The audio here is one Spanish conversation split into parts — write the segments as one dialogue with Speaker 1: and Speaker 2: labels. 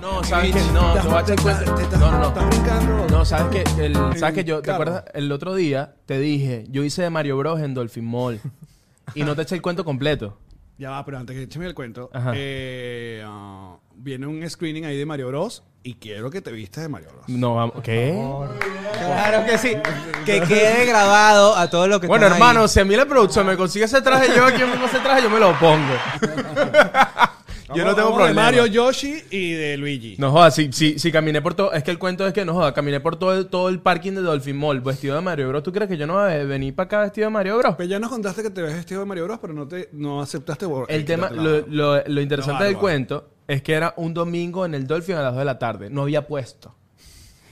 Speaker 1: no, sabes que no, te vas a echar cuenta. No, no, no. No, sabes que, el,
Speaker 2: En
Speaker 1: sabes que yo, ¿te
Speaker 2: carro.
Speaker 1: acuerdas? El otro día te dije, yo hice de Mario Bros en Dolphin Mall y no te eché el cuento completo.
Speaker 2: Ya va, pero antes que écheme el cuento,
Speaker 1: Ajá.
Speaker 2: eh, ah, viene un screening ahí de Mario Bros. Y quiero que te vistas de Mario Bros.
Speaker 1: No, vamos, ¿qué?
Speaker 3: Claro que sí. Que quede grabado a todo lo que
Speaker 1: Bueno,
Speaker 3: están ahí.
Speaker 1: hermano, si a mí la producción me consigue ese traje, yo aquí mismo ese traje, yo me lo pongo. yo no
Speaker 2: Vamos-
Speaker 1: tengo
Speaker 2: vamos de
Speaker 1: problema.
Speaker 2: Mario, Yoshi y de Luigi.
Speaker 1: No joda, si, si, si caminé por todo. Es que el cuento es que no joda, caminé por todo el, todo el parking de Dolphin Mall vestido de Mario Bros. ¿Tú crees que yo no voy a venir para acá vestido de Mario Bros?
Speaker 2: Pero ya nos contaste que te ves vestido de Mario Bros, pero no te no aceptaste Eh, borrar.
Speaker 1: El tema, lo,
Speaker 2: Quítatela.
Speaker 1: lo- lo interesante
Speaker 2: La
Speaker 1: del
Speaker 2: barba.
Speaker 1: cuento es que era un domingo en el Dolphin a las 2 de la tarde. No había puesto.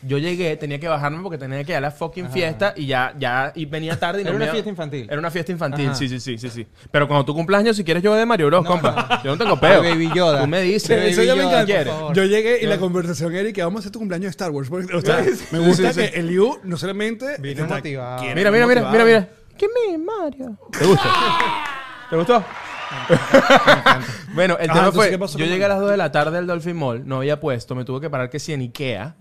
Speaker 1: Yo llegué, tenía que bajarme porque tenía que ir a la fucking fiesta y ya, ya y venía tarde. Y no
Speaker 3: Era
Speaker 1: me
Speaker 3: una
Speaker 1: iba-
Speaker 3: fiesta infantil.
Speaker 1: Era una fiesta infantil,
Speaker 3: Ajá.
Speaker 1: sí, sí, sí, sí, sí. Pero cuando tú cumplas años, si quieres yo de Mario Bros, compa. Yo no tengo peo.
Speaker 3: De Baby Yoda.
Speaker 1: Tú me dices.
Speaker 3: De
Speaker 2: Eso ya me
Speaker 3: Baby Yoda,
Speaker 2: encanta.
Speaker 3: por
Speaker 1: ¿Quieres?
Speaker 3: favor.
Speaker 2: Yo llegué y la conversación era y que vamos a hacer tu cumpleaños de Star Wars. porque, o sea, me gusta que el Liu no solamente
Speaker 3: Vino
Speaker 2: está-
Speaker 3: motivado.
Speaker 2: quiere,
Speaker 1: Mira, mira, mira,
Speaker 2: motivado.
Speaker 1: mira, mira. ¿Qué me Mario? Ah, ¿Te gusta? ¿Te gustó? bueno, el
Speaker 3: Ah,
Speaker 1: tema
Speaker 2: Ajá, entonces,
Speaker 1: fue,
Speaker 2: ¿qué pasó
Speaker 1: yo
Speaker 2: con
Speaker 1: llegué a
Speaker 2: él?
Speaker 1: las 2 de la tarde al Dolphin Mall, no había puesto, me tuve que parar que si en Ikea.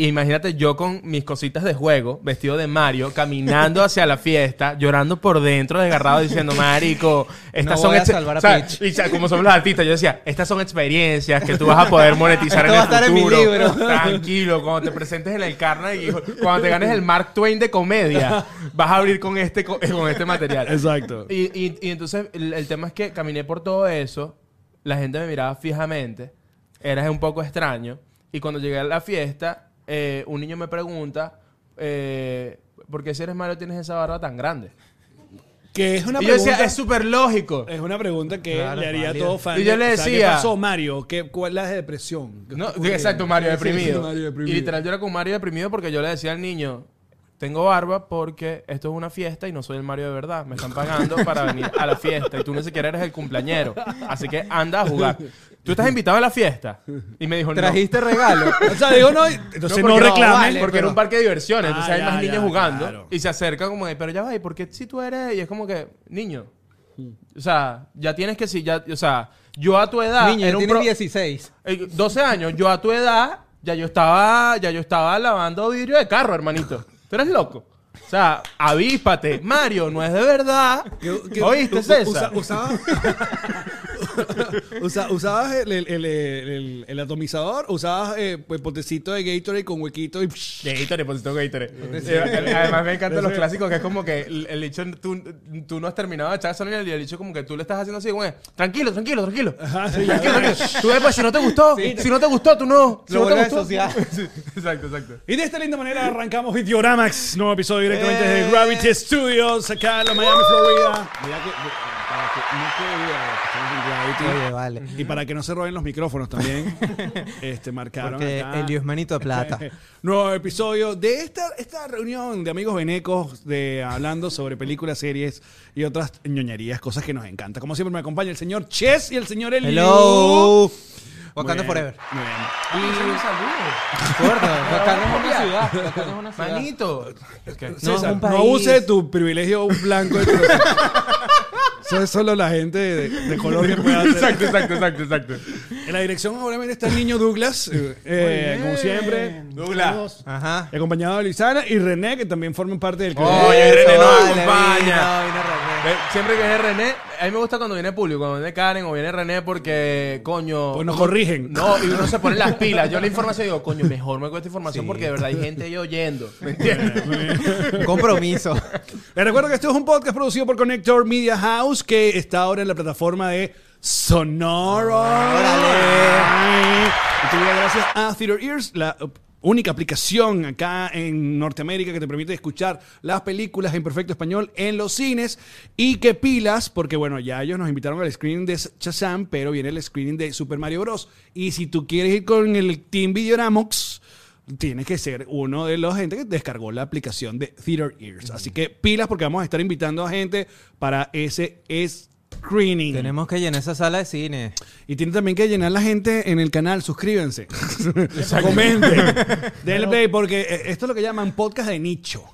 Speaker 1: Y imagínate yo con mis cositas de juego, vestido de Mario, caminando hacia la fiesta, llorando por dentro, desgarrado, diciendo, marico, estas
Speaker 3: No
Speaker 1: son...
Speaker 3: voy a
Speaker 1: ex-
Speaker 3: salvar a
Speaker 1: o sea,
Speaker 3: Peach".
Speaker 1: y, o sea, como somos los artistas, yo decía, estas son experiencias que tú vas a poder monetizar
Speaker 3: Esto
Speaker 1: en el
Speaker 3: va a estar en mi
Speaker 1: futuro.
Speaker 3: libro.
Speaker 1: Tranquilo, cuando te presentes en el Carnegie, cuando te ganes el Mark Twain de comedia, vas a abrir con este, co- con este material.
Speaker 2: Exacto.
Speaker 1: Y, y- y entonces el, el tema es que caminé por todo eso, la gente me miraba fijamente, era un poco extraño, y cuando llegué a la fiesta, eh, un niño me pregunta, eh, ¿por qué si eres malo tienes esa barba tan grande?
Speaker 2: Que es una
Speaker 1: y yo
Speaker 2: pregunta.
Speaker 1: decía, es súper lógico.
Speaker 2: Es una pregunta que
Speaker 3: Claro,
Speaker 2: le haría a
Speaker 3: válido.
Speaker 2: todo fan.
Speaker 1: Y yo le
Speaker 2: O sea, ¿Qué
Speaker 1: decía-
Speaker 2: pasó, Mario? ¿Qué, ¿Cuál es la depresión? ¿Qué
Speaker 1: No,
Speaker 2: está
Speaker 1: sí, exacto, Mario
Speaker 2: ocurriendo?
Speaker 1: deprimido.
Speaker 2: Mario
Speaker 1: Y literal yo era con Mario deprimido porque yo le decía al niño, tengo barba porque esto es una fiesta y no soy el Mario de verdad. Me están pagando para venir a la fiesta y tú ni siquiera eres el cumpleañero. Así que anda a jugar. Tú estás invitado a la fiesta. Y me dijo, no.
Speaker 3: Trajiste regalo.
Speaker 2: O sea, digo, no, entonces no,
Speaker 1: porque-
Speaker 2: reclames.
Speaker 1: vale, porque era
Speaker 2: pero-
Speaker 1: un parque de diversiones. Entonces
Speaker 2: Ah,
Speaker 1: hay
Speaker 2: ya,
Speaker 1: más niños
Speaker 2: ya,
Speaker 1: jugando
Speaker 2: claro.
Speaker 1: y se acercan como de, pero ya va, ¿y por qué si tú eres? Y es como que, niño.
Speaker 2: Mm.
Speaker 1: O sea, ya tienes que si ya, o sea, yo a tu edad
Speaker 3: Niño,
Speaker 1: era
Speaker 3: yo
Speaker 1: un
Speaker 3: tiene
Speaker 1: pro-
Speaker 3: 16.
Speaker 1: eh, 12 años, yo a tu edad ya yo estaba, ya yo estaba lavando vidrio de carro, hermanito. Tú eres loco. O sea, avíspate, Mario, no es de verdad.
Speaker 2: ¿Qué- qué-
Speaker 1: ¿Oíste,
Speaker 2: u-
Speaker 1: César?
Speaker 2: usa- usaba- usa- ¿Usabas el, el- el- el- el atomizador? ¿Usabas eh, el potecito de Gatorade con huequito y...
Speaker 1: Gatorade, por cierto, Gatorade. Eh, Además me encantan los clásicos que es como que el el dicho, tú, tú no has terminado de echar gasolina y el dicho como que tú le estás haciendo así, güey, tranquilo, tranquilo, tranquilo. Tranquilo, tranquilo. Tú después, si no te gustó, si no te gustó, tú no. Si
Speaker 3: Lo
Speaker 1: no te
Speaker 3: vuelves a
Speaker 1: gustó.
Speaker 3: asociar.
Speaker 1: Sí, exacto, exacto.
Speaker 2: Y de esta linda manera arrancamos Videoramax, nuevo episodio directamente
Speaker 1: Eh.
Speaker 2: de Gravity Studios, acá en la Miami, Florida. Mira que, para que no quede duda de que estamos en Gravity.
Speaker 3: Oye, vale.
Speaker 2: Y para que no se roben los micrófonos también, este, marcaron
Speaker 3: Porque
Speaker 2: acá. eh,
Speaker 3: el Dios manito de plata.
Speaker 2: Nuevo episodio de esta, esta reunión de amigos venecos de hablando sobre películas, series y otras ñoñerías, cosas que nos encanta. Como siempre me acompaña el señor Chess y el señor Elio.
Speaker 3: Hello.
Speaker 2: Muy
Speaker 3: Wakanda
Speaker 2: bien,
Speaker 3: Forever.
Speaker 2: Muy bien.
Speaker 3: Gordo, Wakanda es una ciudad.
Speaker 1: Wakanda es una ciudad. Manito.
Speaker 2: César,
Speaker 3: un
Speaker 2: no,
Speaker 3: país.
Speaker 2: abuse de tu privilegio blanco. heterosexual. Eso es solo la gente de, de color que puede hacer.
Speaker 1: Exacto, exacto, exacto, exacto.
Speaker 2: En la dirección obviamente está el niño Douglas, eh, eh, como siempre.
Speaker 1: Douglas.
Speaker 3: Ajá.
Speaker 2: Acompañado de Luisana y René, que también forman parte del club.
Speaker 1: Oye,
Speaker 3: Eso,
Speaker 1: René nos
Speaker 3: vale,
Speaker 1: acompaña.
Speaker 3: vino, vino René.
Speaker 1: Ve, Siempre que es René, a mí me gusta cuando viene público, cuando viene Karen o viene René porque, coño...
Speaker 2: Pues nos corrigen.
Speaker 1: Oh. No, y uno se pone las pilas. Yo la información digo, coño, mejor me cuesta información porque de verdad hay gente ahí oyendo. ¿Me entiendes?
Speaker 3: Un compromiso.
Speaker 2: Les recuerdo que este es un podcast producido por Connector Media House que está ahora en la plataforma de Sonoro. ¡Órale! Y todo gracias a Theater Ears, la uh, única aplicación acá en Norteamérica que te permite escuchar las películas en perfecto español en los cines. Y que pilas, porque bueno, ya ellos nos invitaron al screening de Shazam, pero viene el screening de Super Mario Bros. Y si tú quieres ir con el Team Videoramox, Tienes que ser uno de los gente que descargó la aplicación de Theater Ears. Así que pilas porque vamos a estar invitando a gente para ese screening.
Speaker 3: Tenemos que llenar esa sala de cine.
Speaker 2: Y tienen también que llenar la gente en el canal. Suscríbanse. Comenten. Denle play porque eh, esto es lo que llaman podcast de nicho.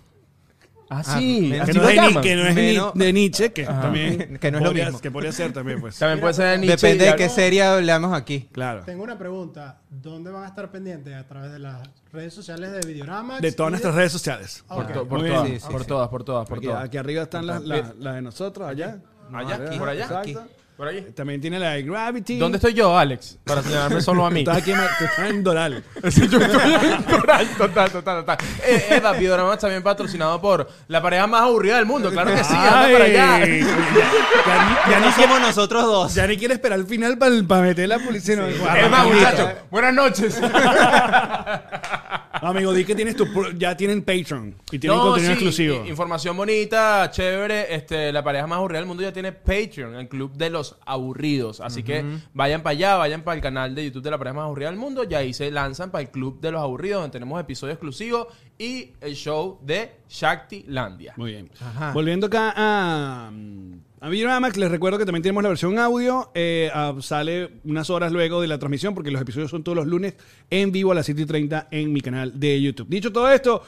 Speaker 1: Ah, sí.
Speaker 3: menos-
Speaker 1: así
Speaker 2: Que no,
Speaker 1: lo
Speaker 2: es, ni-
Speaker 1: llaman.
Speaker 2: que no es ni-
Speaker 3: Menos-
Speaker 2: de Nietzsche, que también.
Speaker 3: Que no es lo
Speaker 2: podría-
Speaker 3: mismo.
Speaker 2: Que podría ser también, pues.
Speaker 1: También puede ser de Nietzsche.
Speaker 3: Depende
Speaker 1: y
Speaker 3: de
Speaker 1: algo.
Speaker 3: qué serie hablamos aquí.
Speaker 2: Claro.
Speaker 4: Tengo una pregunta. ¿Dónde van a estar pendientes? ¿A través de las redes sociales de Videorama?
Speaker 2: De todas nuestras redes sociales.
Speaker 1: Por, to-
Speaker 4: Ok.
Speaker 1: por
Speaker 2: Muy
Speaker 1: todas,
Speaker 3: bien. Sí, sí,
Speaker 1: por
Speaker 3: sí.
Speaker 1: todas, por todas, por
Speaker 2: Aquí,
Speaker 1: todas.
Speaker 2: aquí arriba están las las- las de nosotros, allá.
Speaker 1: Allá,
Speaker 2: Arriba,
Speaker 1: por allá.
Speaker 2: exacto.
Speaker 3: Aquí.
Speaker 1: Por allí.
Speaker 2: Eh, También tiene la de Gravity.
Speaker 1: ¿Dónde estoy yo, Alex? Para señalarme solo a mí.
Speaker 2: Estás aquí en, tú estás en Doral.
Speaker 1: Sí, yo estoy en plural, total, total, total. Eh, Eva, Videorama también patrocinado por la pareja más aburrida del mundo. Claro que sí, anda para allá.
Speaker 2: Ay, ya,
Speaker 3: Ya no somos nosotros dos.
Speaker 2: ya ni quiere esperar el final para meter la policía. No, guarda,
Speaker 1: Es más,
Speaker 2: amigo.
Speaker 1: muchachos, buenas noches.
Speaker 2: Amigo, di que tienes tu, pro- ya tienen Patreon y tienen
Speaker 1: No,
Speaker 2: contenido
Speaker 1: sí,
Speaker 2: exclusivo.
Speaker 1: i- Información bonita, chévere. Este, la pareja más aburrida del mundo ya tiene Patreon, el club de los aburridos. Así que vayan para allá, vayan para el canal de YouTube de la pareja más aburrida del mundo. Y ahí se lanzan para el club de los aburridos, donde tenemos episodios exclusivos y el show de Shakti Landia.
Speaker 2: Muy bien.
Speaker 3: Ajá.
Speaker 2: Volviendo acá a, mm, a Videoramax, les recuerdo que también tenemos la versión audio. eh, ah, sale unas horas luego de la transmisión, porque los episodios son todos los lunes en vivo a las 7 y 30 en mi canal de YouTube. Dicho todo esto,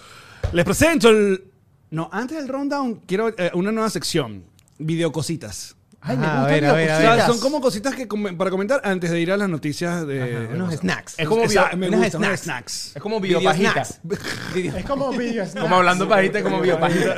Speaker 2: les presento el. No, antes del rundown, quiero eh, una nueva sección: Videocositas.
Speaker 3: Ay, me Ajá, gusta Ah, a ver, a ver, a
Speaker 2: O
Speaker 3: ver.
Speaker 2: sea, son como cositas que com- para comentar antes de ir a las noticias de.
Speaker 3: Ajá, Unos
Speaker 2: de-
Speaker 3: snacks.
Speaker 1: Es como
Speaker 2: Esa-
Speaker 1: video-
Speaker 2: me
Speaker 3: unos
Speaker 2: gusta, unos
Speaker 3: snacks.
Speaker 2: snacks.
Speaker 1: Es como
Speaker 3: Video
Speaker 1: videopajita.
Speaker 3: snacks.
Speaker 4: Es como videos.
Speaker 1: Como hablando pajita, es como videopajita.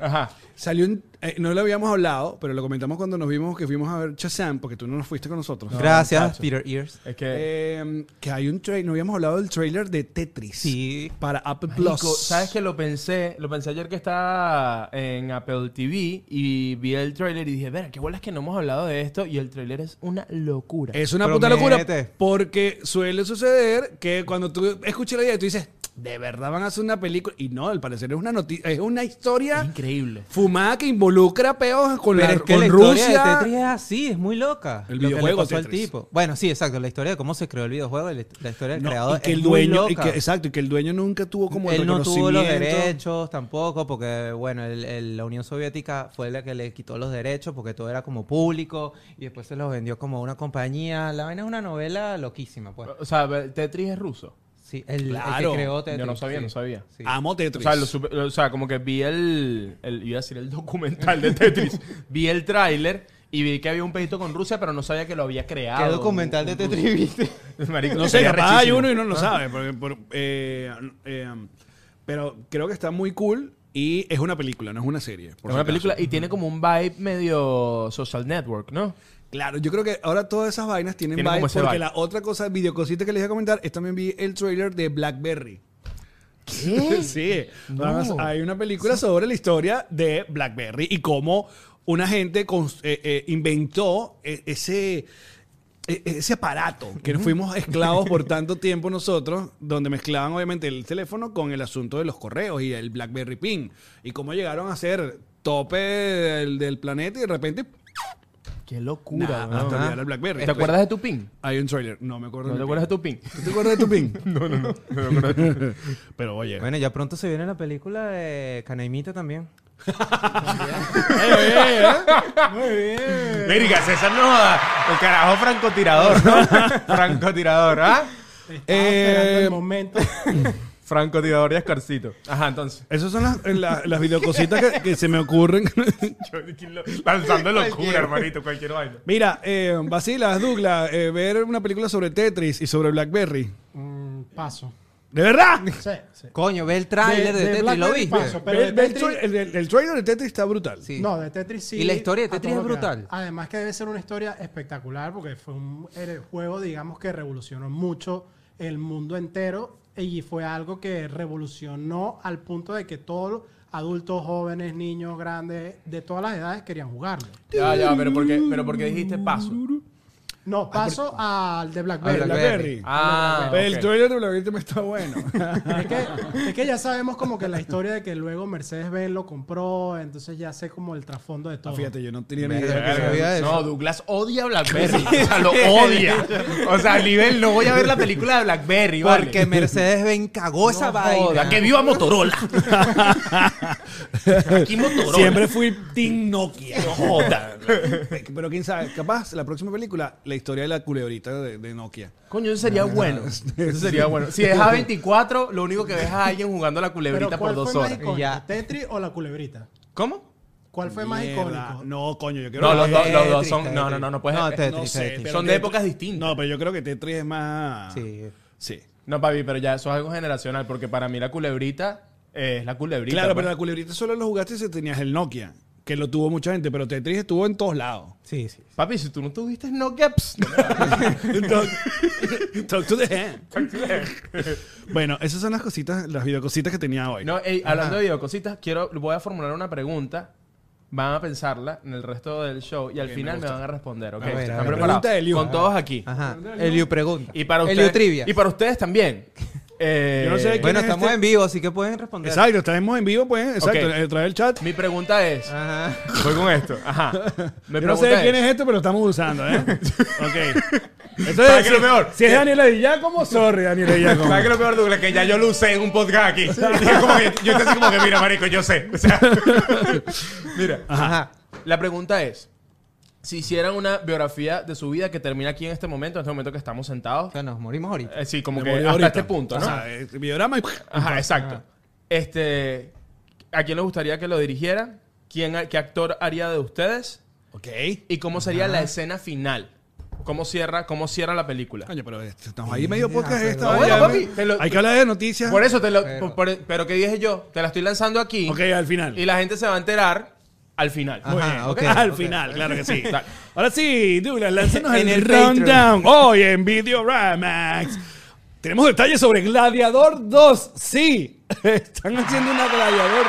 Speaker 1: Ajá.
Speaker 2: Salió un- eh, no lo habíamos hablado, pero lo comentamos cuando nos vimos que fuimos a ver Shazam, porque tú no nos fuiste con nosotros.
Speaker 3: Gracias,
Speaker 1: muchacho.
Speaker 3: Peter Ears.
Speaker 1: Es que.
Speaker 2: Eh, que hay un trailer, no habíamos hablado del trailer de Tetris.
Speaker 3: Sí.
Speaker 2: Para Apple
Speaker 1: Marico,
Speaker 2: Plus.
Speaker 1: ¿Sabes que lo pensé? Lo pensé ayer que estaba en Apple TV y vi el tráiler y dije, ver, qué bolas que no hemos hablado de esto y el tráiler es una locura.
Speaker 2: Es una puta
Speaker 3: Promete.
Speaker 2: locura. Porque suele suceder que cuando tú escuchas la idea, tú dices, de verdad van a hacer una película. Y no, al parecer es una noticia, es una
Speaker 1: Es
Speaker 2: historia
Speaker 1: increíble.
Speaker 2: fumada que involucra peos con,
Speaker 3: Pero
Speaker 2: la-
Speaker 3: es que
Speaker 2: con
Speaker 3: la
Speaker 2: Rusia.
Speaker 3: historia de Tetris es así, es muy loca.
Speaker 2: El
Speaker 3: Lo que le
Speaker 2: videojuego
Speaker 3: pasó al
Speaker 2: Tetris.
Speaker 3: tipo. Bueno, sí, exacto. La historia de cómo se creó el videojuego, la la historia del
Speaker 2: No,
Speaker 3: creador.
Speaker 2: y que
Speaker 3: es
Speaker 2: el
Speaker 3: muy
Speaker 2: dueño, y
Speaker 3: loca.
Speaker 2: que- exacto, y que el dueño nunca tuvo como el
Speaker 3: él no tuvo los
Speaker 2: reconocimiento.
Speaker 3: derechos tampoco, porque bueno, el- el- la Unión Soviética fue la que le quitó los derechos, porque todo era como público, y después se los vendió como a una compañía. La vaina es una novela loquísima, pues.
Speaker 1: O sea, ve- Tetris es ruso.
Speaker 3: Sí, el, el
Speaker 2: Claro.
Speaker 3: que creó Tetris.
Speaker 1: Yo no sabía,
Speaker 3: sí.
Speaker 1: no sabía.
Speaker 3: Sí.
Speaker 2: Amo
Speaker 1: O
Speaker 2: Tetris.
Speaker 1: sea, lo supe- o sea, como que vi el, el- Iba a decir el documental de Tetris. vi el tráiler y vi que había un pedito con Rusia, pero no sabía que lo había creado.
Speaker 3: ¿Qué documental de Tetris viste?
Speaker 1: Marico,
Speaker 2: no sé,
Speaker 1: sería
Speaker 2: capaz hay
Speaker 1: rechísimo. Ah.
Speaker 2: uno y uno no sabe. porque por- eh, eh, pero creo que está muy cool y es una película, no es una serie. por
Speaker 1: Es
Speaker 2: si
Speaker 1: una
Speaker 2: acaso.
Speaker 1: película y tiene como un vibe medio social network, ¿no?
Speaker 2: Claro, yo creo que ahora todas esas vainas tienen
Speaker 1: Tienen como
Speaker 2: vibe,
Speaker 1: ese
Speaker 2: porque
Speaker 1: vibe.
Speaker 2: la otra cosa, videocosita que les iba a comentar, es también vi el trailer de Blackberry. ¿Qué? sí. Vamos, hay una película sobre la historia de Blackberry y cómo una gente cons- eh, eh, inventó eh, ese e- ese aparato que nos fuimos esclavos por tanto tiempo nosotros, donde mezclaban obviamente el teléfono con el asunto de los correos y el BlackBerry PIN y cómo llegaron a ser tope del, del planeta y de repente
Speaker 1: Qué locura,
Speaker 2: Nah,
Speaker 1: ¿no?
Speaker 2: hasta olvidar el BlackBerry.
Speaker 1: ¿Te acuerdas de tu pin?
Speaker 2: Hay un trailer, no me acuerdo.
Speaker 1: ¿No
Speaker 2: de
Speaker 1: te
Speaker 2: mi
Speaker 1: acuerdas de tu pin?
Speaker 2: pin. ¿Tú te acuerdas de tu pin? no, no, no. Pero oye.
Speaker 3: Bueno, ya pronto se viene la película de Canaimita también.
Speaker 2: ¿eh?
Speaker 1: Verga, César no joda. El carajo francotirador, ¿no? francotirador, ¿ah?
Speaker 4: Eh,
Speaker 2: Eh,
Speaker 4: el momento.
Speaker 1: Francotirador y escarcito. Ajá, entonces.
Speaker 2: esas son las, eh, las, las videocositas que, que se me ocurren.
Speaker 1: Lanzando locura, hermanito, cualquier vaina.
Speaker 2: Mira, eh, vacilas, Douglas, eh, ver una película sobre Tetris y sobre Blackberry.
Speaker 4: Mm, paso.
Speaker 2: ¿De verdad?
Speaker 4: Sí, sí.
Speaker 3: Coño, ve el tráiler de, Tetris, ¿lo
Speaker 4: Blackberry
Speaker 3: viste?
Speaker 4: paso, pero
Speaker 2: Ve-
Speaker 4: de
Speaker 2: ve el,
Speaker 4: Tetris-
Speaker 2: tra- el- el- el trailer de Tetris está brutal.
Speaker 3: Sí.
Speaker 4: No, de Tetris sí.
Speaker 3: Y la historia de
Speaker 4: a
Speaker 3: Tetris
Speaker 4: todo
Speaker 3: es
Speaker 4: lo que
Speaker 3: brutal.
Speaker 4: da. Además que debe ser una historia espectacular porque fue un eh, juego, digamos, que revolucionó mucho el mundo entero y fue algo que revolucionó al punto de que todos adultos, jóvenes, niños, grandes, de todas las edades querían jugarlo.
Speaker 1: Ya, ya, pero ¿por qué, pero por qué dijiste paso?
Speaker 4: No, paso al de
Speaker 3: Al
Speaker 4: Blackberry.
Speaker 3: Blackberry.
Speaker 2: Blackberry.
Speaker 1: Ah,
Speaker 2: Pero Pues El
Speaker 1: ok.
Speaker 2: trailer de Blackberry me está bueno.
Speaker 4: Es que, es que ya sabemos como que la historia de que luego Mercedes-Benz lo compró, entonces ya sé como el trasfondo de
Speaker 1: Ah,
Speaker 4: todo.
Speaker 2: Fíjate, yo no tenía ni
Speaker 3: Verga,
Speaker 2: idea.
Speaker 3: verga. sabía eso.
Speaker 1: No, Douglas odia Blackberry. O sea, lo odia. O sea, a nivel, no voy a ver la película de Blackberry, ¿vale?
Speaker 3: Porque Mercedes Benz cagó esa vaina.
Speaker 1: Joda, que viva Motorola. Aquí Motorola.
Speaker 2: Siempre fui Team Nokia.
Speaker 1: joda.
Speaker 2: Pero quién sabe, capaz la próxima película, la historia de la culebrita de, de Nokia.
Speaker 1: Coño, eso sería bueno. Eso sería bueno. Si es A24, lo único que ves es a alguien jugando la
Speaker 4: Pero
Speaker 1: culebrita por
Speaker 4: ¿cuál
Speaker 1: dos
Speaker 4: fue más
Speaker 1: horas.
Speaker 4: icónico?
Speaker 3: Ya.
Speaker 4: ¿Tetris o la culebrita?
Speaker 1: ¿Cómo?
Speaker 4: ¿Cuál fue más
Speaker 2: Mierda.
Speaker 4: icónico?
Speaker 2: No, coño, yo quiero
Speaker 1: No, los,
Speaker 2: que-
Speaker 1: dos- los dos
Speaker 3: Tetris,
Speaker 1: son. No, no, no, no puedes.
Speaker 3: No,
Speaker 1: eh,
Speaker 3: Tetris.
Speaker 2: No sé,
Speaker 3: Tetris.
Speaker 2: pero
Speaker 1: Son de
Speaker 2: Tetris-
Speaker 1: épocas distintas.
Speaker 2: No, pero yo creo que Tetris es más.
Speaker 3: Sí.
Speaker 2: Sí.
Speaker 1: No, papi, pero ya eso es algo generacional, porque para mí la culebrita eh, es la culebrita.
Speaker 2: Claro,
Speaker 1: pues.
Speaker 2: pero la culebrita solo lo jugaste si tenías el Nokia, que lo tuvo mucha gente, pero Tetris estuvo en todos lados.
Speaker 3: Sí, sí.
Speaker 1: Papi, si tú no tuviste no gaps.
Speaker 2: talk, talk to the hand. bueno, esas son las cositas, las videocositas que tenía hoy.
Speaker 1: No, ey, hablando de videocositas, quiero, voy a formular una pregunta. Van a pensarla en el resto del show y al final me, van a responder, ¿ok?
Speaker 3: A ver, a
Speaker 1: ¿Están
Speaker 3: ver.
Speaker 1: preparados?
Speaker 2: Pregunta de Eliu.
Speaker 1: Con todos aquí.
Speaker 3: Ajá. Eliu pregunta.
Speaker 1: Y para
Speaker 3: Eliu
Speaker 1: ustedes.
Speaker 3: trivia.
Speaker 1: Y para ustedes también. Eh,
Speaker 2: Yo no sé quién
Speaker 3: Bueno,
Speaker 2: es
Speaker 3: estamos
Speaker 2: este?
Speaker 3: en vivo, así que pueden responder.
Speaker 2: Exacto, estamos en vivo, pues. Exacto,
Speaker 1: Ok.
Speaker 2: eh, trae el chat.
Speaker 1: Mi pregunta es.
Speaker 3: Ajá.
Speaker 1: Voy con esto. Ajá. Me
Speaker 2: Ah. Yo no sé quién es esto, pero lo estamos usando, ¿eh? ok. Eso
Speaker 1: ¿Sabes qué es lo
Speaker 2: si-
Speaker 1: peor?
Speaker 2: Si es Daniela Di Giacomo, sorry, Daniela Di Giacomo.
Speaker 1: ¿Sabes qué es lo peor, Douglas? Que ya yo lo usé en un podcast aquí. Yo, como que- yo estoy así como que, mira, marico, yo sé. O sea, mira.
Speaker 3: Ajá.
Speaker 1: La pregunta es, si hicieran una biografía de su vida que termina aquí en este momento, en este momento que estamos
Speaker 3: O
Speaker 1: sentados,
Speaker 3: sea, nos morimos ahorita.
Speaker 1: eh, sí, como
Speaker 2: Me
Speaker 1: que
Speaker 2: morí
Speaker 1: hasta
Speaker 2: ahorita.
Speaker 1: este punto, ¿no?
Speaker 2: Ajá, eh, videorama y...
Speaker 1: Ajá, exacto. Este, ¿a quién le gustaría que lo dirigieran? ¿Quién, qué actor haría de ustedes?
Speaker 2: Ok.
Speaker 1: ¿Y cómo sería la escena final? ¿Cómo cierra, cómo cierra la película?
Speaker 2: Coño, pero estamos ahí medio podcast
Speaker 3: pero-
Speaker 2: esta.
Speaker 1: Bueno,
Speaker 2: ya,
Speaker 1: papi,
Speaker 2: me-
Speaker 1: te lo-
Speaker 2: Hay que hablar de noticias.
Speaker 1: Por eso te lo...
Speaker 3: Pero-
Speaker 1: por- pero ¿qué dije yo? Te la estoy lanzando aquí
Speaker 2: Ok, al final.
Speaker 1: y la gente se va a enterar al final.
Speaker 3: Ajá,
Speaker 2: Bueno,
Speaker 3: Ah, ok,
Speaker 2: al
Speaker 3: ok.
Speaker 2: final, claro que sí.
Speaker 1: Dale.
Speaker 2: Ahora sí, Douglas, lánzanos
Speaker 3: En
Speaker 2: el,
Speaker 3: el
Speaker 2: rundown. Hoy en Video Ramax. Tenemos detalles sobre Gladiador 2. Sí, están haciendo una Gladiador 2.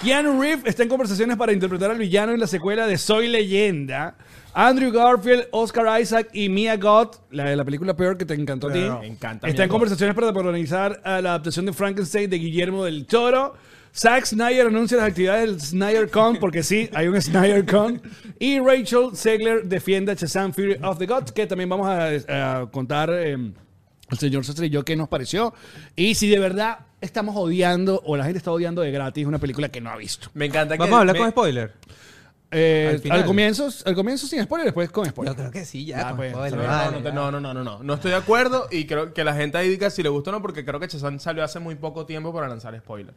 Speaker 2: Keanu Reeves está en conversaciones para interpretar al villano en la secuela de Soy Leyenda. Andrew Garfield, Oscar Isaac y Mia Goth, la de la película peor que te encantó a ti.
Speaker 1: Peor. Me encanta
Speaker 2: Está
Speaker 1: Mia
Speaker 2: en
Speaker 1: Goth.
Speaker 2: conversaciones para protagonizar a la adaptación de Frankenstein de Guillermo del Toro. Zack Snyder anuncia las actividades del Snyder Con, porque sí, hay un Snyder Con. Y Rachel Segler defiende a Shazam Fury of the Gods, que también vamos a, a contar eh, al señor Sastre y yo qué nos pareció. Y si de verdad estamos odiando o la gente está odiando de gratis una película que no ha visto.
Speaker 1: Me encanta que...
Speaker 3: Vamos a hablar
Speaker 1: me-
Speaker 3: con spoiler.
Speaker 2: Eh,
Speaker 3: Al
Speaker 2: al,
Speaker 3: final.
Speaker 2: comienzo, al comienzo sin spoiler, después con spoiler.
Speaker 3: Yo creo que sí, ya.
Speaker 2: Ya,
Speaker 3: con
Speaker 2: pues,
Speaker 3: spoiler,
Speaker 1: No,
Speaker 3: vale,
Speaker 1: no, no,
Speaker 3: ya.
Speaker 1: no, no, no, no, no. No estoy de acuerdo y creo que la gente ahí diga si le gusta o no, porque creo que Chazán salió hace muy poco tiempo para lanzar spoilers.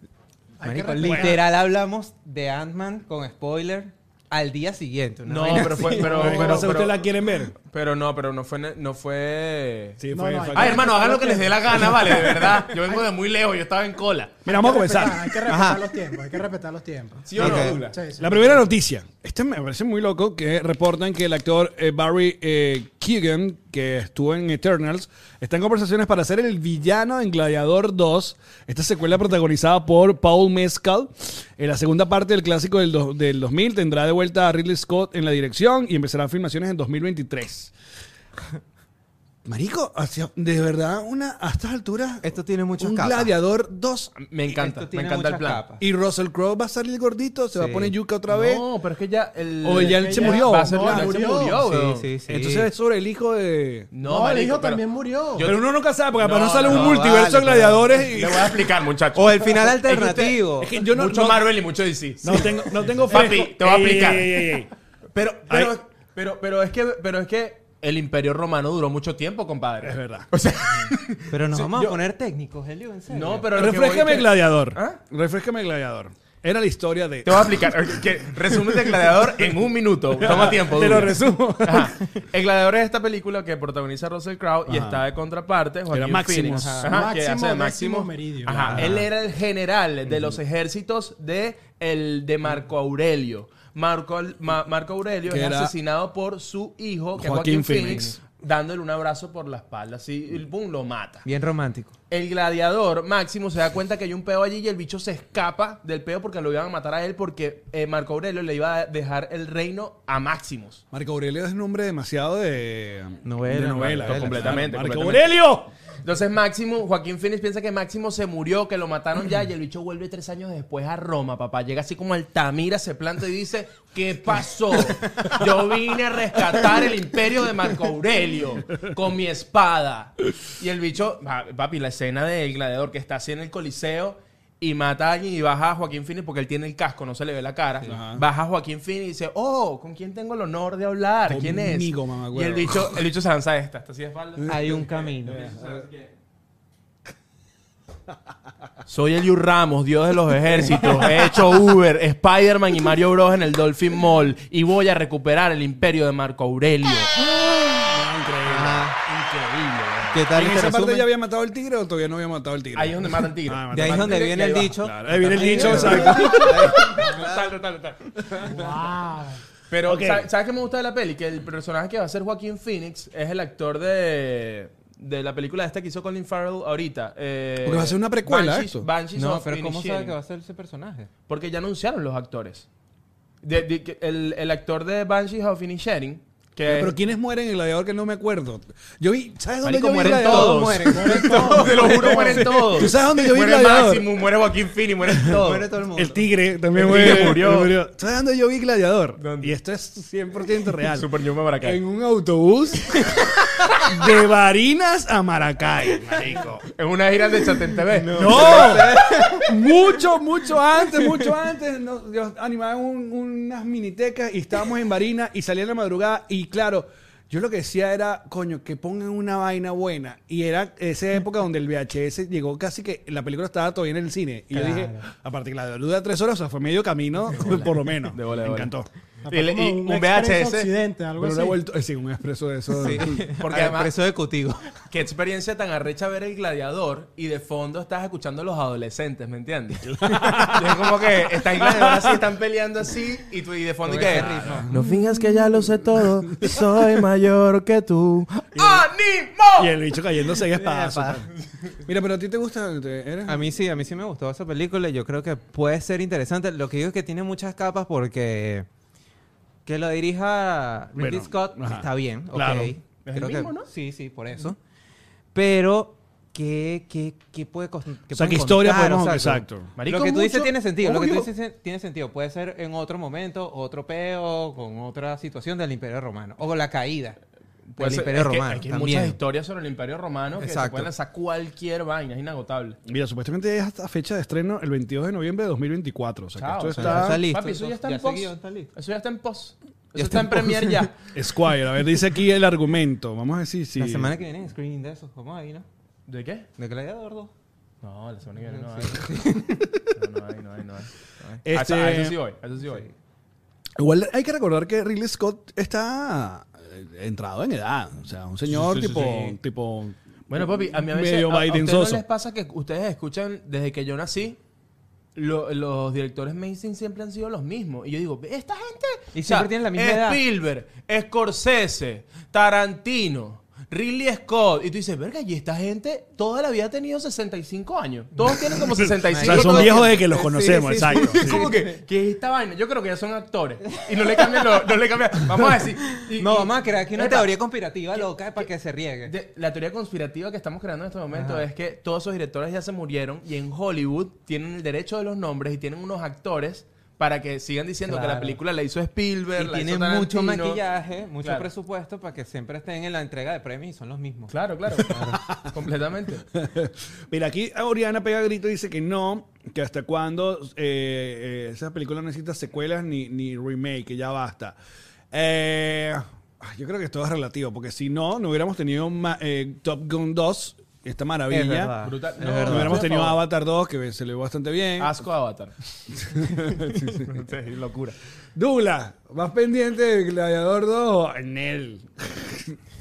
Speaker 4: Hay
Speaker 3: Marico,
Speaker 4: que respetar.
Speaker 3: literal hablamos de Ant-Man con spoiler al día siguiente. una
Speaker 1: No,
Speaker 3: vaina
Speaker 1: pero fue,
Speaker 3: así.
Speaker 1: pero,
Speaker 2: Lo que
Speaker 1: pero,
Speaker 2: pasa es que
Speaker 1: pero-
Speaker 2: ustedes la quieren ver.
Speaker 1: pero no, pero no fue, ne- no fue.
Speaker 2: Sí,
Speaker 4: No,
Speaker 2: fue-
Speaker 4: no,
Speaker 2: fue-
Speaker 1: Ay, hermano, hagan lo que les dé la gana, vale, de verdad. Yo vengo de muy lejos, yo estaba en cola.
Speaker 2: Mira, vamos a
Speaker 4: respetar,
Speaker 2: comenzar.
Speaker 4: Hay que respetar
Speaker 3: Ajá.
Speaker 4: los tiempos, hay que respetar los tiempos.
Speaker 1: ¿Sí o no,
Speaker 3: Ok.
Speaker 1: Douglas?
Speaker 4: Sí, sí.
Speaker 2: La primera noticia. Este me parece muy loco que reportan que el actor eh, Barry eh, Keegan, que estuvo en Eternals, está en conversaciones para ser el villano en Gladiador 2, esta secuela protagonizada por Paul Mescal. En la segunda parte del clásico del, do- del 2000 tendrá de vuelta a Ridley Scott en la dirección y empezarán filmaciones en 2023. Marico, hacia- de verdad, una, a estas alturas,
Speaker 3: Esto tiene muchas
Speaker 2: un
Speaker 3: capas.
Speaker 2: Gladiador 2
Speaker 1: Me encanta,
Speaker 3: Esto
Speaker 1: me
Speaker 3: tiene
Speaker 1: encanta el
Speaker 3: muchas
Speaker 1: plan.
Speaker 3: capas.
Speaker 2: y Russell Crowe va a salir gordito, se va a
Speaker 3: Sí.
Speaker 2: poner yuca otra vez.
Speaker 1: No, pero es que ya el.
Speaker 2: O ya él se murió.
Speaker 1: Va a ser-
Speaker 4: No,
Speaker 1: ya él se
Speaker 4: murió.
Speaker 1: murió, weón.
Speaker 3: Sí, sí, sí.
Speaker 2: Entonces es sobre el hijo de.
Speaker 1: No,
Speaker 4: No, el
Speaker 1: marico,
Speaker 4: hijo
Speaker 1: pero-
Speaker 4: también murió.
Speaker 1: Yo-
Speaker 2: pero uno nunca sabe, porque
Speaker 1: No,
Speaker 2: capaz no sale un
Speaker 1: no,
Speaker 2: multiverso de
Speaker 3: vale,
Speaker 2: gladiadores y.
Speaker 1: Le voy a explicar, muchachos.
Speaker 3: O el final
Speaker 1: Es que usted-
Speaker 3: alternativo.
Speaker 2: Es que yo no.
Speaker 1: mucho
Speaker 2: no,
Speaker 1: Marvel y mucho DC.
Speaker 2: no tengo, no tengo
Speaker 1: Papi,
Speaker 2: fresco-
Speaker 1: te voy a
Speaker 2: Ey,
Speaker 1: aplicar.
Speaker 2: ey, ey, ey.
Speaker 1: Pero,
Speaker 2: Ay.
Speaker 1: pero, pero, pero es que, pero es que el Imperio Romano duró mucho tiempo, compadre.
Speaker 2: Es verdad.
Speaker 1: O sea,
Speaker 3: Pero nos vamos
Speaker 1: yo-
Speaker 3: a poner técnicos, Helio, en serio.
Speaker 1: no, pero lo que voy
Speaker 2: Refrescame
Speaker 1: es que-
Speaker 2: gladiador.
Speaker 1: ¿Ah?
Speaker 2: Refrescame gladiador. Era la historia de.
Speaker 1: Te voy a explicar. Que- Resumen de Gladiador en un minuto. Toma tiempo.
Speaker 2: Te lo
Speaker 1: Douglas.
Speaker 2: resumo.
Speaker 1: Ajá. El Gladiador es esta película que protagoniza Russell Crowe y
Speaker 2: Ajá.
Speaker 1: está de contraparte Joaquín
Speaker 2: Era Maximus.
Speaker 1: Phoenix.
Speaker 4: Ajá.
Speaker 1: que
Speaker 4: Máximo
Speaker 1: hace de
Speaker 4: Décimo
Speaker 1: Maximus.
Speaker 4: Meridio.
Speaker 1: Ajá.
Speaker 4: Ajá.
Speaker 1: Él era el general de los ejércitos de el de Marco Aurelio. Marco, Ma- Marco Aurelio
Speaker 2: Que
Speaker 1: es
Speaker 2: era
Speaker 1: asesinado por su hijo, que es
Speaker 2: Joaquín
Speaker 1: Joaquín Phoenix, dándole un abrazo por la espalda. Así, y boom, lo mata.
Speaker 3: Bien romántico.
Speaker 1: El gladiador Máximo se da cuenta que hay un peo allí y el bicho se escapa del peo porque lo iban a matar a él porque eh, Marco Aurelio le iba a dejar el reino a Maximus.
Speaker 2: Marco Aurelio es un nombre demasiado de.
Speaker 3: Novela,
Speaker 2: de novela.
Speaker 3: novela,
Speaker 1: completamente,
Speaker 2: Marco
Speaker 1: completamente.
Speaker 2: Aurelio.
Speaker 1: Entonces Máximo, Joaquín Phoenix piensa que Máximo se murió, que lo mataron ya y el bicho vuelve tres años después a Roma, papá. Llega así como Altamira, se planta y dice, ¿qué pasó? Yo vine a rescatar el imperio de Marco Aurelio con mi espada. Y el bicho, pa- papi, la escena del gladiador que está así en el coliseo. y mata a alguien y baja a Joaquín Phoenix porque él tiene el casco, no se le ve la cara.
Speaker 2: Ajá.
Speaker 1: Baja a Joaquín Phoenix y dice, oh, ¿con quién tengo el honor de hablar? ¿Quién es?
Speaker 2: Conmigo, mamagüevo.
Speaker 1: y el bicho, el bicho se lanza esta, esta así de espalda.
Speaker 3: Hay un camino.
Speaker 1: Soy Eliu Ramos, dios de los ejércitos. He hecho Uber, Spider-Man y Mario Bros. en el Dolphin Mall. Y voy a recuperar el imperio de Marco Aurelio.
Speaker 3: Ajá.
Speaker 1: Increíble.
Speaker 3: ¿Qué tal
Speaker 2: ¿En
Speaker 3: este
Speaker 2: esa parte
Speaker 3: resumen?
Speaker 2: ya había matado el tigre o todavía no había matado el tigre?
Speaker 1: Ahí es donde mata el tigre.
Speaker 2: Ah,
Speaker 3: De ahí es donde viene el dicho.
Speaker 2: Claro, ahí viene el dicho, exacto.
Speaker 1: Total, total, total.
Speaker 4: ¡Wow!
Speaker 1: Pero, ¿sabes, sabes qué me gusta de la peli? Que el personaje que va a ser Joaquín Phoenix es el actor de, de la película esta que hizo Colin Farrell ahorita. Eh,
Speaker 2: Porque va a ser una precuela,
Speaker 1: Banshees-
Speaker 2: esto.
Speaker 1: Banshees
Speaker 3: No,
Speaker 1: of
Speaker 3: pero ¿cómo sabe
Speaker 1: Inisherin.
Speaker 3: que va a ser ese personaje?
Speaker 1: Porque ya anunciaron los actores. De- de- que el, el actor de Banshees of Inisherin, que
Speaker 2: Pero ¿quiénes mueren en el gladiador que no me acuerdo? Yo vi, ¿sabes dónde
Speaker 1: Marico,
Speaker 2: yo vi
Speaker 1: mueren
Speaker 2: gladiador?
Speaker 1: todos.
Speaker 3: Mueren, mueren
Speaker 1: todos, te lo juro, mueren todos.
Speaker 2: ¿Tú sabes dónde yo vi
Speaker 1: muere
Speaker 2: Gladiador?
Speaker 1: Maximus, muere Joaquín Phoenix, mueren todos.
Speaker 3: Muere todo el mundo.
Speaker 2: El tigre también
Speaker 1: El tigre
Speaker 2: muere,
Speaker 1: murió.
Speaker 2: ¿Sabes dónde yo vi gladiador?
Speaker 1: ¿Dónde?
Speaker 2: Y esto es 100% real.
Speaker 1: Super Newman para acá.
Speaker 2: en un autobús de Barinas a Maracay, marico.
Speaker 1: En una gira de Chatén TV.
Speaker 2: ¡No! mucho, mucho antes, mucho antes. nos- Yo animaba un- unas minitecas y estábamos en Barinas y salía en la madrugada. Y claro, yo lo que decía era, coño, que pongan una vaina buena. Y era esa época donde el VHS llegó casi que la película estaba todavía en el cine. Y yo dije, aparte que la dura tres horas, o sea, fue medio camino, por lo menos.
Speaker 1: De bola, de
Speaker 2: Me
Speaker 1: bola.
Speaker 2: encantó.
Speaker 1: Y, le- y un
Speaker 4: Expreso
Speaker 1: VHS.
Speaker 4: Occidente, algo
Speaker 2: Pero una
Speaker 4: así.
Speaker 2: vuelta- eh, sí, un expreso de eso.
Speaker 1: Porque
Speaker 3: Al
Speaker 1: además-
Speaker 3: preso ejecutivo.
Speaker 1: Qué experiencia tan arrecha ver el gladiador y de fondo estás escuchando a los adolescentes, ¿me entiendes? es como que están gladiador así, están peleando así y, tú, y de fondo y que... No fingas que ya lo sé todo, soy mayor que tú.
Speaker 2: Y
Speaker 1: ¡Animo!
Speaker 2: el bicho cayéndose en espadas. Mira, pero a ti te gusta. te- eres-
Speaker 3: A mí sí, a mí sí me gustó esa película. Yo creo que puede ser interesante. Lo que digo es que tiene muchas capas porque que lo dirija Ridley
Speaker 2: Bueno,
Speaker 3: Scott
Speaker 2: ajá.
Speaker 3: está bien.
Speaker 2: Claro.
Speaker 3: ok.
Speaker 2: Es
Speaker 1: el
Speaker 3: Creo que-
Speaker 1: mismo, ¿no?
Speaker 3: Sí, sí, por eso. Pero, ¿qué, qué, qué puede
Speaker 2: O
Speaker 3: cos-
Speaker 2: sea,
Speaker 3: pueden
Speaker 2: ¿qué historia
Speaker 3: contar?
Speaker 2: podemos-
Speaker 3: O sea,
Speaker 2: exacto.
Speaker 1: Marico,
Speaker 3: lo que tú dices
Speaker 1: mucho-
Speaker 3: tiene sentido. Lo que tú
Speaker 1: obvio.
Speaker 3: dices tiene- tiene sentido. Puede ser en otro momento, otro peo, con otra situación del Imperio Romano. O con la caída
Speaker 1: Pues,
Speaker 3: del
Speaker 1: es
Speaker 3: Imperio
Speaker 1: que-
Speaker 3: Romano.
Speaker 1: es que hay
Speaker 3: también.
Speaker 1: muchas historias sobre el Imperio Romano que se
Speaker 3: Exacto.
Speaker 1: pueden lanzar cualquier vaina, es inagotable.
Speaker 2: Mira, supuestamente es hasta fecha de estreno el 22 de noviembre de 2024. O sea, que
Speaker 1: Chao,
Speaker 2: esto
Speaker 1: o
Speaker 2: está...
Speaker 1: sea,
Speaker 3: Ya está listo.
Speaker 1: Papi, eso ya está en
Speaker 3: ese
Speaker 1: post.
Speaker 3: guión está listo.
Speaker 1: Eso ya está en post. Eso está,
Speaker 3: Ya está
Speaker 1: en
Speaker 3: en post.
Speaker 1: premier ya.
Speaker 2: Squire, a ver, dice aquí el argumento. Vamos a decir si...
Speaker 3: La semana que viene en screening de esos. Vamos ahí, ¿no?
Speaker 1: ¿De qué?
Speaker 3: De Gladiador 2.
Speaker 1: No, la semana que viene no hay. No, no hay, no hay, no hay.
Speaker 2: Este-
Speaker 1: A eso- A eso sí voy, a eso sí voy.
Speaker 2: Igual hay que recordar que Ridley Scott está eh, entrado en edad. O sea, un señor
Speaker 1: Sí, sí, sí,
Speaker 2: tipo...
Speaker 1: sí.
Speaker 2: tipo
Speaker 1: Bueno, papi, a mí a veces
Speaker 2: Medio
Speaker 1: a- a, ustedes no
Speaker 2: Bidenzoso.
Speaker 1: les pasa que ustedes escuchan desde que yo nací lo- los directores mainstream siempre han sido los mismos. Y yo digo, esta gente.
Speaker 3: Y siempre tienen la misma edad.
Speaker 1: Spielberg, Scorsese, Tarantino, Ridley Scott. Y tú dices, verga, y esta gente toda la vida ha tenido 65 años. Todos tienen como
Speaker 2: o
Speaker 1: 65
Speaker 2: sea, son
Speaker 1: todos-
Speaker 2: viejos de que los
Speaker 3: Sí,
Speaker 2: conocemos,
Speaker 3: sí, sí.
Speaker 2: exacto.
Speaker 1: Es como que, que esta vaina, yo creo que ya son actores. Y no le cambian, lo- no le cambian. Vamos a decir. y-
Speaker 3: No,
Speaker 1: y-
Speaker 3: vamos a crear aquí una
Speaker 1: Epa,
Speaker 3: teoría conspirativa loca para que se riegue.
Speaker 1: de- la teoría conspirativa que estamos creando en este momento
Speaker 3: Ajá.
Speaker 1: es que todos esos directores ya se murieron y en Hollywood tienen el derecho de los nombres y tienen unos actores para que sigan diciendo que la
Speaker 3: Claro.
Speaker 1: película la hizo Spielberg, la
Speaker 3: y
Speaker 1: hizo
Speaker 3: tienen
Speaker 1: Tarantino.
Speaker 3: mucho maquillaje, mucho
Speaker 1: Claro.
Speaker 3: presupuesto para que siempre estén en la entrega de premios y son los mismos.
Speaker 1: Claro, claro. Completamente.
Speaker 2: Mira, aquí Oriana pega grito y dice que no, que hasta cuándo eh, eh, esa película no necesita secuelas ni, ni remake, que ya basta. Eh, ay, yo creo que todo es relativo, porque si no, no hubiéramos tenido ma- eh, Top Gun 2, esta maravilla.
Speaker 3: Es verdad.
Speaker 1: Brutal.
Speaker 3: Es
Speaker 1: No,
Speaker 2: No
Speaker 3: verdad.
Speaker 2: hubiéramos
Speaker 1: Estoy a
Speaker 2: tenido
Speaker 1: favor.
Speaker 2: Avatar 2, que se le dio bastante bien.
Speaker 1: Asco a Avatar. Sí, locura.
Speaker 2: Douglas, ¿vas pendiente de Gladiador 2 o Nel?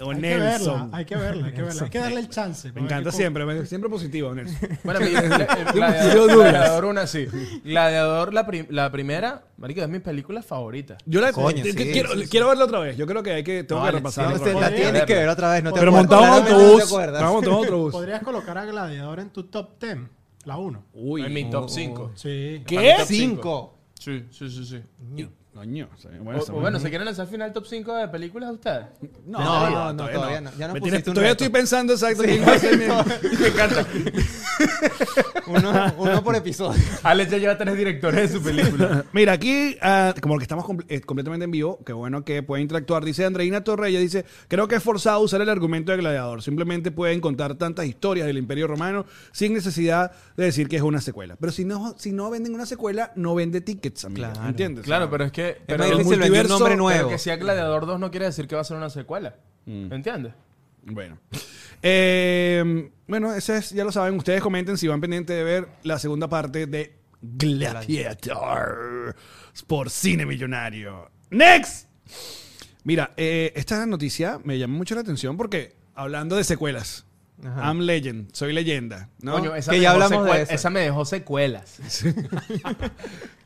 Speaker 2: o
Speaker 4: Hay que verla,
Speaker 2: Nelson.
Speaker 4: hay que verla, hay que verla. Hay que darle el chance.
Speaker 2: Me encanta siempre, me- siempre positivo, Nelson.
Speaker 1: Bueno, mi- el- el
Speaker 2: Yo
Speaker 1: Gladiador,
Speaker 2: dudas.
Speaker 1: Gladiador una sí. Gladiador la, prim- la primera, marico, es mi película favorita.
Speaker 2: Yo la
Speaker 3: Coño,
Speaker 2: te-
Speaker 3: sí,
Speaker 2: te- quiero,
Speaker 3: sí, sí.
Speaker 2: quiero verla otra vez. Yo creo que hay que tengo
Speaker 1: No,
Speaker 2: que
Speaker 1: Alex,
Speaker 2: repasarla.
Speaker 1: sí,
Speaker 2: otra
Speaker 1: sí,
Speaker 3: este
Speaker 2: vez.
Speaker 1: la
Speaker 4: tienes
Speaker 1: que ver
Speaker 3: otra vez, no
Speaker 2: Pero montado en
Speaker 3: Claramente no te
Speaker 2: autobús.
Speaker 3: acuerdas.
Speaker 2: Estábamos montados en autobús.
Speaker 4: Podrías colocar a Gladiador en tu top 10, la 1.
Speaker 2: Uy.
Speaker 1: en mi top
Speaker 3: Oh.
Speaker 1: 5.
Speaker 4: Sí.
Speaker 1: ¿Qué?
Speaker 3: Cinco.
Speaker 1: Sí, sí, sí, sí.
Speaker 2: Coño. sí,
Speaker 1: O-
Speaker 2: bueno,
Speaker 1: o
Speaker 2: está
Speaker 1: bueno, ¿se quieren lanzar final top 5 de películas de ustedes?
Speaker 2: No,
Speaker 3: No, no, no, todavía no. Ya nos
Speaker 2: Me tienes-
Speaker 3: pusiste un
Speaker 2: todavía
Speaker 3: reto.
Speaker 2: estoy pensando exacto quién va a ser mi-
Speaker 1: Me encanta.
Speaker 3: Uno, uno por episodio.
Speaker 1: Alex ya lleva tres directores de su película.
Speaker 2: Mira, aquí, ah, como que estamos comple- eh, completamente en vivo, qué bueno que pueden interactuar. Dice Andreina Torreya, dice, creo que es forzado usar el argumento de gladiador. Simplemente pueden contar tantas historias del Imperio Romano sin necesidad de decir que es una secuela. Pero si no, si no venden una secuela, no vende tickets, amigo.
Speaker 3: Claro.
Speaker 2: ¿Entiendes?
Speaker 1: Claro, pero es que.
Speaker 3: Es
Speaker 1: Pero,
Speaker 3: más
Speaker 2: el
Speaker 3: difícil vender un
Speaker 2: multiverso-
Speaker 3: nombre
Speaker 1: pero
Speaker 3: nuevo. Mm.
Speaker 1: que sea Gladiador 2 no quiere decir que va a ser una secuela. ¿Entiendes?
Speaker 2: Bueno. Eh, bueno, ese es, ya lo saben. Ustedes comenten si van pendientes de ver la segunda parte de Gladiator por Cine Millonario. ¡Next! Mira, eh, esta noticia me llama mucho la atención porque hablando de secuelas.
Speaker 3: Ajá.
Speaker 2: I'm Legend, soy leyenda. ¿no?
Speaker 1: Coño, esa,
Speaker 3: Que
Speaker 1: me
Speaker 3: ya
Speaker 1: dejó
Speaker 3: hablamos de
Speaker 1: secue-
Speaker 3: eso.
Speaker 1: esa me dejó secuelas.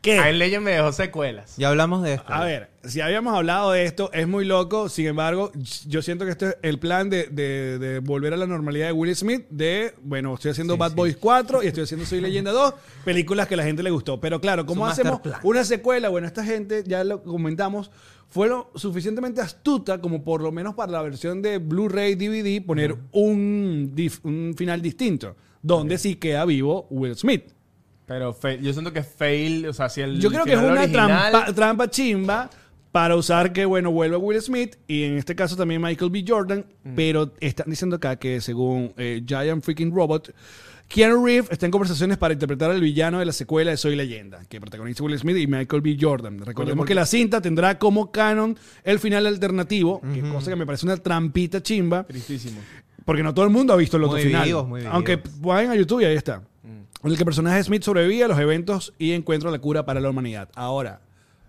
Speaker 2: ¿Qué?
Speaker 1: A Legend me dejó secuelas.
Speaker 3: Ya hablamos de esto.
Speaker 2: A ver, si habíamos hablado de esto, es muy loco. Sin embargo, yo siento que este es el plan de, de- de volver a la normalidad de Will Smith. De, bueno, estoy haciendo Bad Boys 4 y estoy haciendo Soy Leyenda 2, películas que a la gente le gustó. Pero claro, ¿cómo
Speaker 3: Su
Speaker 2: hacemos
Speaker 3: masterplan.
Speaker 2: una secuela? Bueno, esta gente, ya lo comentamos, fue lo suficientemente astuta como por lo menos para la versión de Blu-ray DVD poner un, dif- un final distinto, donde sí queda vivo Will Smith.
Speaker 1: Pero fail- yo siento que fail, o sea, si el.
Speaker 2: Yo creo que es
Speaker 1: final
Speaker 2: una
Speaker 1: original-
Speaker 2: trampa, trampa chimba para usar que, bueno, vuelva Will Smith y en este caso también Michael B. Jordan,
Speaker 1: Mm.
Speaker 2: pero están diciendo acá que según eh, Giant Freaking Robot, Keanu Reeves está en conversaciones para interpretar al villano de la secuela de Soy Leyenda, que protagoniza Will Smith y Michael B. Jordan. Recordemos que la cinta tendrá como canon el final alternativo, que cosa que me parece una trampita chimba.
Speaker 1: Tristísimo.
Speaker 2: Porque no todo el mundo ha visto el otro
Speaker 3: Muy
Speaker 2: final.
Speaker 3: vivos, muy vivos. Mm.
Speaker 2: Aunque vayan a YouTube y ahí está. En el que el personaje de Smith sobrevive a los eventos y encuentra la cura para la humanidad. Ahora,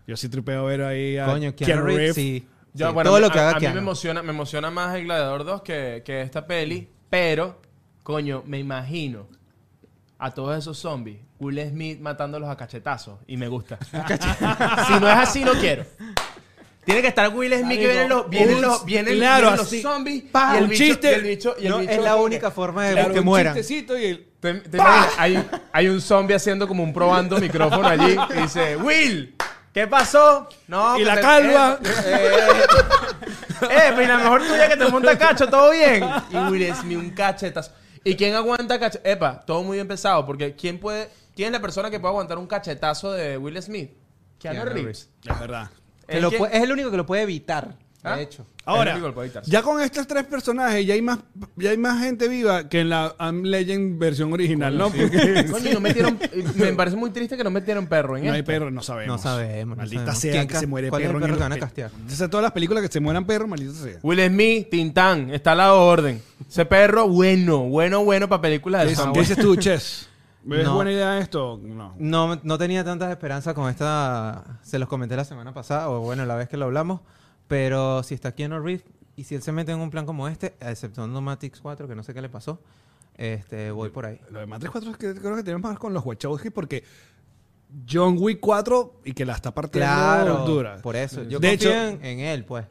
Speaker 2: yo sí tripeo ver ahí a
Speaker 3: Coño, Keanu Reeves, sí.
Speaker 1: Yo,
Speaker 3: Sí,
Speaker 1: bueno,
Speaker 3: todo
Speaker 1: a-
Speaker 3: lo que
Speaker 1: a,
Speaker 3: haga
Speaker 1: mí me
Speaker 3: Keanu.
Speaker 1: emociona, me emociona más el Gladiador 2 que, que esta peli,
Speaker 3: Mm.
Speaker 1: pero, coño, me imagino a todos esos zombies, Will Smith matándolos a cachetazos y me gusta. si no es así, no quiero. Tiene que estar Will Smith que vienen los, vienen
Speaker 2: un-
Speaker 1: los, vienen,
Speaker 2: claro,
Speaker 1: vienen los
Speaker 2: así,
Speaker 1: zombies
Speaker 2: pa,
Speaker 1: y el
Speaker 2: un
Speaker 1: bicho,
Speaker 2: chiste.
Speaker 1: y el bicho, y el
Speaker 3: No,
Speaker 1: bicho
Speaker 3: es la
Speaker 1: como
Speaker 3: única
Speaker 1: que-
Speaker 3: forma de
Speaker 2: Claro,
Speaker 3: que
Speaker 2: un
Speaker 3: mueran.
Speaker 2: chistecito y el-
Speaker 1: ¿Te- te imaginas? hay, hay un zombie haciendo como un probando micrófono allí y dice, Will, ¿qué pasó? No,
Speaker 2: Y
Speaker 1: que
Speaker 2: la
Speaker 1: te-
Speaker 2: calva.
Speaker 1: Eh, eh, eh, pues la mejor tuya que te monta cacho, todo bien. Y Will Smith, un cachetazo. ¿Y quién aguanta cacho? Epa, todo muy bien pesado, porque ¿quién puede, quién es la persona que puede aguantar un cachetazo de Will Smith? Keanu,
Speaker 3: Keanu
Speaker 1: Reeves.
Speaker 2: Es verdad.
Speaker 3: Que
Speaker 1: ¿El
Speaker 3: lo
Speaker 1: quién?
Speaker 3: pu- es el único que lo puede evitar,
Speaker 1: ¿Ah?
Speaker 3: de hecho.
Speaker 1: Es
Speaker 2: Ahora,
Speaker 1: el único que puede evitarse.
Speaker 2: ya con estos tres personajes ya hay más, ya hay más gente viva que en la I'm Legend versión original, ¿no? Porque-
Speaker 1: Coño, no metieron- me parece muy triste que no metieron perro en
Speaker 2: No
Speaker 1: esto.
Speaker 2: hay perro, no sabemos.
Speaker 3: No sabemos, no
Speaker 2: Maldita
Speaker 3: sabemos.
Speaker 2: sea
Speaker 3: ¿Quién
Speaker 2: que
Speaker 3: ca-
Speaker 2: se muere
Speaker 3: cuál es el
Speaker 2: perro. en
Speaker 3: perro
Speaker 2: el
Speaker 3: que van a
Speaker 2: hotel.
Speaker 3: castear?
Speaker 2: Entonces, todas las películas que se mueran perro, maldita sea.
Speaker 1: Will Smith, Tintán, está a la orden. Ese perro, bueno, bueno, bueno para películas de
Speaker 2: ¿Qué
Speaker 1: zombies.
Speaker 2: dices tú, Ches? ¿Ves
Speaker 3: No.
Speaker 2: buena idea esto? No.
Speaker 3: No, no tenía tantas esperanzas con esta. Se los comenté la semana pasada, o bueno, la vez que lo hablamos. Pero si está Keanu Reeves y si él se mete en un plan como este, exceptuando Matrix 4, que no sé qué le pasó, este, voy por ahí.
Speaker 2: Lo de Matrix 4 es que creo que tenemos más con los Wachowski porque John Wick 4 y que la está partiendo
Speaker 3: Claro,
Speaker 2: dura.
Speaker 3: por eso. Yo
Speaker 2: de
Speaker 3: confío
Speaker 2: hecho,
Speaker 3: en, en él, pues.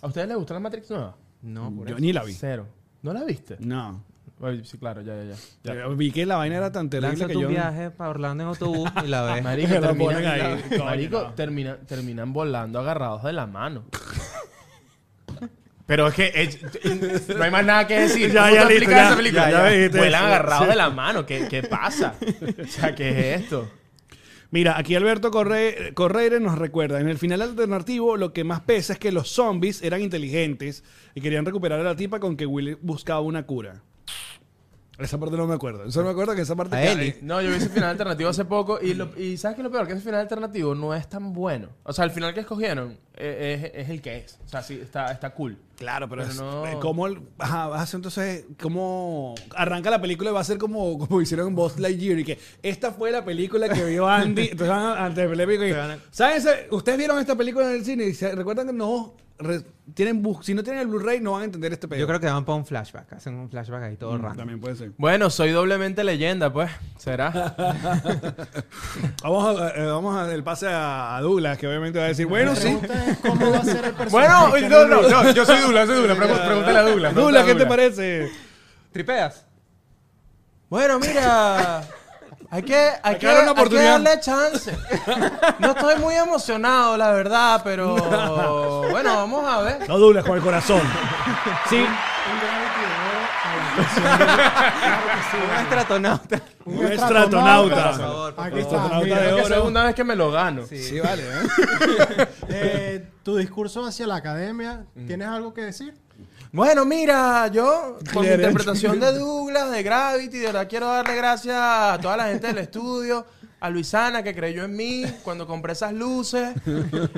Speaker 1: ¿A ustedes les gustó la Matrix nueva?
Speaker 3: No, por
Speaker 2: yo
Speaker 3: eso.
Speaker 2: ni la vi.
Speaker 1: Cero. ¿No la viste?
Speaker 2: No.
Speaker 1: Ay, Sí, claro, ya, ya, ya. ya.
Speaker 2: Yo Vi que la vaina era tan terrible
Speaker 3: Lánzate
Speaker 2: que
Speaker 3: un
Speaker 2: yo...
Speaker 3: viaje para Orlando en autobús y la ves.
Speaker 1: Marico,
Speaker 2: Lo
Speaker 1: terminan,
Speaker 2: ponen ahí.
Speaker 1: no, marico, termina- terminan volando agarrados de la mano. Pero es que eh, no hay más nada que decir.
Speaker 2: Ya,
Speaker 1: ¿Cómo
Speaker 2: ya,
Speaker 1: tú
Speaker 2: listo,
Speaker 1: explicas
Speaker 2: ya,
Speaker 1: esa película?
Speaker 2: ya, ya dijiste
Speaker 1: Vuelan
Speaker 2: eso.
Speaker 1: agarrados de la mano. ¿Qué, ¿Qué pasa? O sea, ¿qué es esto?
Speaker 2: Mira, aquí Alberto Corre- Correire nos recuerda, en el final alternativo lo que más pesa es que los zombies eran inteligentes y querían recuperar a la tipa con que Will buscaba una cura. Esa parte no me acuerdo. Solo me acuerdo que esa parte...
Speaker 3: A
Speaker 2: que-
Speaker 3: Eli.
Speaker 1: No, yo vi ese final alternativo hace poco y, lo- y ¿sabes qué es lo peor? Que ese final alternativo no es tan bueno. O sea, el final que escogieron eh, es, es el que es. O sea, sí, está, está cool.
Speaker 2: Claro, pero,
Speaker 1: Pero
Speaker 2: es-
Speaker 1: no.
Speaker 2: eh, ¿cómo, el- ajá, vas a hacer entonces, cómo arranca la película y va a ser como, como hicieron en Buzz Lightyear y que esta fue la película que vio Andy. entonces van a- ante el película y-
Speaker 3: van a-
Speaker 2: ¿Saben? se- Ustedes vieron esta película en el cine y se recuerdan que no re- tienen bu- si no tienen el Blu-ray no van a entender este pedo.
Speaker 3: Yo creo que van para un flashback. Hacen un flashback ahí todo raro.
Speaker 2: también puede ser.
Speaker 1: Bueno, soy doblemente leyenda, pues. ¿Será?
Speaker 2: Vamos a, eh, vamos a- el pase a, a Douglas que obviamente va a decir, bueno, sí.
Speaker 4: pregunta es cómo va a ser el personaje.
Speaker 1: bueno, no, no, no. Yo soy Dula, soy Dula. Pregúntale a Dula.
Speaker 2: Douglas, ¿qué te parece?
Speaker 3: ¿Tripeas? Bueno, mira.
Speaker 1: Hay que, hay que,
Speaker 2: que dar una
Speaker 1: hay que
Speaker 2: oportunidad.
Speaker 1: darle chance. No estoy muy emocionado, la verdad, pero bueno, vamos a ver.
Speaker 2: No dudes con el corazón. Sí,
Speaker 4: Un Gravity de oro a la actuación. Claro que sí,
Speaker 3: Un
Speaker 4: Daniel.
Speaker 3: astronauta.
Speaker 2: Un astronauta.
Speaker 3: Por favor, por
Speaker 2: favor.
Speaker 4: Aquí está.
Speaker 2: Astronauta
Speaker 4: mira.
Speaker 2: de
Speaker 1: Creo que
Speaker 2: oro.
Speaker 1: segunda vez que me lo gano.
Speaker 3: Sí.
Speaker 2: vale, ¿eh?
Speaker 4: Eh, tu discurso hacia la academia,
Speaker 2: Mm.
Speaker 4: ¿tienes algo que decir?
Speaker 1: Bueno, mira, yo por mi
Speaker 2: Clemente.
Speaker 1: interpretación de Douglas, de Gravity, de verdad quiero darle gracias a toda la gente del estudio, a Luisana que creyó en mí cuando compré esas luces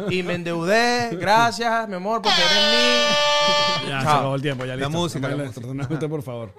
Speaker 1: y me endeudé. Gracias, mi amor, por creer en mí.
Speaker 2: Ya, se
Speaker 1: Chao.
Speaker 2: acabó el tiempo, ya
Speaker 3: La
Speaker 2: listo.
Speaker 3: música, la
Speaker 2: Dale,
Speaker 3: música.
Speaker 2: astronauta, por favor.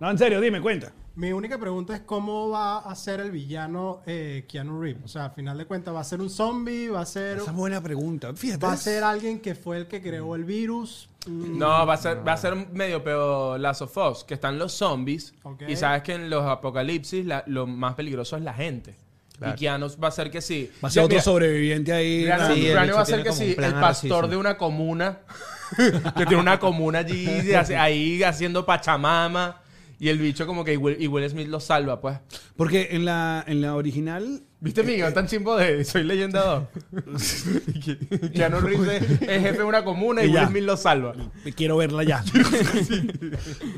Speaker 2: No, en serio, dime, cuenta.
Speaker 4: Mi única pregunta es cómo va a ser el villano eh, Keanu Reeves. O sea, al final de cuentas, ¿va a ser un zombie? ¿Va a ser,
Speaker 2: Esa es buena pregunta. Fíjate.
Speaker 4: va a ser alguien que fue el que creó el virus? Mm,
Speaker 1: No, va a ser, va a ser medio peor Last of Us, que están los zombies.
Speaker 4: Ok.
Speaker 1: Y sabes que en los apocalipsis la- lo más peligroso es la gente.
Speaker 3: Claro.
Speaker 1: Y Keanu va a ser que sí.
Speaker 2: Va a ser
Speaker 1: Yo,
Speaker 2: otro
Speaker 1: mira,
Speaker 2: sobreviviente ahí.
Speaker 1: Keanu-
Speaker 3: Sí, el
Speaker 1: Keanu
Speaker 3: bicho
Speaker 1: va a ser
Speaker 3: tiene
Speaker 1: que
Speaker 3: como un
Speaker 1: sí,
Speaker 3: plan
Speaker 1: el pastor
Speaker 3: narcisista.
Speaker 1: de una comuna, que tiene una comuna allí, de hace- ahí haciendo pachamama. Y el bicho como que y Will, y Will Smith lo salva, pues.
Speaker 2: Porque en la, en la original.
Speaker 1: ¿Viste mi guión tan chimbo de Soy Leyenda 2? Keanu Reeves es es jefe de una comuna y,
Speaker 2: Y ya.
Speaker 1: Will Smith lo salva.
Speaker 2: eh, Quiero verla ya.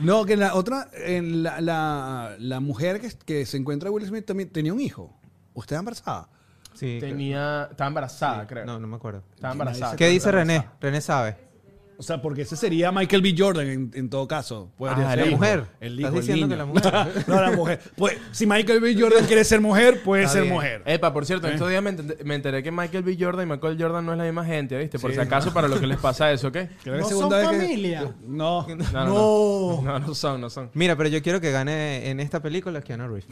Speaker 2: no, que en la otra, en la, la, la mujer que, que se encuentra Will Smith también tenía un hijo. ¿O estaba embarazada?
Speaker 3: Sí,
Speaker 1: Tenía... Estaba embarazada, creo. Ah,
Speaker 3: creo. No, no me acuerdo.
Speaker 1: Estaba embarazada.
Speaker 3: ¿Qué dice René? René sabe.
Speaker 2: O sea, porque ese sería Michael B. Jordan en, en todo caso. Podría
Speaker 1: Ah,
Speaker 2: ser
Speaker 1: la
Speaker 2: el hijo.
Speaker 3: mujer.
Speaker 2: El hijo,
Speaker 3: Estás
Speaker 2: el
Speaker 3: diciendo
Speaker 2: niño.
Speaker 3: que la mujer.
Speaker 2: no, la mujer. Pues, si Michael B. Jordan quiere ser mujer, puede
Speaker 3: Está
Speaker 2: ser
Speaker 3: bien.
Speaker 2: mujer.
Speaker 1: Epa, por
Speaker 3: Eh.
Speaker 1: cierto, en estos días me, ent- me enteré que Michael B. Jordan y Michael Jordan no es la misma gente, ¿viste? Por si acaso, para lo que les pasa eso, ¿ok?
Speaker 2: Creo que
Speaker 4: ¿No
Speaker 2: es
Speaker 4: son
Speaker 2: segunda vez que-
Speaker 4: familia?
Speaker 2: No.
Speaker 1: No, no, no. No, no son, no son.
Speaker 3: Mira, pero yo quiero que gane en esta película Keanu Reeves.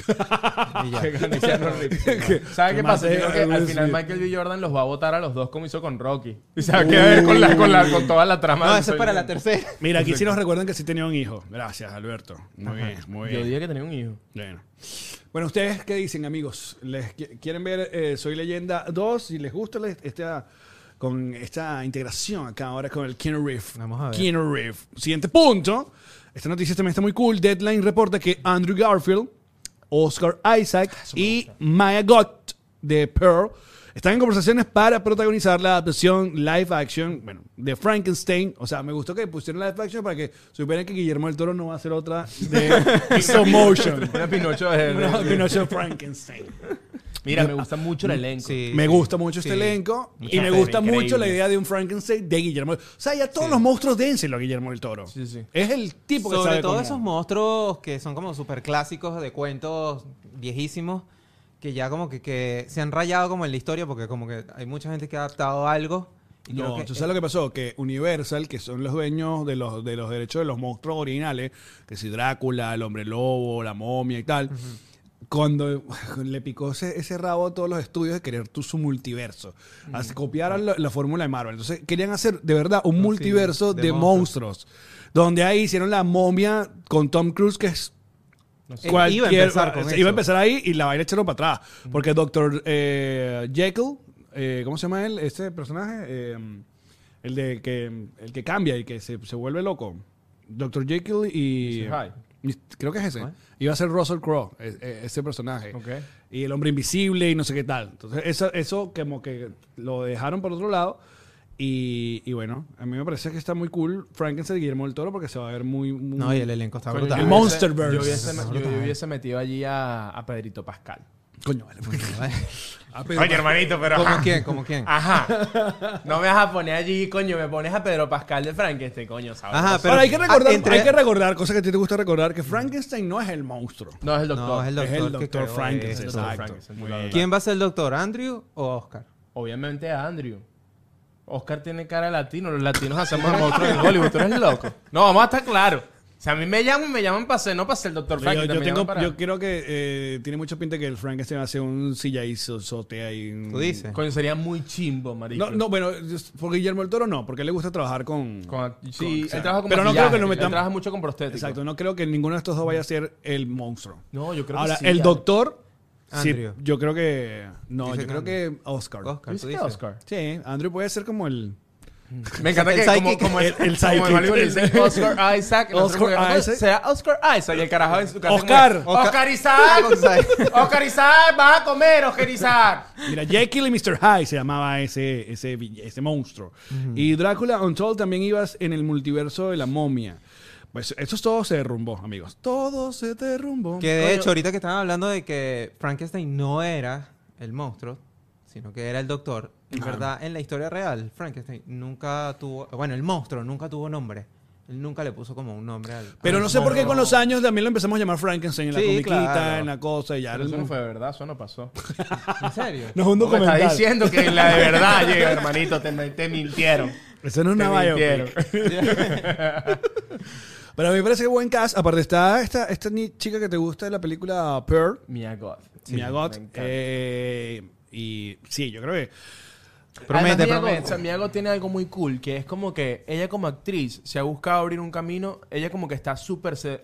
Speaker 3: Y ya.
Speaker 1: Que gane Keanu Reeves. ¿Sabes qué
Speaker 2: más
Speaker 1: pasa? Yo
Speaker 2: es-
Speaker 1: creo que al
Speaker 2: es-
Speaker 1: final Michael B. Jordan los va a votar a los dos como hizo con Rocky. Y se va a quedar con, la, con, la, con toda la trama.
Speaker 3: No,
Speaker 1: de
Speaker 3: eso es
Speaker 1: Soy
Speaker 3: para la
Speaker 1: Leyenda.
Speaker 3: tercera.
Speaker 2: Mira, aquí sí nos recuerdan que sí tenía un hijo. Gracias, Alberto. Muy bien, muy
Speaker 1: Yo
Speaker 2: bien.
Speaker 1: diría que tenía un hijo.
Speaker 2: Bueno. Bueno, ¿ustedes qué dicen, amigos? ¿Les qui- ¿Quieren ver eh, Soy Leyenda 2? Si les gusta les- esta, con esta integración acá ahora con el Keanu Reeves.
Speaker 3: Vamos a ver.
Speaker 2: Keanu Reeves. Siguiente punto. Esta noticia también está muy cool. Deadline reporta que Andrew Garfield, Oscar Isaac
Speaker 3: Ah,
Speaker 2: y Maya Gott de Pearl están en conversaciones para protagonizar la adaptación live action bueno, de Frankenstein. O sea, me gustó que pusieron live action para que supieran que Guillermo del Toro no va a hacer otra de stop motion.
Speaker 1: Era Pinocho. de- de-
Speaker 2: No, Pinocho Frankenstein.
Speaker 1: Mira, me gusta mucho el elenco.
Speaker 3: Sí,
Speaker 2: Me
Speaker 3: sí.
Speaker 2: gusta mucho este
Speaker 3: Sí.
Speaker 2: elenco
Speaker 1: Mucha
Speaker 2: y me
Speaker 1: fe,
Speaker 2: gusta
Speaker 1: increíble.
Speaker 2: mucho la idea de un Frankenstein de Guillermo. del- O sea, ya todos los monstruos dénselo a Guillermo del Toro.
Speaker 1: Sí, sí.
Speaker 2: Es el tipo que
Speaker 3: Sobre
Speaker 2: sabe
Speaker 3: todo
Speaker 2: cómo.
Speaker 3: esos monstruos que son como súper clásicos de cuentos viejísimos, que ya como que, que se han rayado como en la historia, porque como que hay mucha gente que ha adaptado algo. y creo
Speaker 2: No,
Speaker 3: que-
Speaker 2: tú sabes lo que pasó, que Universal, que son los dueños de los, de los derechos de los monstruos originales, que si Drácula, el hombre lobo, la momia y tal, cuando le picó ese, ese rabo a todos los estudios de querer tú su multiverso, así copiaron la, la fórmula de Marvel. Entonces querían hacer de verdad un
Speaker 3: sí,
Speaker 2: multiverso
Speaker 3: de
Speaker 2: de, monstruos.
Speaker 3: monstruos.
Speaker 2: donde ahí hicieron la momia con Tom Cruise, que es...
Speaker 3: sé.
Speaker 2: cualquier-
Speaker 3: Iba a empezar con
Speaker 2: iba a
Speaker 3: eso.
Speaker 2: empezar ahí y la vaina echaron para atrás. Porque Dr. eh, Jekyll, eh, ¿cómo se llama él? Este personaje, eh, el de que el que cambia y que se, se vuelve loco. Dr. Jekyll y.
Speaker 1: Mr.
Speaker 2: Mis- Creo que es ese.
Speaker 3: ¿Cuál?
Speaker 2: Iba a ser Russell Crowe, e- e- ese personaje.
Speaker 1: Ok.
Speaker 2: Y el hombre invisible y no sé qué tal. Entonces, eso, eso como que lo dejaron por otro lado. Y, y bueno, a mí me parece que está muy cool Frankenstein y Guillermo del Toro porque se va a ver muy. muy-
Speaker 3: No, y el elenco está
Speaker 1: Coño,
Speaker 3: brutal.
Speaker 1: yo
Speaker 2: El
Speaker 1: hubiese-
Speaker 2: Monsterverse.
Speaker 1: Yo hubiese, yo- yo hubiese metido allí a, a Pedrito Pascal.
Speaker 2: Coño, vale. pues Ah, pero-
Speaker 1: Oye, hermanito, pero... ah.
Speaker 3: ¿Como quién? ¿Como quién?
Speaker 1: Ajá. No me vas a poner allí, coño. Me pones a Pedro Pascal de Frankenstein, coño. sabroso.
Speaker 3: Ajá, pero-
Speaker 2: Ahora, hay que recordar,
Speaker 3: Ah, entre-
Speaker 2: hay que recordar, cosa que a ti te gusta recordar, que Frankenstein no es el monstruo.
Speaker 1: No, es el doctor.
Speaker 3: No, es el doctor,
Speaker 2: es el
Speaker 3: que
Speaker 2: doctor
Speaker 3: creó
Speaker 2: Frankenstein.
Speaker 3: esto.
Speaker 1: doctor
Speaker 2: Exacto.
Speaker 1: Frankenstein,
Speaker 2: Muy
Speaker 1: claro.
Speaker 2: bien.
Speaker 3: ¿Quién va a ser el doctor? ¿Andrew o Oscar?
Speaker 1: Obviamente a Andrew. Oscar tiene cara de latino. Los latinos hacemos el monstruo en Hollywood. Tú eres loco. No, vamos a estar claros. Si a mí me llaman, me llaman para ser, no para ser el doctor
Speaker 2: Yo,
Speaker 1: Frankenstein.
Speaker 2: yo
Speaker 1: me
Speaker 2: tengo,
Speaker 1: llaman para-
Speaker 2: yo creo que eh, tiene mucho pinta que el Frankenstein hace un CGI sote ahí. un-
Speaker 3: ¿Tú dices?
Speaker 1: Coño, sería muy chimbo, marico.
Speaker 2: No, no, bueno, es- por Guillermo el Toro no, porque a él le gusta trabajar con.
Speaker 1: Con- sí,
Speaker 2: con-
Speaker 1: él
Speaker 2: exacto.
Speaker 1: trabaja con
Speaker 2: Pero no creo
Speaker 1: maquillaje,
Speaker 2: que nos
Speaker 1: él
Speaker 2: metamos.
Speaker 1: trabaja mucho con prostéticos.
Speaker 2: Exacto, no creo que ninguno de estos dos vaya a ser el monstruo.
Speaker 1: No, yo creo que
Speaker 2: Ahora,
Speaker 1: sí,
Speaker 2: el
Speaker 1: Ale.
Speaker 2: doctor. sí,
Speaker 3: Andrew.
Speaker 2: yo creo que. No,
Speaker 3: Dice
Speaker 2: yo creo
Speaker 3: que
Speaker 2: que Oscar.
Speaker 3: Oscar,
Speaker 1: ¿Dices
Speaker 3: tú
Speaker 1: que
Speaker 3: dices.
Speaker 1: Oscar?
Speaker 2: Sí, Andrew puede ser como el.
Speaker 1: Me encanta
Speaker 3: El
Speaker 1: que
Speaker 3: psychic.
Speaker 1: como, como
Speaker 2: El- el psychic.
Speaker 1: como en Hollywood dicen Oscar Isaac. no sé
Speaker 2: Oscar
Speaker 1: por qué, ¿cómo
Speaker 2: Isaac.
Speaker 1: Sea Oscar Isaac. Y el carajo en su casa.
Speaker 2: Oscar.
Speaker 1: como, Oscar Isaac. Oscar Isaac, vas a comer, Oscar Isaac.
Speaker 2: Mira, Jekyll y Mr. Hyde se llamaba ese, ese, vi- ese monstruo. Y Drácula Untold también ibas en el multiverso de la momia. Pues eso todo se derrumbó, amigos. Todo se derrumbó.
Speaker 3: Que
Speaker 1: Coño.
Speaker 3: de hecho, ahorita que estaban hablando de que Frankenstein no era el monstruo, sino que era el doctor. En verdad, en la historia real, Frankenstein nunca tuvo. Bueno, el monstruo nunca tuvo nombre. Él nunca le puso como un nombre al.
Speaker 2: Pero
Speaker 3: al
Speaker 2: no sé por qué
Speaker 3: monstruo.
Speaker 2: con los años también lo empezamos a llamar Frankenstein en la
Speaker 3: Ah, Sí,
Speaker 2: comiquita,
Speaker 3: claro.
Speaker 2: en la cosa. Y ya
Speaker 1: Pero
Speaker 2: era
Speaker 1: eso
Speaker 2: el-
Speaker 1: no fue de verdad, eso no pasó.
Speaker 3: ¿En serio?
Speaker 2: No es un
Speaker 1: No me
Speaker 2: documental.
Speaker 1: estás diciendo que la de verdad llega, hermanito. Te, te mintieron.
Speaker 2: Eso no es
Speaker 1: Te
Speaker 2: una
Speaker 1: mintieron.
Speaker 2: biopic. Pero a mí me parece que buen cast. Aparte está esta, esta ni- chica que te gusta de la película Pearl,
Speaker 1: Mia God.
Speaker 2: Mia Goth.
Speaker 1: me encanta.
Speaker 2: Eh, y sí, yo creo que...
Speaker 3: Promete,
Speaker 1: Además, Mia
Speaker 3: promete.
Speaker 1: Goth, o sea, Mia Goth tiene algo muy cool, que es como que ella como actriz se ha buscado abrir un camino, ella como que está súper, ce-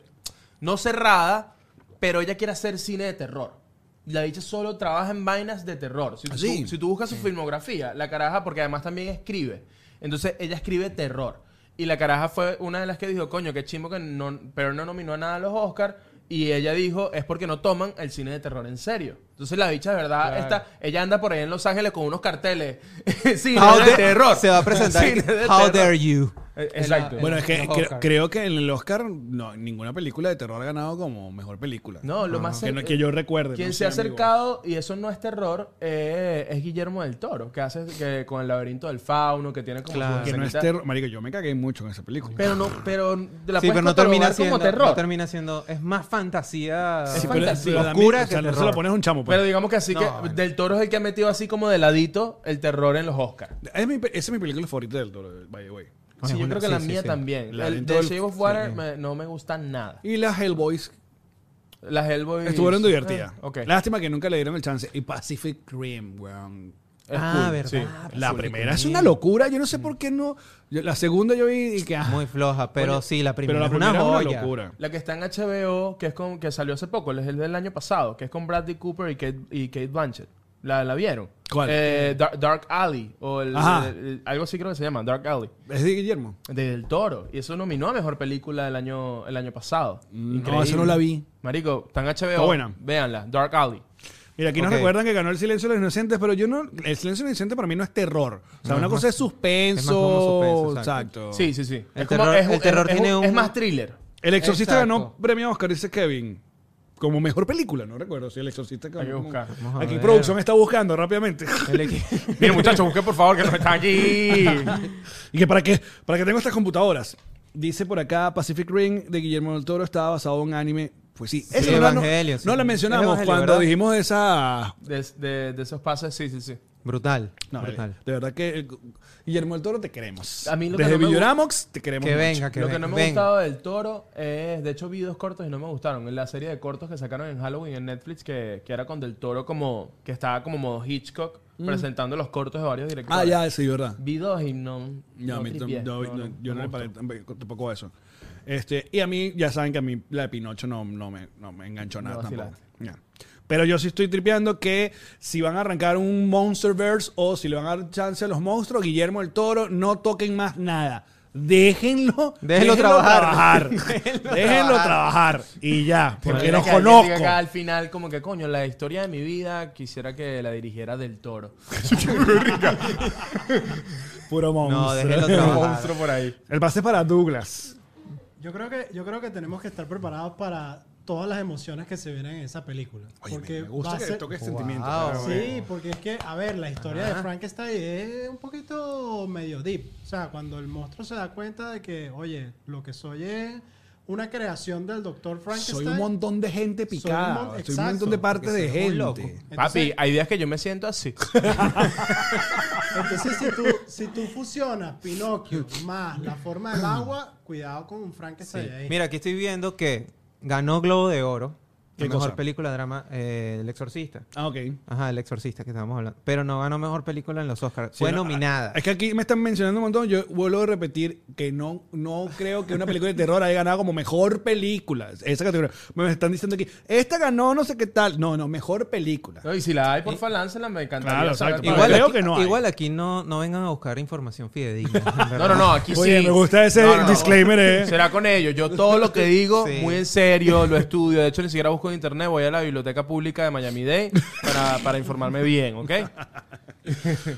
Speaker 1: no cerrada, pero ella quiere hacer cine de terror. La dicha solo trabaja en vainas de terror. Si,
Speaker 2: ¿Ah, sí?
Speaker 1: tú, si tú buscas su filmografía, la caraja, porque además también escribe, entonces ella escribe terror. Y la caraja fue una de las que dijo, coño, qué chimbo que no, pero no nominó a nada a los Oscars. Y ella dijo, es porque no toman el cine de terror en serio. Entonces la bicha de verdad
Speaker 3: Claro.
Speaker 1: está, ella anda por ahí en Los Ángeles con unos carteles. sí,
Speaker 3: How
Speaker 1: de
Speaker 3: dare-
Speaker 1: terror.
Speaker 3: Se va a presentar.
Speaker 1: Cine de
Speaker 3: How
Speaker 1: terror.
Speaker 3: dare you.
Speaker 1: Eh, Exacto.
Speaker 3: En
Speaker 2: Bueno, es que
Speaker 3: los
Speaker 2: cre-
Speaker 3: Oscar.
Speaker 2: creo que en el Oscar no, ninguna película de terror ha ganado como mejor película.
Speaker 1: no,
Speaker 3: Ah,
Speaker 1: lo más
Speaker 2: que, no-
Speaker 1: cer-
Speaker 2: que yo recuerde.
Speaker 1: Quien
Speaker 2: no
Speaker 1: se
Speaker 2: sé,
Speaker 1: ha
Speaker 2: amigo.
Speaker 1: acercado, y eso no es terror, eh, es Guillermo del Toro, que hace que con el laberinto del fauno, que tiene como
Speaker 3: Claro.
Speaker 1: sus
Speaker 2: Que no es
Speaker 1: escenitas.
Speaker 2: terror. Marico, yo me cagué mucho en esa película.
Speaker 1: Pero no, pero la
Speaker 3: Sí,
Speaker 1: puedes
Speaker 3: pero no termina
Speaker 1: catalogar
Speaker 3: siendo.
Speaker 1: como terror.
Speaker 3: No termina siendo. Es más fantasía.
Speaker 1: Es
Speaker 2: Sí, pero-
Speaker 1: fantasía.
Speaker 2: pero también,
Speaker 3: Oscura
Speaker 2: o sea,
Speaker 3: que
Speaker 2: no se
Speaker 3: terror.
Speaker 2: la pones a un chamo. pues.
Speaker 1: Pero digamos que así
Speaker 3: No,
Speaker 1: que
Speaker 3: bueno.
Speaker 1: Del Toro es el que ha metido así como de ladito el terror en los Oscars.
Speaker 2: Es mi pe- esa es mi película favorita del Toro, by the way.
Speaker 3: Ah,
Speaker 1: sí, yo
Speaker 3: bueno,
Speaker 1: creo que
Speaker 3: sí,
Speaker 1: la
Speaker 3: sí,
Speaker 1: mía
Speaker 3: sí.
Speaker 1: también.
Speaker 2: La
Speaker 1: el,
Speaker 2: del
Speaker 1: de
Speaker 2: Toro-
Speaker 1: Shape of Water me- no me gusta nada.
Speaker 2: Y las Hellboys
Speaker 1: Las Hellboy
Speaker 2: estuvieron divertidas.
Speaker 1: Ah, ok.
Speaker 2: Lástima que nunca le dieron el chance. Y Pacific Rim, weón.
Speaker 1: Es
Speaker 3: Ah,
Speaker 1: cool,
Speaker 3: verdad.
Speaker 1: sí.
Speaker 2: La
Speaker 3: Pacific
Speaker 2: primera es
Speaker 3: Rim.
Speaker 2: una locura. Yo no sé por qué no. yo- la segunda yo vi y que. ah,
Speaker 3: Muy floja, pero sí, la primera.
Speaker 2: pero la
Speaker 3: es
Speaker 2: primera
Speaker 3: una
Speaker 2: es una
Speaker 3: joya.
Speaker 2: locura.
Speaker 1: La que está en HBO, que es con, que salió hace poco, es el del año pasado, que es con Bradley Cooper y Kate, y Kate Blanchett. ¿La, la vieron?
Speaker 2: ¿Cuál?
Speaker 1: Eh, Dar- Dark, Alley. O el,
Speaker 2: Ajá.
Speaker 1: el- el- algo así creo que se llama, Dark Alley.
Speaker 2: Es de Guillermo.
Speaker 1: De Del Toro. Y eso nominó a Mejor Película del año, el año pasado.
Speaker 2: Mm, No, esa no la vi.
Speaker 1: Marico, está en HBO.
Speaker 2: Está buena.
Speaker 1: Véanla, Dark Alley.
Speaker 2: Mira, aquí nos
Speaker 3: Ok.
Speaker 2: recuerdan que ganó El Silencio de los Inocentes, pero yo no. El Silencio de los Inocentes para mí no es terror. O sea, una cosa es suspenso.
Speaker 3: es más como suspenso, exacto.
Speaker 2: exacto.
Speaker 1: Sí, sí, sí.
Speaker 3: Oh. El terror- el terror
Speaker 1: es,
Speaker 3: tiene un-
Speaker 1: es más thriller.
Speaker 2: El Exorcista
Speaker 3: Exacto.
Speaker 2: ganó premio Oscar, dice Kevin. Como mejor película, no recuerdo si El Exorcista ganó
Speaker 1: Hay que
Speaker 2: como-
Speaker 1: buscar.
Speaker 3: Vamos a
Speaker 2: Aquí
Speaker 3: ver.
Speaker 2: producción está buscando rápidamente.
Speaker 3: El equi-
Speaker 1: Miren, muchachos, busquen por favor que no está aquí.
Speaker 2: y que para qué, para que tengo estas computadoras. Dice por acá Pacific Ring de Guillermo del Toro estaba basado en anime. Pues sí, eso no, la- no-
Speaker 3: Evangelio,
Speaker 2: no,
Speaker 3: sí.
Speaker 2: la mencionamos
Speaker 3: Evangelio,
Speaker 2: cuando
Speaker 3: ¿verdad?
Speaker 2: dijimos de esa
Speaker 1: De, de- de esos pases, sí, sí, sí.
Speaker 3: Brutal.
Speaker 2: no,
Speaker 3: brutal.
Speaker 2: de verdad que eh, Guillermo del Toro te queremos.
Speaker 1: A mí lo que
Speaker 2: Desde
Speaker 1: no me gu-
Speaker 2: Videoramox te queremos.
Speaker 3: Que
Speaker 2: mucho.
Speaker 3: venga, que
Speaker 1: lo
Speaker 3: venga.
Speaker 1: que no me ha
Speaker 3: venga.
Speaker 1: gustado del toro es, de hecho, vi dos cortos y no me gustaron. En la serie de cortos que sacaron en Halloween en Netflix, que, que era con del toro como, que estaba como modo Hitchcock, presentando los cortos de varios directores.
Speaker 2: Mm. Ah, ya, sí, verdad.
Speaker 1: Vi dos y no.
Speaker 2: Ya,
Speaker 1: no
Speaker 2: a mí tam-
Speaker 1: tripié.
Speaker 2: yo-
Speaker 1: No,
Speaker 2: yo-
Speaker 1: no,
Speaker 2: yo no
Speaker 1: no me
Speaker 2: le paré
Speaker 1: gustó.
Speaker 2: tamp- tampoco a eso. Este, y a mí, ya saben que a mí la de Pinocho no, no, me, no me enganchó nada
Speaker 1: No
Speaker 2: tampoco.
Speaker 1: vacilaste.
Speaker 2: Ya. Pero yo sí estoy tripeando que si van a arrancar un Monsterverse o si le van a dar chance a los monstruos, Guillermo el Toro, no toquen más nada. Déjenlo,
Speaker 3: Déjenlo trabajar.
Speaker 2: Déjenlo, trabajar. Y ya, porque
Speaker 1: Imagina
Speaker 2: los
Speaker 1: que alguien diga
Speaker 2: conozco.
Speaker 1: acá al final, como que coño, la historia de mi vida quisiera que la dirigiera del toro.
Speaker 2: Puro monstruo.
Speaker 3: No, déjenlo trabajar.
Speaker 1: por ahí.
Speaker 2: El pase es para Douglas.
Speaker 4: Yo creo que, yo creo que tenemos que estar preparados para todas las emociones que se vienen en esa película.
Speaker 2: Oye,
Speaker 4: porque
Speaker 2: me gusta
Speaker 4: va a
Speaker 2: que este
Speaker 4: ser-
Speaker 2: toques
Speaker 3: Wow.
Speaker 2: sentimientos.
Speaker 4: Sí, porque es que, a ver, la historia de Frankenstein es un poquito medio deep. O sea, cuando el monstruo se da cuenta de que, oye, lo que soy es una creación del doctor Frankenstein.
Speaker 2: Soy un montón de gente
Speaker 4: Soy un
Speaker 2: picada. Soy
Speaker 4: mon-
Speaker 2: un,
Speaker 4: exacto,
Speaker 2: montón de partes
Speaker 3: porque
Speaker 2: de
Speaker 3: soy un loco.
Speaker 2: gente.
Speaker 1: Papi,
Speaker 4: Entonces-
Speaker 1: hay días que yo me siento así.
Speaker 4: Entonces, si tú, si tú fusionas Pinocchio más la forma del agua, cuidado con un Frankenstein ahí.
Speaker 3: Mira, aquí estoy viendo que ganó Globo de Oro
Speaker 2: ¿Qué
Speaker 3: mejor
Speaker 2: cosa?
Speaker 3: película drama, eh, El Exorcista.
Speaker 2: Ah, ok.
Speaker 3: Ajá, El Exorcista que estábamos hablando. Pero no ganó mejor película en los Oscars.
Speaker 2: Sí,
Speaker 3: Fue
Speaker 2: no, ah,
Speaker 3: nominada.
Speaker 2: Es que aquí me están mencionando un montón. Yo vuelvo a repetir que no, no creo que una película de terror haya ganado como mejor película. Esa categoría. Me están diciendo aquí, esta ganó no sé qué tal. No, no, mejor película.
Speaker 1: No, y si la hay, por favor, lánzala, me encantaría.
Speaker 2: Claro,
Speaker 1: saber
Speaker 2: exacto.
Speaker 1: cuál
Speaker 3: Igual,
Speaker 1: es.
Speaker 2: Creo
Speaker 3: aquí,
Speaker 2: que no hay.
Speaker 3: igual aquí no, no vengan a buscar información fidedigna. en
Speaker 1: No,
Speaker 3: verdad.
Speaker 1: no, no, aquí
Speaker 2: Oye,
Speaker 1: sí.
Speaker 2: me gusta ese
Speaker 1: No, no, no.
Speaker 2: disclaimer, eh.
Speaker 1: Será con ellos. Yo todo lo que digo,
Speaker 3: Sí.
Speaker 1: muy en serio, lo estudio. De hecho, ni siquiera busco en internet. Voy a la biblioteca pública de Miami-Dade para, para informarme bien, ¿ok?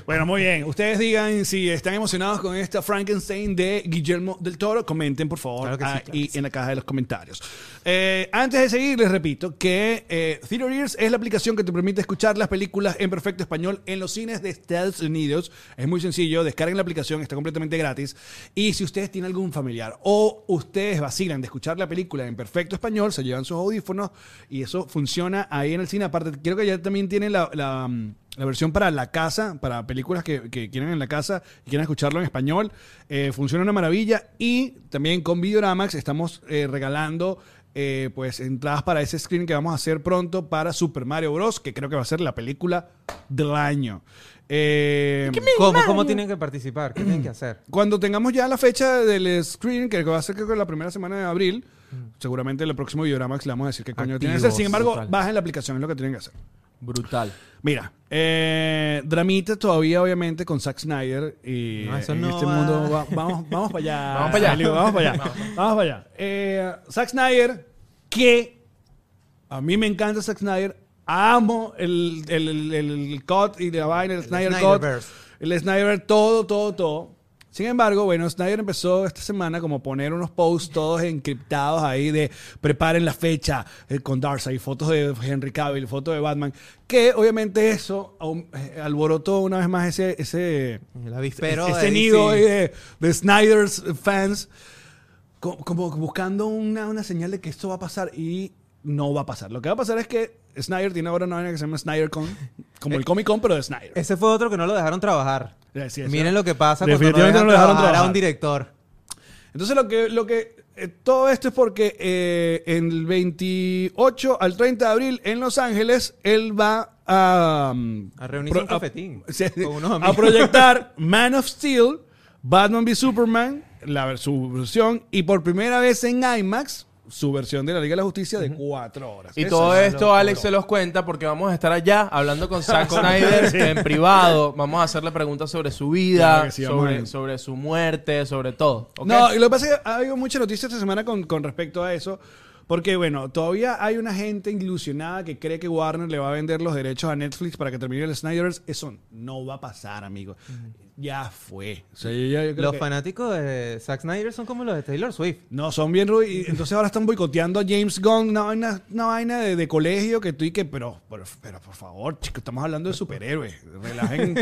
Speaker 2: Bueno, muy bien. Ustedes digan si están emocionados con esta Frankenstein de Guillermo del Toro. Comenten, por favor,
Speaker 3: Claro que sí, claro
Speaker 2: ahí
Speaker 3: que sí.
Speaker 2: en la caja de los comentarios. Eh, antes de seguir, les repito que eh, Theater Ears es la aplicación que te permite escuchar las películas en perfecto español en los cines de Estados Unidos. Es muy sencillo. Descarguen la aplicación, está completamente gratis. Y si ustedes tienen algún familiar o ustedes vacilan de escuchar la película en perfecto español, se llevan sus audífonos y eso funciona ahí en el cine. Aparte, creo que ya también tienen la- la mm, la versión para la casa, para películas que, que quieren en la casa y quieren escucharlo en español. eh, funciona una maravilla. Y también con Videoramax estamos eh, regalando eh, pues entradas para ese screen que vamos a hacer pronto para Super Mario Bros. Que creo que va a ser la película del año. Eh,
Speaker 3: ¿Cómo, ¿Cómo tienen que participar? ¿Qué tienen que hacer?
Speaker 2: cuando tengamos ya la fecha del screen, que va a ser creo que la primera semana de abril, seguramente en el próximo Videoramax le vamos a decir qué coño tienen que hacer. Sin
Speaker 3: Activos,
Speaker 2: embargo,
Speaker 1: total.
Speaker 2: bajen la aplicación, es lo que tienen que hacer.
Speaker 1: Brutal.
Speaker 2: Mira, eh, dramita todavía, obviamente, con Zack Snyder. Y
Speaker 3: No, eso
Speaker 2: en
Speaker 3: no
Speaker 2: este
Speaker 3: va.
Speaker 2: mundo va- vamos, vamos para allá.
Speaker 1: Vamos para allá.
Speaker 2: Emilio, vamos para allá. vamos para allá. Eh, Zack Snyder, que a mí me encanta Zack Snyder. Amo el, el, el, el cut y la vaina, el, Snyder cut.
Speaker 3: Snyderverse.
Speaker 2: El Snyder, todo, todo, todo. Sin embargo, bueno, Snyder empezó esta semana como a poner unos posts todos encriptados ahí de preparen la fecha eh, con Darkseid, fotos de Henry Cavill, fotos de Batman, que obviamente eso aún, eh, alborotó una vez más ese, ese,
Speaker 3: El avispero
Speaker 2: ese
Speaker 3: de
Speaker 2: nido eh, ahí
Speaker 3: DC.
Speaker 2: de, de Snyder's fans co- como buscando una, una señal de que esto va a pasar y no va a pasar. Lo que va a pasar es que Snyder tiene ahora una vaina que se llama Snyder Con, como
Speaker 3: Eh,
Speaker 2: el Comic Con, pero de Snyder.
Speaker 3: Ese fue otro que no lo dejaron trabajar.
Speaker 2: Así es,
Speaker 3: Miren
Speaker 2: ¿no?
Speaker 3: lo que pasa cuando no
Speaker 2: Definitivamente no
Speaker 3: dejan,
Speaker 2: lo dejaron
Speaker 3: trabajar a
Speaker 2: trabajar.
Speaker 3: un director.
Speaker 2: Entonces lo que, lo que eh, todo esto es porque eh, en el 28 al 30 de abril en Los Ángeles él va a um,
Speaker 3: A reunirse un cafetín
Speaker 2: a- sí, Ah,
Speaker 3: con unos
Speaker 2: a
Speaker 3: amigos.
Speaker 2: proyectar Man of Steel, Batman v Superman, la ver- su versión y por primera vez en IMAX su versión de la Liga de la Justicia de cuatro horas.
Speaker 1: Y
Speaker 2: Eso
Speaker 1: todo
Speaker 2: es
Speaker 1: esto
Speaker 2: locura.
Speaker 1: Alex se los cuenta porque vamos a estar allá hablando con Zack Snyder en privado. Vamos a hacerle preguntas sobre su vida,
Speaker 2: Claro que sí, vamos a
Speaker 1: sobre,
Speaker 2: ir.
Speaker 1: sobre su muerte, sobre todo. ¿ok?
Speaker 2: No, y lo que pasa es que ha habido muchas noticias esta semana con, con respecto a eso. Porque, bueno, todavía hay una gente ilusionada que cree que Warner le va a vender los derechos a Netflix para que termine el Snyder's. Eso no va a pasar, amigo. Ya fue. O sea, yo- yo- yo creo
Speaker 3: Los
Speaker 2: que-
Speaker 3: fanáticos de Zack Snyder son como los de Taylor Swift.
Speaker 2: No, son bien rudos. Y entonces ahora están boicoteando a James Gunn, una vaina, una vaina de, de colegio que tú y que, pero, pero, pero, por favor, chicos, estamos hablando de superhéroes. Relajen,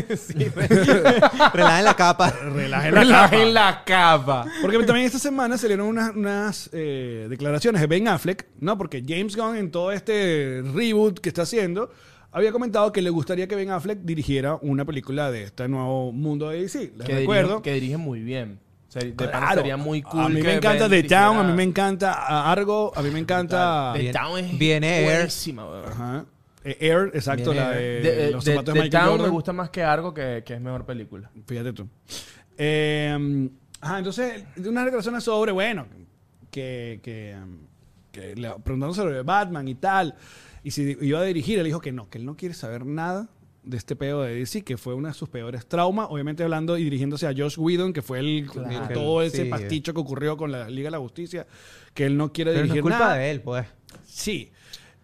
Speaker 3: Relajen la capa.
Speaker 2: relajen la capa.
Speaker 1: Relajen la capa.
Speaker 2: Porque también esta semana salieron unas, unas, eh, declaraciones de Ben Affleck, ¿no? Porque James Gunn en todo este reboot que está haciendo, había comentado que le gustaría que Ben Affleck dirigiera una película de este nuevo mundo de DC. Les
Speaker 1: Que
Speaker 2: recuerdo.
Speaker 1: dirige, que dirige muy bien. O sea, de pana
Speaker 2: Claro.
Speaker 1: sería muy cool.
Speaker 2: A mí
Speaker 1: que
Speaker 2: me encanta
Speaker 1: Ben
Speaker 2: The
Speaker 1: dirigiera-
Speaker 2: Town, a mí me encanta Argo, a mí me encanta... eh,
Speaker 1: The Town es
Speaker 3: Viene Air.
Speaker 1: buenísima, weón.
Speaker 2: Ajá. Eh, Air, exacto,
Speaker 3: Bien,
Speaker 2: la
Speaker 1: De-
Speaker 2: de,
Speaker 1: de-
Speaker 2: Eh,
Speaker 1: eh,
Speaker 2: los
Speaker 1: de-
Speaker 2: zapatos de
Speaker 1: The
Speaker 2: Michael
Speaker 1: Town
Speaker 2: Jordan.
Speaker 1: me gusta más que algo que, que es mejor película.
Speaker 2: Fíjate tú. Eh, ajá, entonces, de unas declaraciones sobre, bueno, que, que, em, que le- preguntándose sobre Batman y tal, y si iba a dirigir, él dijo que no, que él no quiere saber nada de este pedo de DC, que fue una de sus peores traumas, obviamente hablando y dirigiéndose a Josh Whedon, que fue el,
Speaker 3: Claro.
Speaker 2: el- todo ese
Speaker 3: Sí.
Speaker 2: pasticho que ocurrió con la Liga de la Justicia, que él no quiere
Speaker 3: Pero no es
Speaker 2: dirigir
Speaker 3: culpa
Speaker 2: nada.
Speaker 3: de él, pues.
Speaker 2: Sí.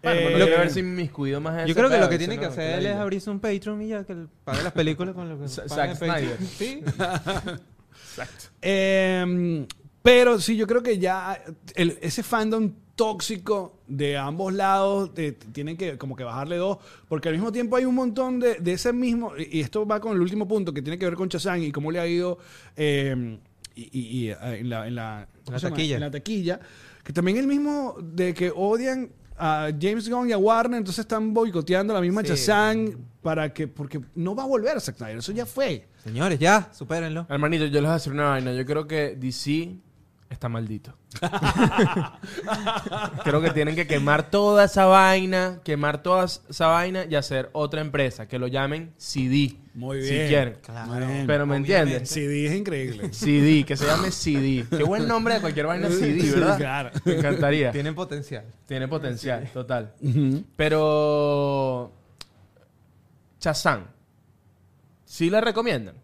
Speaker 1: Bueno,
Speaker 2: Eh,
Speaker 1: pero lo que ver si inmiscuido más en
Speaker 3: Yo
Speaker 1: ese
Speaker 3: creo que
Speaker 1: pedo,
Speaker 3: lo que
Speaker 1: si
Speaker 3: tiene
Speaker 1: no,
Speaker 3: que hacer él
Speaker 1: la
Speaker 3: es
Speaker 1: idea.
Speaker 3: abrirse un Patreon y ya que él pague las películas con lo que
Speaker 1: Sa-
Speaker 3: paga
Speaker 1: Zack
Speaker 3: el Patreon.
Speaker 1: Snyder.
Speaker 3: Sí.
Speaker 2: Eh, pero sí, yo creo que ya el- ese fandom tóxico de ambos lados eh, tienen que como que bajarle dos, porque al mismo tiempo hay un montón de, de ese mismo, y y esto va con el último punto que tiene que ver con Chazán y cómo le ha ido eh, y, y- y, eh, en la, en la, ¿cómo se llama?
Speaker 3: taquilla.
Speaker 2: En la taquilla, que también el mismo de que odian a James Gunn y a Warner, entonces están boicoteando la misma
Speaker 3: Sí.
Speaker 2: Chazán para que, porque no va a volver a Zack Snyder, eso ya fue.
Speaker 3: Señores, ya, supérenlo.
Speaker 1: Hermanito, yo les voy a decir una vaina. Yo creo que DC está maldito. Creo que tienen que quemar toda esa vaina, quemar toda esa vaina y hacer otra empresa, que lo llamen CD.
Speaker 2: Muy
Speaker 1: si
Speaker 2: bien.
Speaker 1: quieren.
Speaker 2: Claro.
Speaker 1: Pero me entiendes.
Speaker 2: CD es increíble.
Speaker 1: CD, que se llame CD. Qué buen nombre de cualquier vaina CD, ¿verdad?
Speaker 2: Sí, claro.
Speaker 1: Me encantaría.
Speaker 3: Tienen potencial.
Speaker 1: Tiene potencial, total. Pero. Chazán. Sí la recomiendan.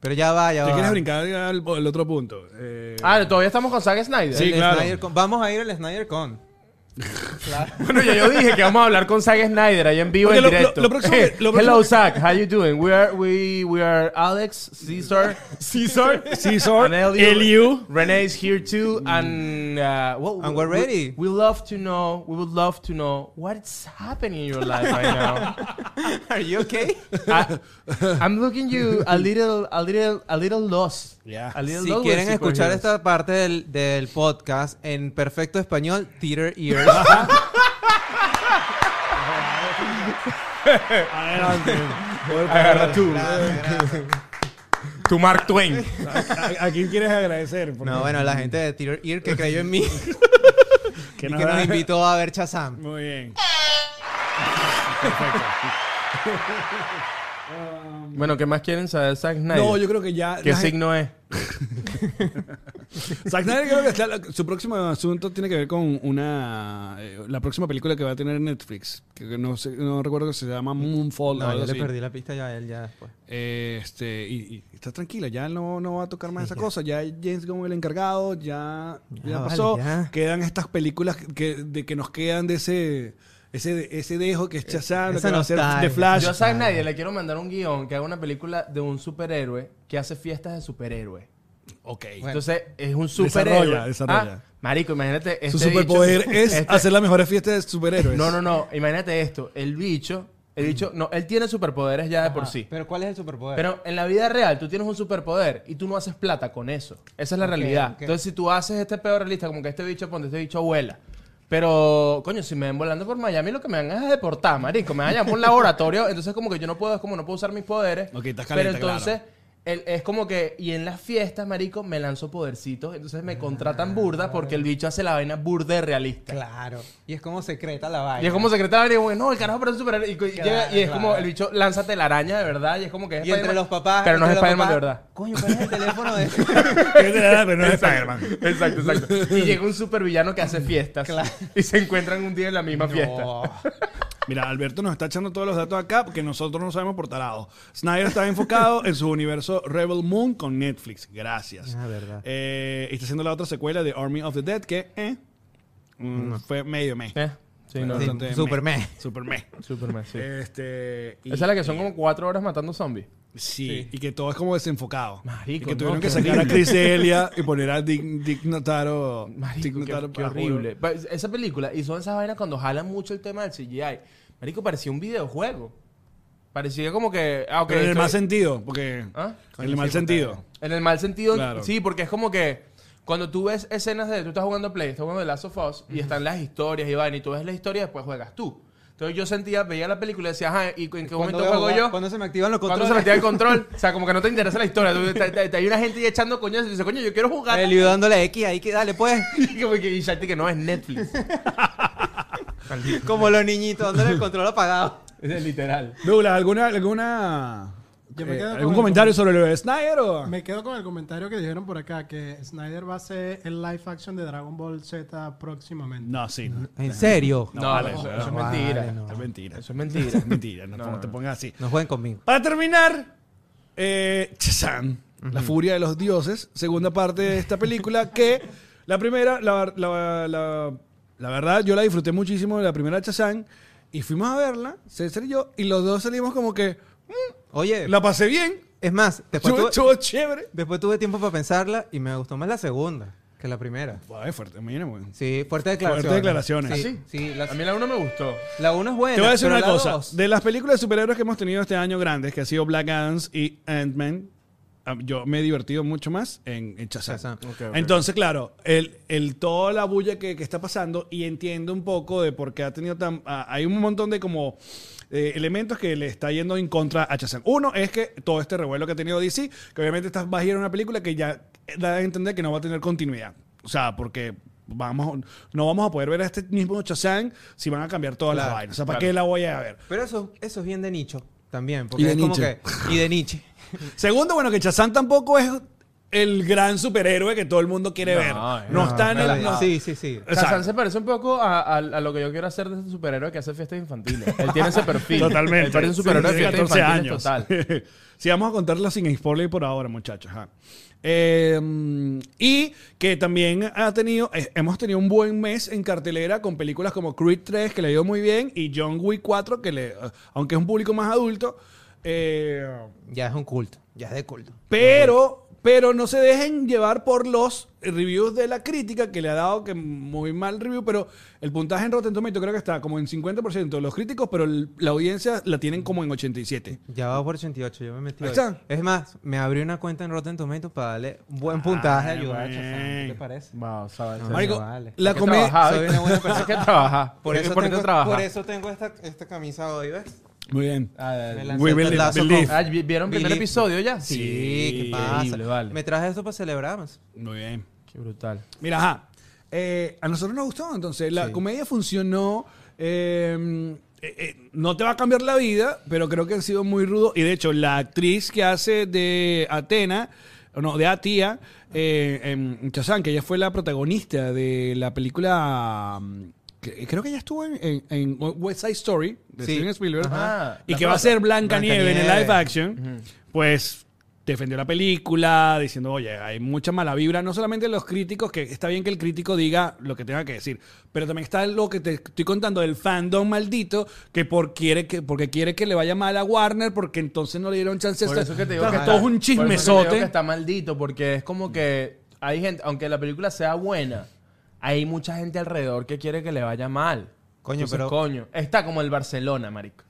Speaker 3: Pero ya va, ya
Speaker 2: ¿Te
Speaker 3: va.
Speaker 2: quieres brincar al, al otro punto? Eh,
Speaker 1: Ah, todavía estamos con Zack Snyder.
Speaker 2: Sí.
Speaker 3: El
Speaker 2: claro.
Speaker 3: Snyder Con- Vamos a ir al Snyder Con.
Speaker 1: Bueno, ya yo dije que vamos a hablar con Zack Snyder ahí en vivo
Speaker 2: Oye,
Speaker 1: en
Speaker 2: lo- lo-
Speaker 1: directo.
Speaker 2: lo próximo que- lo próximo
Speaker 1: Hello
Speaker 2: que-
Speaker 1: Zack, how you doing? We are we we are Alex, Caesar, Caesar,
Speaker 2: Caesar,
Speaker 1: and Eliu.
Speaker 2: Eliu.
Speaker 1: Renee is here too,
Speaker 2: Mm.
Speaker 1: and uh, well,
Speaker 3: And we're
Speaker 1: we-
Speaker 3: ready.
Speaker 1: We, love to know. We would love to know what's happening in your life right now.
Speaker 3: Are you okay?
Speaker 1: I, I'm looking you a little, a little, a little lost.
Speaker 2: Yeah.
Speaker 1: A little
Speaker 3: Si
Speaker 1: lost with
Speaker 3: quieren escuchar
Speaker 1: superheroes.
Speaker 3: esta parte del, del podcast en perfecto español, Theater Ears.
Speaker 2: Adelante. Voy para
Speaker 1: Agarra
Speaker 2: adelante.
Speaker 1: tú. Tu Mark Twain.
Speaker 2: ¿A- ¿A quién quieres agradecer? Por
Speaker 3: no,
Speaker 2: favor?
Speaker 3: bueno, la gente de Theater Ear que creyó en mí y
Speaker 2: que
Speaker 3: que
Speaker 2: nos,
Speaker 3: nos
Speaker 2: da-
Speaker 3: invitó a ver Chazam.
Speaker 2: Muy bien. Perfecto.
Speaker 1: Bueno, ¿qué más quieren saber de Zack Snyder?
Speaker 2: No, yo creo que ya.
Speaker 1: ¿Qué
Speaker 2: la gente-
Speaker 1: signo es?
Speaker 2: Zack Snyder creo que está- su próximo asunto tiene que ver con una eh, la próxima película que va a tener Netflix que que no sé, no recuerdo que se llama Moonfall o
Speaker 3: Mm. No,
Speaker 2: algo
Speaker 3: yo le
Speaker 2: así.
Speaker 3: perdí la pista ya a él ya después.
Speaker 2: Eh, este y, y está tranquila ya no, no va a tocar más esa cosa ya James Gunn el encargado ya ya,
Speaker 3: Ya, vale,
Speaker 2: pasó
Speaker 3: ya.
Speaker 2: quedan estas películas que de que nos quedan de ese ese ese dejo que es Chazam lo
Speaker 3: esa
Speaker 2: que va a hacer
Speaker 3: nostalgia.
Speaker 2: The Flash
Speaker 1: Eh, Yo a Zack Snyder le quiero mandar un guión que haga una película de un superhéroe que hace fiestas de superhéroe.
Speaker 2: Ok.
Speaker 1: Entonces, es un
Speaker 2: Desarrolla,
Speaker 1: superhéroe.
Speaker 2: desarrolla.
Speaker 1: Ah, marico, imagínate. Este
Speaker 2: su superpoder
Speaker 1: bicho-
Speaker 2: es
Speaker 1: este-
Speaker 2: hacer las mejores fiestas de superhéroes
Speaker 1: No, no, no. Imagínate esto. El bicho. El bicho. No, él tiene superpoderes ya de por sí.
Speaker 3: Pero ¿cuál es el superpoder?
Speaker 1: Pero en la vida real tú tienes un superpoder y tú no haces plata con eso. Esa es la realidad.
Speaker 3: ok.
Speaker 1: Entonces, si tú haces este pedo realista, como que este bicho, ponte este bicho abuela. Pero, coño, si me ven volando por Miami, lo que me van a deportar, marico. Me van a llamar por un laboratorio. Entonces, como que yo no puedo, es como no puedo usar mis poderes.
Speaker 2: Ok, estás caliente,
Speaker 1: Pero entonces, el- es como que, y en las fiestas, marico, me lanzo podercitos. Entonces me contratan burda porque el bicho hace la vaina burda de realista.
Speaker 3: Claro. Y es como secreta la vaina.
Speaker 1: Y es como secretario, güey, no, el carajo, pero es un superhéroe. Y, co- y
Speaker 3: Claro,
Speaker 1: llega- y es
Speaker 3: claro.
Speaker 1: como el bicho lanza telaraña de verdad. Y es como que es
Speaker 3: Y entre
Speaker 1: Spider-Man,
Speaker 3: los papás.
Speaker 1: Pero no es
Speaker 3: entre los
Speaker 1: Spider-Man de
Speaker 3: papás,
Speaker 1: verdad.
Speaker 3: Coño, ¿cuál es el teléfono de.?
Speaker 2: pero no es Spider-Man
Speaker 1: Exacto, exacto. Y llega un supervillano que hace fiestas.
Speaker 3: Claro.
Speaker 1: Y se encuentran un día en la misma fiesta.
Speaker 2: Mira, Alberto nos está echando todos los datos acá porque nosotros no sabemos por tarado. Snyder está enfocado en su universo Rebel Moon con Netflix. Gracias.
Speaker 3: Ah, verdad.
Speaker 2: Eh, y está haciendo la otra secuela de Army of the Dead que eh, mm, fue medio mes.
Speaker 1: ¿Eh? Sí, no.
Speaker 3: Sí.
Speaker 2: Bastante
Speaker 3: super
Speaker 2: meh.
Speaker 3: meh.
Speaker 2: Super meh.
Speaker 1: Superman, sí.
Speaker 2: Este, y-
Speaker 1: Eh, Esa es la que son como cuatro horas matando zombies.
Speaker 2: Sí, y que todo es como desenfocado.
Speaker 1: Marico,
Speaker 2: y que
Speaker 1: no,
Speaker 2: tuvieron
Speaker 1: qué
Speaker 2: que sacar a
Speaker 1: horrible.
Speaker 2: Chris Elia y poner a Dick, Dick Notaro. Dick
Speaker 1: Marico, qué-
Speaker 2: Notaro
Speaker 1: qué,
Speaker 2: para
Speaker 1: horrible. Pa- Esa película, y son esas vainas cuando jalan mucho el tema del CGI. Marico, parecía un videojuego. Parecía como que... ah, ok,
Speaker 2: Pero en el
Speaker 1: estoy-
Speaker 2: mal sentido, porque.
Speaker 1: ¿Ah?
Speaker 2: En el mal sentido.
Speaker 1: En el mal sentido,
Speaker 2: Claro.
Speaker 1: sí, porque es como que cuando tú ves escenas de tú estás jugando Play, estás jugando The Last of Us y están las historias y van y tú ves la historia y después juegas tú. Entonces yo sentía, veía la película y decía, ajá, ¿y en qué momento juego yo?
Speaker 3: Cuando se me activan los
Speaker 1: ¿Cuándo
Speaker 3: controles.
Speaker 1: se metía el control? O sea, como que no te interesa la historia. Tú- te- te- te- hay una gente ahí echando coño y dice, coño, yo quiero jugar.
Speaker 3: El yo dándole X ahí que dale, pues.
Speaker 1: Y como que- y Shakti que no es Netflix.
Speaker 3: Como los niñitos dándole el control apagado.
Speaker 1: es literal.
Speaker 2: Douglas, ¿alguna, alguna
Speaker 4: Yo me
Speaker 2: eh,
Speaker 4: quedo con
Speaker 2: algún comentario
Speaker 4: el comentario.
Speaker 2: sobre lo de Snyder o?
Speaker 4: Me quedo con el comentario que dijeron por acá, que Snyder va a ser el live action de Dragon Ball Z próximamente.
Speaker 2: No, sí. no.
Speaker 3: ¿En serio?
Speaker 1: No,
Speaker 2: vale,
Speaker 1: eso,
Speaker 2: no,
Speaker 1: eso es
Speaker 3: vale,
Speaker 1: mentira.
Speaker 3: no.
Speaker 2: Es mentira.
Speaker 1: Eso es mentira.
Speaker 2: Es mentira, no, te pongas así.
Speaker 3: No jueguen conmigo.
Speaker 2: Para terminar, eh, Shazam, La Furia de los Dioses, segunda parte de esta película que la primera, la, la- la- la verdad, yo la disfruté muchísimo, la primera Chazán, y fuimos a verla, César y yo, y los dos salimos como que
Speaker 3: Oye,
Speaker 2: la pasé bien,
Speaker 3: es más, después
Speaker 2: estuvo
Speaker 3: tuve,
Speaker 2: estuvo chévere.
Speaker 3: después tuve tiempo para pensarla y me gustó más la segunda que la primera.
Speaker 2: Ay, fuerte, mira, güey.
Speaker 3: Sí, fuerte declaración.
Speaker 2: Fuerte declaraciones. ¿Ah,
Speaker 3: Sí,
Speaker 1: sí?
Speaker 3: sí,
Speaker 1: A
Speaker 3: la,
Speaker 1: mí la uno me gustó.
Speaker 3: la uno es buena.
Speaker 2: Te voy a decir
Speaker 3: pero
Speaker 2: una
Speaker 3: la
Speaker 2: cosa.
Speaker 3: dos-
Speaker 2: De las películas de superhéroes que hemos tenido este año grandes, que ha sido Black Adams y Ant-Man, ah, yo me he divertido mucho más en, en Shazam.
Speaker 3: Shazam. Ok,
Speaker 1: ok.
Speaker 2: Entonces, claro, el, el- toda la bulla que, que está pasando y entiendo un poco de por qué ha tenido tan... ah, hay un montón de como... eh, elementos que le está yendo en contra a Shazam. Uno es que todo este revuelo que ha tenido DC, que obviamente estás, vas a ir a una película que ya da a entender que no va a tener continuidad. O sea, porque vamos, no vamos a poder ver a este mismo Chazán si van a cambiar todas las
Speaker 3: Claro,
Speaker 2: vainas. O sea, ¿para
Speaker 1: claro.
Speaker 2: qué la voy a ver?
Speaker 3: Pero eso, eso es bien de nicho también. Porque
Speaker 2: Y de
Speaker 3: es como
Speaker 2: Nietzsche.
Speaker 3: que- y de Nietzsche.
Speaker 2: Segundo, bueno, que Chazán tampoco es el gran superhéroe que todo el mundo quiere
Speaker 1: No,
Speaker 2: ver. No,
Speaker 1: no,
Speaker 2: está en el.
Speaker 3: Sí,
Speaker 2: no.
Speaker 3: Ah, Sí, sí, sí.
Speaker 1: Shazam
Speaker 2: Exacto.
Speaker 1: se parece un poco a, a- a lo que yo quiero hacer de ese superhéroe que hace fiestas infantiles. Él tiene ese perfil.
Speaker 2: Totalmente.
Speaker 1: Él parece un superhéroe
Speaker 2: Sí,
Speaker 1: de
Speaker 2: tiene
Speaker 1: fiestas infantiles total.
Speaker 2: sí, vamos a contarla sin spoiler por ahora, muchachos. ajá. Eh, y que también ha tenido, eh, hemos tenido un buen mes en cartelera con películas como Creed 3, que le dio muy bien, y John Wick 4, que le, eh, aunque es un público más adulto, eh,
Speaker 3: Ya es un culto. Ya es de culto.
Speaker 2: pero, pero no se dejen llevar por los reviews de la crítica que le ha dado que muy mal review, pero el puntaje en Rotten Tomatoes creo que está como en 50% de los críticos, pero el- la audiencia la tienen como en 87.
Speaker 3: Ya va por 88, yo me metí.
Speaker 2: Ahí
Speaker 3: hoy.
Speaker 2: está.
Speaker 3: Es más, me abrí una cuenta en Rotten Tomatoes para darle un buen puntaje a
Speaker 2: Ah,
Speaker 3: ayudar a Chazán. ¿Qué
Speaker 2: bueno.
Speaker 3: te parece?
Speaker 1: Wow, sabes.
Speaker 3: No,
Speaker 2: Marico,
Speaker 3: vale.
Speaker 2: la
Speaker 1: Hay que
Speaker 2: comedia...
Speaker 1: trabajar,
Speaker 3: soy
Speaker 1: ¿eh?
Speaker 3: una buena persona.
Speaker 1: Hay que trabajar.
Speaker 3: Por eso,
Speaker 1: ¿Por qué
Speaker 3: tengo,
Speaker 1: trabajar?
Speaker 3: por eso tengo esta, esta camisa hoy, ¿ves?
Speaker 2: Muy bien.
Speaker 1: Ah, dale.
Speaker 3: Me
Speaker 1: Ah,
Speaker 3: lancé
Speaker 2: We
Speaker 3: el
Speaker 2: believe-
Speaker 3: pedazo con-
Speaker 2: believe.
Speaker 1: ¿vi- ¿Vieron el primer
Speaker 3: Billy-
Speaker 1: episodio ya?
Speaker 3: Sí, ¿qué pasa?
Speaker 1: Increíble, vale.
Speaker 3: Me traje esto para celebrar. más.
Speaker 2: Muy bien.
Speaker 1: Qué brutal.
Speaker 2: Mira, ajá. Eh, a nosotros nos gustó, entonces la
Speaker 3: Sí.
Speaker 2: comedia funcionó. eh, eh, eh, no te va a cambiar la vida, pero creo que ha sido muy rudo. Y de hecho, la actriz que hace de Atena, o no, de Atia, eh, en Chazán, que ella fue la protagonista de la película. mm, que- Creo que ella estuvo en, en- en West Side Story de
Speaker 3: Sí.
Speaker 2: Steven Spielberg
Speaker 1: Ajá.
Speaker 2: y
Speaker 1: La
Speaker 2: que va a
Speaker 1: prota.
Speaker 2: ser Blanca, Nieve en el
Speaker 3: Blancanieves.
Speaker 2: live action, pues defendió la película diciendo, oye, hay mucha mala vibra, no solamente los críticos, que está bien que el crítico diga lo que tenga que decir, pero también está lo que te estoy contando del fandom maldito, que, por quiere que porque quiere que le vaya mal a Warner, porque entonces no le dieron chance.
Speaker 1: Por
Speaker 2: Está-
Speaker 1: eso que te digo
Speaker 2: claro,
Speaker 1: que
Speaker 2: todo
Speaker 1: está-
Speaker 2: es un
Speaker 1: por eso que te digo que
Speaker 2: chismesote.
Speaker 1: está maldito porque es como que hay gente, aunque la película sea buena, hay mucha gente alrededor que quiere que le vaya mal.
Speaker 3: Coño,
Speaker 1: Entonces,
Speaker 3: pero-
Speaker 1: coño, está como el Barcelona, marico.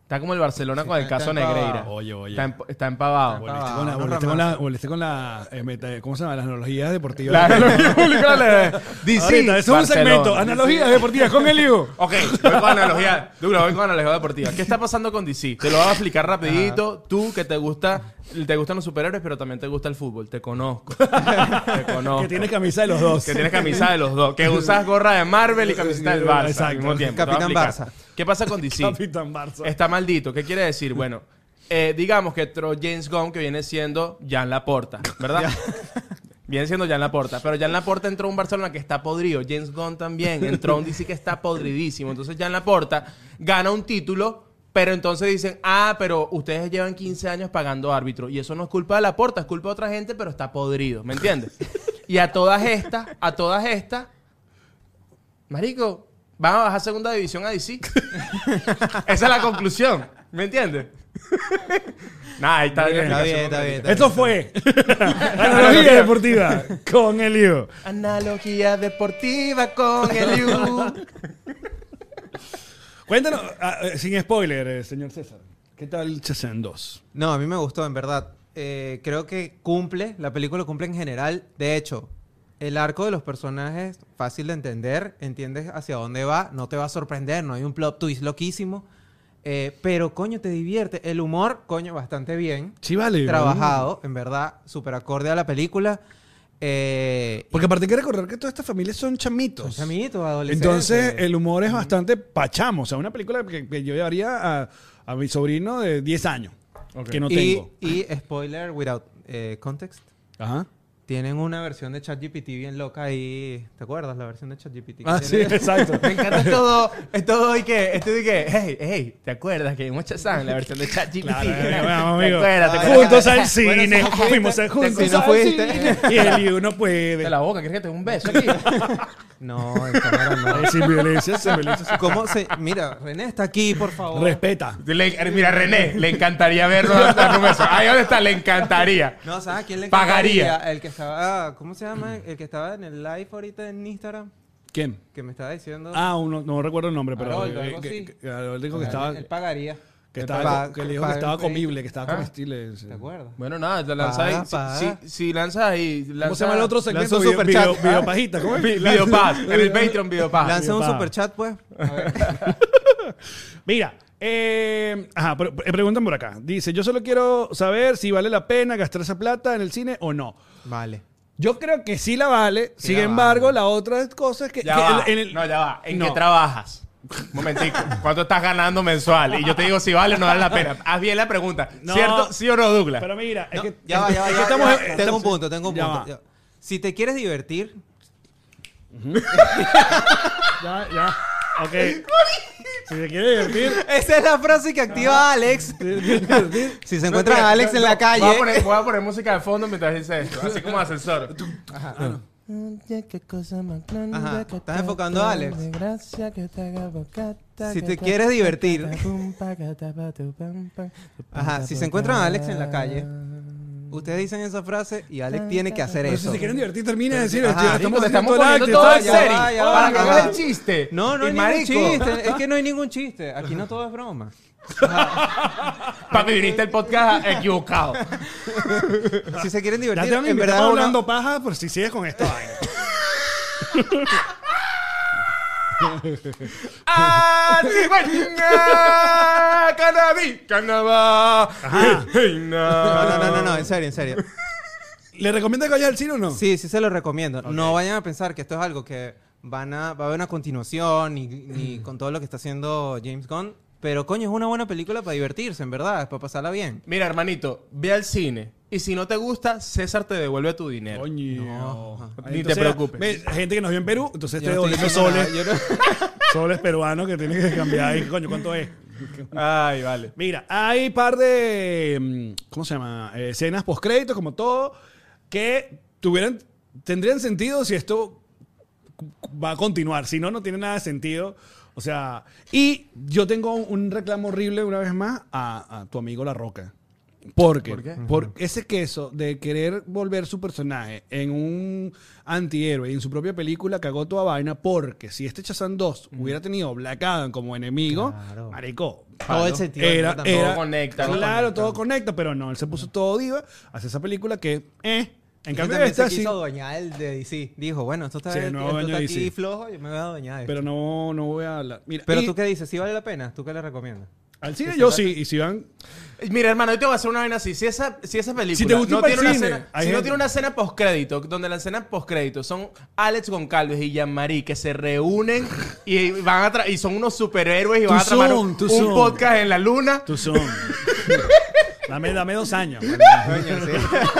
Speaker 1: Está como el Barcelona
Speaker 3: Sí,
Speaker 1: con el
Speaker 3: está-
Speaker 1: caso
Speaker 3: está
Speaker 1: Negreira.
Speaker 3: empavado.
Speaker 2: Oye, oye.
Speaker 1: Está, emp- está empavado.
Speaker 3: Está
Speaker 2: Volviste con la-
Speaker 3: Ah,
Speaker 2: volviste
Speaker 3: no,
Speaker 2: con la, volviste con la, eh, meta- ¿cómo se llama? Las analogías deportivas.
Speaker 1: La analogía pública le- DC,
Speaker 2: Ahorita, eso es un
Speaker 1: Barcelona.
Speaker 2: segmento, analogías deportivas con el Ivo.
Speaker 1: Ok, voy con analogía. Duro, voy con analogía deportiva. ¿Qué está pasando con DC? Te lo voy a explicar rapidito. Tú que te gusta, te gustan los superhéroes, pero también te gusta el fútbol. Te conozco. Te conozco.
Speaker 2: Que tiene camisa de los dos.
Speaker 1: Que tienes camisa de los dos. Que usas gorra de Marvel y camiseta del Barça al
Speaker 2: Exacto.
Speaker 1: mismo tiempo. Te voy a
Speaker 3: Capitán
Speaker 1: explicar.
Speaker 3: Barça.
Speaker 1: ¿Qué pasa con DC?
Speaker 2: Capitán Barça.
Speaker 1: Está maldito. ¿Qué quiere decir? Bueno, eh, digamos que tro- James Gunn, que viene siendo Jan Laporta, ¿verdad? Viene siendo Jan Laporta. Pero Jan Laporta entró a un Barcelona que está podrido. James Gunn también entró a un DC que está podridísimo. Entonces Jan Laporta gana un título, pero entonces dicen, ah, pero ustedes llevan 15 años pagando árbitro. Y eso no es culpa de Laporta, es culpa de otra gente, pero está podrido. ¿Me entiendes? Y a todas estas, a todas estas, marico, van a bajar segunda división a DC. Esa es la conclusión. ¿Me entiendes? Nah, ahí está bien.
Speaker 3: Está
Speaker 1: la
Speaker 3: bien,
Speaker 1: explicación
Speaker 3: está bien. está
Speaker 2: Esto
Speaker 3: bien.
Speaker 2: fue Analogía Deportiva con Elio.
Speaker 1: Analogía deportiva con el
Speaker 2: Cuéntanos, ah, eh, sin spoiler, eh, señor César. ¿Qué tal Chazán 2?
Speaker 3: No, a mí me gustó, en verdad. Eh, creo que cumple, la película cumple en general. De hecho, el arco de los personajes, fácil de entender, entiendes hacia dónde va, no te va a sorprender, no hay un plot twist loquísimo. Eh, pero, coño, te divierte. El humor, coño, bastante bien.
Speaker 2: Sí, vale.
Speaker 3: Trabajado, en verdad, súper acorde a la película. Eh,
Speaker 2: Porque aparte hay que recordar que todas estas familias son chamitos.
Speaker 3: son chamitos, adolescentes.
Speaker 2: Entonces, el humor es bastante pachamo. O sea, una película que, que yo llevaría a, a mi sobrino de 10 años. Que no
Speaker 3: y,
Speaker 2: tengo.
Speaker 3: y spoiler without eh, context.
Speaker 2: Ajá.
Speaker 3: Tienen una versión de ChatGPT bien loca ahí. ¿Te acuerdas la versión de ChatGPT? que
Speaker 2: Ah, sí,
Speaker 3: tiene?
Speaker 2: exacto.
Speaker 1: Me encanta todo, es todo hoy que, esto de que, hey, hey, ¿te acuerdas que en Chazán, la versión de ChatGPT?
Speaker 2: Claro, eh, vamos,
Speaker 1: ¿Te
Speaker 2: amigo.
Speaker 1: acuerdas? ¿Te acuerdas?
Speaker 2: Juntos al
Speaker 3: Bueno, si no
Speaker 2: cine.
Speaker 3: fuiste,
Speaker 2: Fuimos a- juntos
Speaker 3: si no
Speaker 2: al
Speaker 3: fuiste.
Speaker 2: cine. Y Elio no puede.
Speaker 1: De la boca, ¿quieres que te dé un beso aquí?
Speaker 3: No, en cámara no.
Speaker 2: Eh, Sin violencia, sin violencia.
Speaker 3: ¿Cómo se...? Mira, René está aquí, por favor.
Speaker 2: Respeta.
Speaker 1: Le- eh, mira, René, le encantaría vernos darnos un beso. Ahí dónde está, le encantaría.
Speaker 3: no, ¿sabes a quién le
Speaker 1: Pagaría.
Speaker 3: encantaría? El que estaba... ah, ¿Cómo se llama? El que estaba en el live ahorita en Instagram.
Speaker 2: ¿Quién?
Speaker 3: Que me estaba diciendo...
Speaker 2: Ah, uno, no recuerdo el nombre, pero.
Speaker 3: Haroldo,
Speaker 2: eh,
Speaker 3: algo
Speaker 2: que-
Speaker 3: así.
Speaker 2: que- que Haroldo dijo que estaba.
Speaker 3: Él pagaría.
Speaker 2: Que,
Speaker 3: Él
Speaker 2: estaba,
Speaker 3: pa-
Speaker 2: que le dijo que
Speaker 3: pa-
Speaker 2: estaba
Speaker 3: sí.
Speaker 2: comible, que estaba eh.
Speaker 1: Ah.
Speaker 2: comestible. sí.
Speaker 3: ¿Te acuerdas?
Speaker 1: Bueno, nada, te
Speaker 3: Pa,
Speaker 1: lanzas
Speaker 3: pa.
Speaker 1: ahí. Si, si, si lanzas ahí.
Speaker 2: ¿Cómo
Speaker 1: lanza-
Speaker 2: se llama el otro segmento?
Speaker 3: lanzó un
Speaker 2: Video,
Speaker 3: superchat.
Speaker 2: video-
Speaker 3: Ah.
Speaker 2: videopajita, ¿cómo es?
Speaker 1: Vi- Videopass, en el Patreon
Speaker 2: Ah,
Speaker 1: Videopass.
Speaker 3: Lanza un
Speaker 2: pa.
Speaker 3: superchat, pues. A ver.
Speaker 2: Mira, eh, ajá, pre- pre- preguntan por acá. Dice, yo solo quiero saber si vale la pena gastar esa plata en el cine o no.
Speaker 3: Vale.
Speaker 2: Yo creo que sí la vale. Sin
Speaker 1: la
Speaker 2: embargo, la otra cosa es que.
Speaker 1: Ya
Speaker 2: que
Speaker 1: va.
Speaker 2: en el-
Speaker 1: No, ya va. ¿En
Speaker 2: No.
Speaker 1: qué trabajas? Momentico. ¿Cuánto estás ganando mensual? Y yo te digo si vale o no vale la pena. Haz bien la pregunta.
Speaker 2: No.
Speaker 1: ¿Cierto? ¿Sí o no, Douglas?
Speaker 2: Pero mira, es
Speaker 3: No,
Speaker 2: que.
Speaker 3: ya va, ya va,
Speaker 2: es que
Speaker 3: ya va,
Speaker 2: estamos
Speaker 3: ya va.
Speaker 2: en-
Speaker 3: Tengo un punto, tengo un
Speaker 2: Ya
Speaker 3: punto.
Speaker 2: va.
Speaker 3: Ya. Si te quieres divertir,
Speaker 2: Ya, ya. Ok. si se quiere divertir.
Speaker 3: esa es la frase que
Speaker 2: Ah.
Speaker 3: activa a Alex. si se encuentran a Alex en la
Speaker 1: Voy a,
Speaker 3: calle.
Speaker 1: poner, voy a poner música de fondo mientras dice esto. Así como ascensor.
Speaker 5: Qué cosa más grande
Speaker 3: Ajá,
Speaker 5: que
Speaker 3: estás
Speaker 5: te
Speaker 3: enfocando a Alex.
Speaker 5: de gracia, que te haga bocata,
Speaker 3: Si
Speaker 5: que
Speaker 3: te
Speaker 5: ta-
Speaker 3: quieres divertir.
Speaker 5: catapum, pa, catapatu, pam, pam,
Speaker 3: Ajá, si se encuentran a Alex en la calle, ustedes dicen esa frase y Alex tiene que hacer
Speaker 2: Pero si
Speaker 3: eso.
Speaker 2: se quieren divertir, termina de decir.
Speaker 3: Ajá,
Speaker 2: "Tío,
Speaker 1: Marico,
Speaker 2: estamos
Speaker 1: te estamos
Speaker 2: haciendo la
Speaker 1: poniendo todo en
Speaker 2: actitud".
Speaker 3: ya va,
Speaker 1: serio.
Speaker 3: ya va,
Speaker 1: Para que
Speaker 3: ya
Speaker 1: hagas
Speaker 3: va.
Speaker 1: el chiste.
Speaker 3: No, no
Speaker 1: Y
Speaker 3: hay ningún
Speaker 1: marico,
Speaker 3: chiste. Es que no hay ningún chiste. Aquí no todo es broma.
Speaker 1: Papi, viniste el podcast equivocado.
Speaker 3: Si se quieren
Speaker 2: Ya
Speaker 3: divertir,
Speaker 2: te van a
Speaker 3: en
Speaker 2: invitar
Speaker 3: verdad uno-
Speaker 2: hablando paja por si sigues con esto. vaina.
Speaker 1: ¡Ah! sí, bueno. ¡Cannabis! ¡Cannabis! Hey,
Speaker 3: No,
Speaker 1: no.
Speaker 3: no, no, no, no, en serio, en serio.
Speaker 2: ¿Le recomiendas que vayas al cine o no?
Speaker 3: Sí, sí se lo recomiendo. No vayan a pensar que esto es algo que van a, va a haber una continuación ni,
Speaker 2: Mm.
Speaker 3: ni con todo lo que está haciendo James Gunn. Pero coño, es una buena película para divertirse, en verdad, es para pasarla bien.
Speaker 1: Mira, hermanito, ve al cine. Y si no te gusta, César te devuelve tu dinero.
Speaker 2: Coño.
Speaker 3: No.
Speaker 2: Ah,
Speaker 1: Ni te
Speaker 2: entonces,
Speaker 1: preocupes.
Speaker 2: ve, gente que nos vio en Perú, entonces
Speaker 3: Yo
Speaker 2: te
Speaker 3: no estoy
Speaker 2: devolviendo
Speaker 3: diciendo
Speaker 2: soles,
Speaker 3: nada, yo no-
Speaker 2: soles peruanos que tienes que cambiar. ahí. coño, ¿cuánto es?
Speaker 1: Ay, vale.
Speaker 2: Mira, hay par de. mm, ¿Cómo se llama? Eh, escenas postcréditos, como todo, que tuvieran. Tendrían sentido si esto cu- cu- va a continuar. Si no, no tiene nada de sentido. O sea, y yo tengo un reclamo horrible una vez más a, a tu amigo La Roca. Porque,
Speaker 1: ¿Por qué?
Speaker 2: por ese queso de querer volver su personaje en un antihéroe y en su propia película cagó toda vaina. Porque si este Chazán 2 hubiera tenido Black Adam como enemigo,
Speaker 3: Claro.
Speaker 2: marico,
Speaker 3: Todo el sentido.
Speaker 2: era,
Speaker 3: ¿no? Tampoco-
Speaker 2: era-
Speaker 1: conecta,
Speaker 2: Claro,
Speaker 1: todo
Speaker 2: todo conecta, pero no, él se puso todo diva, hace esa película que, eh, en
Speaker 3: Él
Speaker 2: cambio
Speaker 3: también
Speaker 2: esta
Speaker 3: se
Speaker 2: sí,
Speaker 3: quiso doñar el de DC. Dijo, bueno, esto está,
Speaker 2: Sí, el nuevo
Speaker 3: esto
Speaker 2: dueño
Speaker 3: está
Speaker 2: de
Speaker 3: aquí
Speaker 2: DC.
Speaker 3: flojo, yo me voy a doñar. esto.
Speaker 2: pero no, no voy a hablar. Mira,
Speaker 3: Pero
Speaker 2: y
Speaker 3: tú qué dices, ¿sí vale la pena? ¿Tú qué le recomiendas?
Speaker 2: al cine yo sí, y si van,
Speaker 1: Mira, hermano, yo te voy a hacer una vaina así. Si esa, si esa película
Speaker 2: Si te gusta ir
Speaker 1: no,
Speaker 2: pa'l
Speaker 1: tiene una
Speaker 2: cine,
Speaker 1: escena,
Speaker 2: hay
Speaker 1: si no
Speaker 2: gente.
Speaker 1: tiene una escena postcrédito, donde la escena postcrédito son Alex Goncalves y Jean-Marie que se reúnen y van a tra- y son unos superhéroes y van a
Speaker 2: Tú
Speaker 1: tramar
Speaker 2: son,
Speaker 1: un,
Speaker 2: tú
Speaker 1: un
Speaker 2: son.
Speaker 1: podcast en la luna.
Speaker 2: tú son. dame, dame dos años.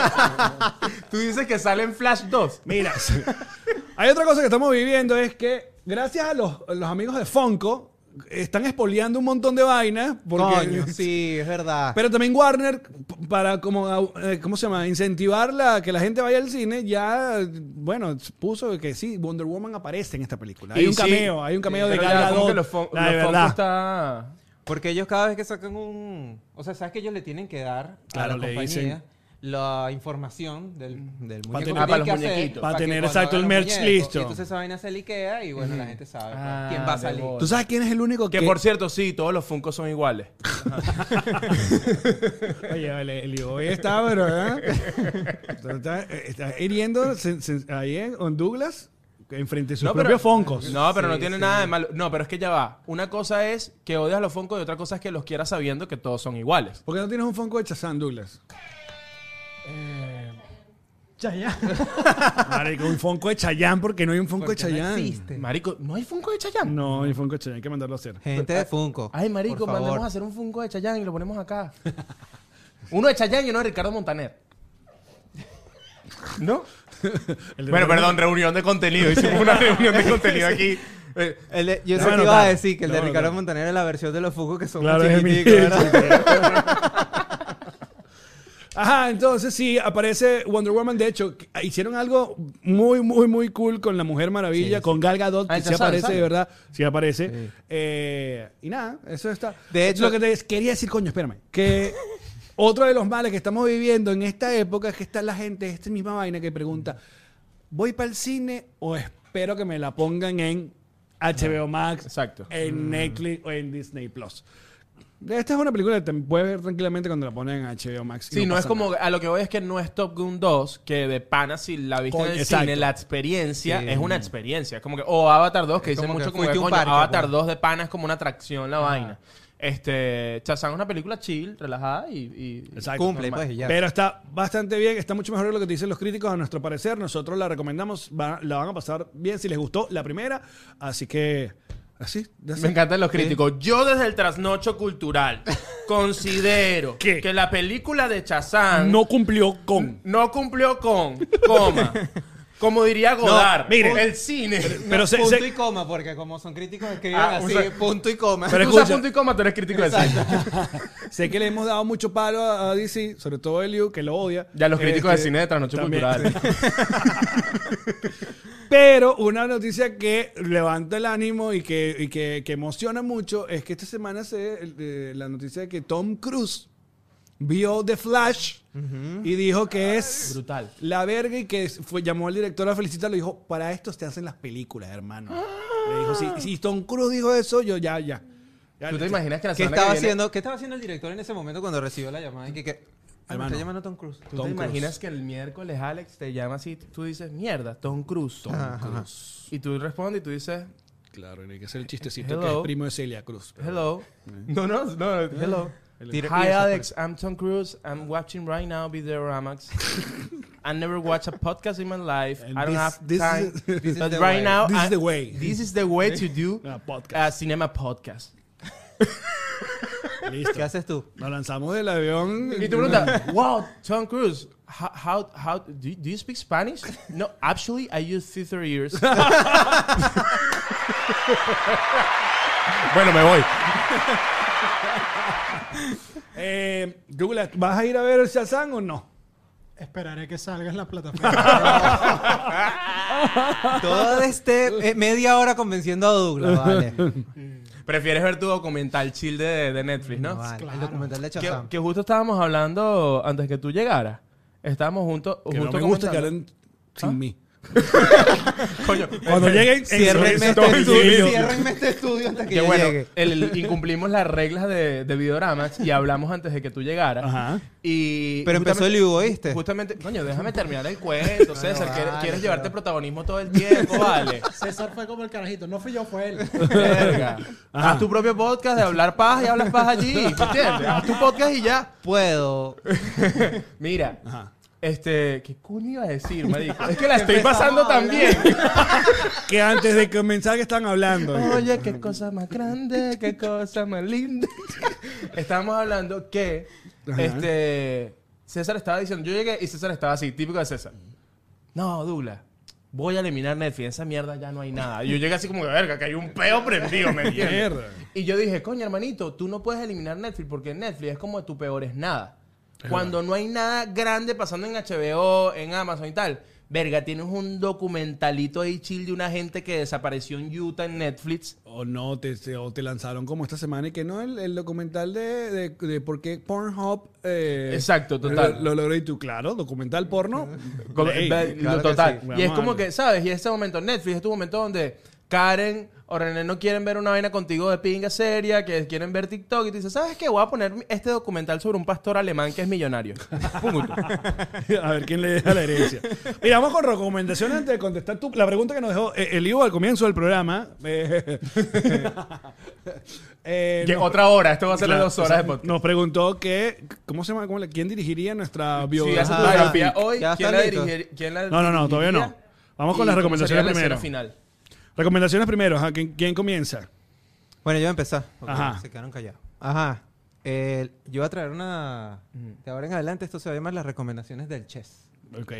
Speaker 1: Tú dices que sale en Flash 2.
Speaker 2: Mira, hay otra cosa que estamos viviendo es que gracias a los, a los amigos de Funko están expoliando un montón de vainas porque
Speaker 3: Coño, sí, es verdad.
Speaker 2: Pero también Warner, p- para como, au- eh, ¿cómo se llama? Incentivar la, que la gente vaya al cine, ya, bueno, puso que sí, Wonder Woman aparece en esta película. Hay
Speaker 1: Y
Speaker 2: un
Speaker 1: sí.
Speaker 2: cameo, hay un cameo de
Speaker 1: Pero
Speaker 2: Gal
Speaker 1: ya, como
Speaker 2: Gadot.
Speaker 1: que los fon-
Speaker 2: La de
Speaker 1: los Funko
Speaker 2: verdad.
Speaker 1: está-
Speaker 3: Porque ellos cada vez que sacan un... O sea, ¿sabes que ellos le tienen que dar
Speaker 2: Claro,
Speaker 3: a
Speaker 2: le
Speaker 3: la compañía
Speaker 2: dicen-
Speaker 3: la información del, del muñeco
Speaker 2: tener-
Speaker 3: que
Speaker 1: Ah, para
Speaker 3: tienen que
Speaker 1: los
Speaker 3: hacer
Speaker 1: muñequitos.
Speaker 2: Para
Speaker 3: que
Speaker 2: tener,
Speaker 3: cuando
Speaker 2: exacto, el
Speaker 3: hagan los
Speaker 2: merch
Speaker 3: muñecos.
Speaker 2: listo.
Speaker 3: Y entonces esa vaina se liquea y bueno, la gente sabe pues,
Speaker 1: Ah,
Speaker 3: quién va a
Speaker 1: de
Speaker 3: salir.
Speaker 1: bola.
Speaker 2: ¿Tú sabes quién es el único que...
Speaker 1: Que por cierto, sí, todos los Funkos son iguales.
Speaker 2: Oye, vale, el hoy está, pero... ¿eh? está, está hiriendo se- se- ahí en en Douglas, enfrente de sus
Speaker 1: No, pero-
Speaker 2: propios Foncos.
Speaker 1: No, pero no
Speaker 3: Sí,
Speaker 1: tiene
Speaker 3: sí.
Speaker 1: nada de malo. No, pero es que ya va. Una cosa es que odias a los Funkos y otra cosa es que los quieras sabiendo que todos son iguales.
Speaker 2: ¿Por qué no tienes un Fonco de Chazán, Douglas?
Speaker 4: Eh, ya, ya.
Speaker 2: Marico, un Fonco de Chayán, porque no hay un Fonco de
Speaker 3: Porque no
Speaker 2: Chayán.
Speaker 3: existe.
Speaker 1: Marico, ¿no hay Funko de Chayanne?
Speaker 2: No, hay un Fonco de Chayán, hay que mandarlo a hacer.
Speaker 3: Gente de Funko.
Speaker 1: Ay, marico,
Speaker 3: por favor.
Speaker 1: mandemos a hacer un Funko de Chayanne y lo ponemos acá. uno de Chayanne y uno de Ricardo Montaner. ¿No?
Speaker 2: El de
Speaker 1: Bueno,
Speaker 2: Ricardo-
Speaker 1: perdón, reunión de contenido. Hicimos una reunión de contenido aquí. Eh,
Speaker 3: El de- yo
Speaker 2: No,
Speaker 3: sé
Speaker 2: bueno,
Speaker 3: que iba a
Speaker 2: claro.
Speaker 3: decir que el de
Speaker 2: No,
Speaker 3: Ricardo
Speaker 2: claro.
Speaker 3: Montaner es la versión de los Funko que son
Speaker 2: Claro,
Speaker 3: muy
Speaker 2: es mi-
Speaker 3: chiquiticos, ¿verdad?
Speaker 2: Ajá, entonces sí, aparece Wonder Woman. De hecho, que- hicieron algo muy, muy, muy cool con la Mujer Maravilla, con Gal Gadot,
Speaker 1: Ah,
Speaker 2: que
Speaker 1: ya
Speaker 2: sí
Speaker 1: sabe,
Speaker 2: aparece,
Speaker 1: sabe.
Speaker 2: de verdad, sí aparece.
Speaker 3: Sí.
Speaker 2: Eh, y nada, eso está.
Speaker 3: De hecho-
Speaker 2: lo que te quería decir, coño, espérame, que otro de los males que estamos viviendo en esta época es que está la gente, esta misma vaina que pregunta, ¿voy para el cine o espero que me la pongan en HBO Max,
Speaker 1: Exacto.
Speaker 2: en Netflix o en Disney Plus? Esta es una película que te puedes ver tranquilamente cuando la ponen en HBO Max. y
Speaker 1: Sí, no, es
Speaker 2: pasa nada.
Speaker 1: como a lo que voy es que no es Top Gun 2, que de pana si la viste
Speaker 2: Coño,
Speaker 1: en el
Speaker 2: exacto.
Speaker 1: cine, la experiencia
Speaker 3: Sí.
Speaker 1: es una experiencia. Es como que, o Avatar 2, que dice
Speaker 3: como que
Speaker 1: mucho como
Speaker 3: fuiste
Speaker 1: que,
Speaker 3: a un
Speaker 1: coño,
Speaker 3: parque,
Speaker 1: Avatar
Speaker 3: pues.
Speaker 1: 2 de pana es como una atracción la vaina. Este, Chazán es una película chill, relajada y... y-
Speaker 2: Exacto.
Speaker 3: Cumple, pues, y ya.
Speaker 2: Pero está bastante bien, está mucho mejor de lo que te dicen los críticos a nuestro parecer. Nosotros la recomendamos, va- la van a pasar bien si les gustó la primera. Así que, así. ya
Speaker 1: Me
Speaker 2: sé.
Speaker 1: encantan los críticos. Yo desde el trasnocho cultural considero
Speaker 2: ¿Qué?
Speaker 1: que la película de Chazán
Speaker 2: No cumplió con.
Speaker 1: no cumplió con, coma, como diría Godard,
Speaker 2: mire.
Speaker 1: el cine.
Speaker 2: Pero se-
Speaker 3: punto
Speaker 2: se-
Speaker 3: y coma, porque como son críticos escriben
Speaker 1: Ah,
Speaker 3: así,
Speaker 1: o sea-
Speaker 3: punto y coma.
Speaker 2: Pero
Speaker 1: tú usas
Speaker 2: escucha.
Speaker 1: punto y coma, tú eres crítico de cine.
Speaker 2: sé que le hemos dado mucho palo a, a DC, sobre todo a Eliu, que lo odia.
Speaker 1: Ya los críticos de
Speaker 2: Este,
Speaker 1: cine de trasnocho
Speaker 2: también.
Speaker 1: cultural.
Speaker 2: Pero una noticia que levanta el ánimo y que, y que, que emociona mucho es que esta semana se eh, la noticia de que Tom Cruise vio The Flash y dijo que es
Speaker 1: Brutal.
Speaker 2: la verga y que fue, llamó al director a felicitarlo y dijo, para esto te hacen las películas, hermano. Le dijo, si, si Tom Cruise dijo eso, yo ya, ya. Ya,
Speaker 1: ¿Tú te
Speaker 2: este-
Speaker 1: imaginas que la
Speaker 3: ¿Qué
Speaker 1: semana
Speaker 3: estaba,
Speaker 1: que viene-
Speaker 3: haciendo, ¿Qué estaba haciendo el director en ese momento cuando recibió la llamada? Y que, que- Ah, me
Speaker 2: Hermano.
Speaker 3: está llamando Tom Cruise.
Speaker 1: ¿Tú
Speaker 2: Tom
Speaker 1: te
Speaker 2: Cruise.
Speaker 1: imaginas que el miércoles Alex te llama así, tú dices, mierda, Tom Cruise, Tom Cruise. Y tú respondes y tú dices,
Speaker 2: Claro, hay que hacer el chistecito
Speaker 1: Hello.
Speaker 2: que es primo de Celia Cruz.
Speaker 1: hello. No, no, no, hello.
Speaker 3: Tira-
Speaker 1: Hi
Speaker 3: y esa
Speaker 1: Alex, I'm Tom Cruise. I'm watching right now Video Ramax. I never watched a podcast in my life.
Speaker 2: And
Speaker 1: I don't
Speaker 2: this-
Speaker 1: have
Speaker 2: this
Speaker 1: time.
Speaker 2: is-
Speaker 3: this is
Speaker 1: but
Speaker 3: the
Speaker 1: right
Speaker 3: way.
Speaker 1: now,
Speaker 2: This is
Speaker 1: I-
Speaker 2: the way.
Speaker 1: This is the way to do
Speaker 2: Ah, podcast.
Speaker 1: a cinema podcast.
Speaker 2: Listo.
Speaker 3: ¿Qué haces tú?
Speaker 2: Nos lanzamos del avión.
Speaker 1: Y te preguntan, wow, Tom Cruise, how, how, how do, you, do you speak Spanish? No, actually, I use theater years. bueno, me voy.
Speaker 2: Eh, Douglas, ¿vas a ir a ver el Shazam o no?
Speaker 4: Esperaré que salga en la plataforma.
Speaker 3: Todo este eh, media hora convenciendo a Douglas, vale.
Speaker 1: Prefieres ver tu documental chill de, de Netflix, ¿no?
Speaker 3: Vale, El
Speaker 4: Claro.
Speaker 3: documental de
Speaker 1: Que,
Speaker 3: Chazam.
Speaker 1: que justo estábamos hablando antes que tú llegaras. Estábamos juntos.
Speaker 2: Que no
Speaker 1: justo ¿Ah?
Speaker 2: me gusta que
Speaker 1: comentando.
Speaker 2: hablen sin mí.
Speaker 1: Eh, Coño, eh,
Speaker 2: Cuando lleguen,
Speaker 3: Ciérrenme
Speaker 2: en
Speaker 3: este
Speaker 2: silencio,
Speaker 3: estudio,
Speaker 2: domicilio.
Speaker 3: ciérrenme este estudio hasta que
Speaker 1: Que
Speaker 3: yo
Speaker 1: bueno,
Speaker 3: llegue.
Speaker 1: el- incumplimos las reglas de, de Videodramas y hablamos antes de que tú llegaras.
Speaker 2: Ajá.
Speaker 1: Y
Speaker 3: Pero empezó el Hugo, ¿viste?
Speaker 1: Justamente, coño, déjame terminar el cuento, César. ¿Quieres,
Speaker 3: vale,
Speaker 1: quieres
Speaker 3: pero-
Speaker 1: llevarte protagonismo todo el tiempo, vale?
Speaker 4: César fue como el carajito. No fui yo, fue él.
Speaker 1: Verga.
Speaker 2: Ajá.
Speaker 1: Haz tu propio podcast de hablar paja y hablas paja allí, ¿me entiendes? Haz tu podcast y ya.
Speaker 3: Puedo.
Speaker 1: Mira,
Speaker 2: Ajá.
Speaker 1: este, ¿qué coño iba a decir, marico? Es que la estoy pasando también.
Speaker 2: Que antes de comenzar que están hablando.
Speaker 5: Oye, qué cosa más grande, qué cosa más linda.
Speaker 1: Estábamos hablando que
Speaker 2: Ajá.
Speaker 1: este César estaba diciendo, yo llegué y César estaba así, típico de César. No, Douglas, voy a eliminar Netflix, esa mierda ya no hay nada. Y yo llegué así como que verga, que hay un peo prendido, ¿me entiendes?
Speaker 2: Mierda.
Speaker 1: Y yo dije, coño, hermanito, tú no puedes eliminar Netflix porque Netflix es como tu peor es nada. Cuando no hay nada grande pasando en HBO, en Amazon y tal, verga, tienes un documentalito ahí chill de una gente que desapareció en Utah en Netflix.
Speaker 2: O no, te, te- o te lanzaron como esta semana y que no, el, el documental de, de, de por qué Pornhub. eh,
Speaker 1: Exacto, total.
Speaker 2: Lo, lo logré y tú, claro, documental porno.
Speaker 1: Como-
Speaker 2: Ey,
Speaker 1: ve-
Speaker 3: claro
Speaker 1: lo
Speaker 3: que
Speaker 1: total.
Speaker 2: sí.
Speaker 1: Y es
Speaker 2: Vamos a
Speaker 1: como
Speaker 2: darle.
Speaker 1: que, ¿sabes? Y este momento, Netflix es tu momento donde Karen o René no quieren ver una vaina contigo de pinga seria, que quieren ver TikTok y te dicen, ¿sabes qué? Voy a poner este documental sobre un pastor alemán que es millonario. Punto.
Speaker 2: A ver quién le deja la herencia. Mira, vamos con recomendaciones antes de contestar tú. La pregunta que nos dejó eh, el Ivo al comienzo del programa. eh, eh,
Speaker 1: Que
Speaker 2: nos-
Speaker 1: otra hora, esto va a ser las
Speaker 2: Claro,
Speaker 1: dos horas
Speaker 2: o sea,
Speaker 1: de podcast.
Speaker 2: Nos preguntó que, ¿cómo se llama? ¿Cómo le- ¿Quién dirigiría nuestra
Speaker 1: Si haces
Speaker 2: biografía?
Speaker 1: tu
Speaker 3: Ah,
Speaker 1: biografía
Speaker 3: ya.
Speaker 1: hoy,
Speaker 3: Ya
Speaker 1: ¿quién
Speaker 3: está
Speaker 1: la,
Speaker 3: listo.
Speaker 1: dirigir- quién la
Speaker 2: no, no, no, todavía no.
Speaker 1: dirigiría?
Speaker 2: Vamos con
Speaker 1: ¿Y cómo sería
Speaker 2: las recomendaciones
Speaker 1: la
Speaker 2: primero.
Speaker 1: escena final.
Speaker 2: Recomendaciones primero, ajá, ¿quién, quién comienza?
Speaker 3: Bueno, yo voy a empezar. porque
Speaker 2: Ajá.
Speaker 3: Se quedaron callados. Ajá. El- yo voy a traer una. De ahora en adelante, esto se va a llamar las recomendaciones del chess.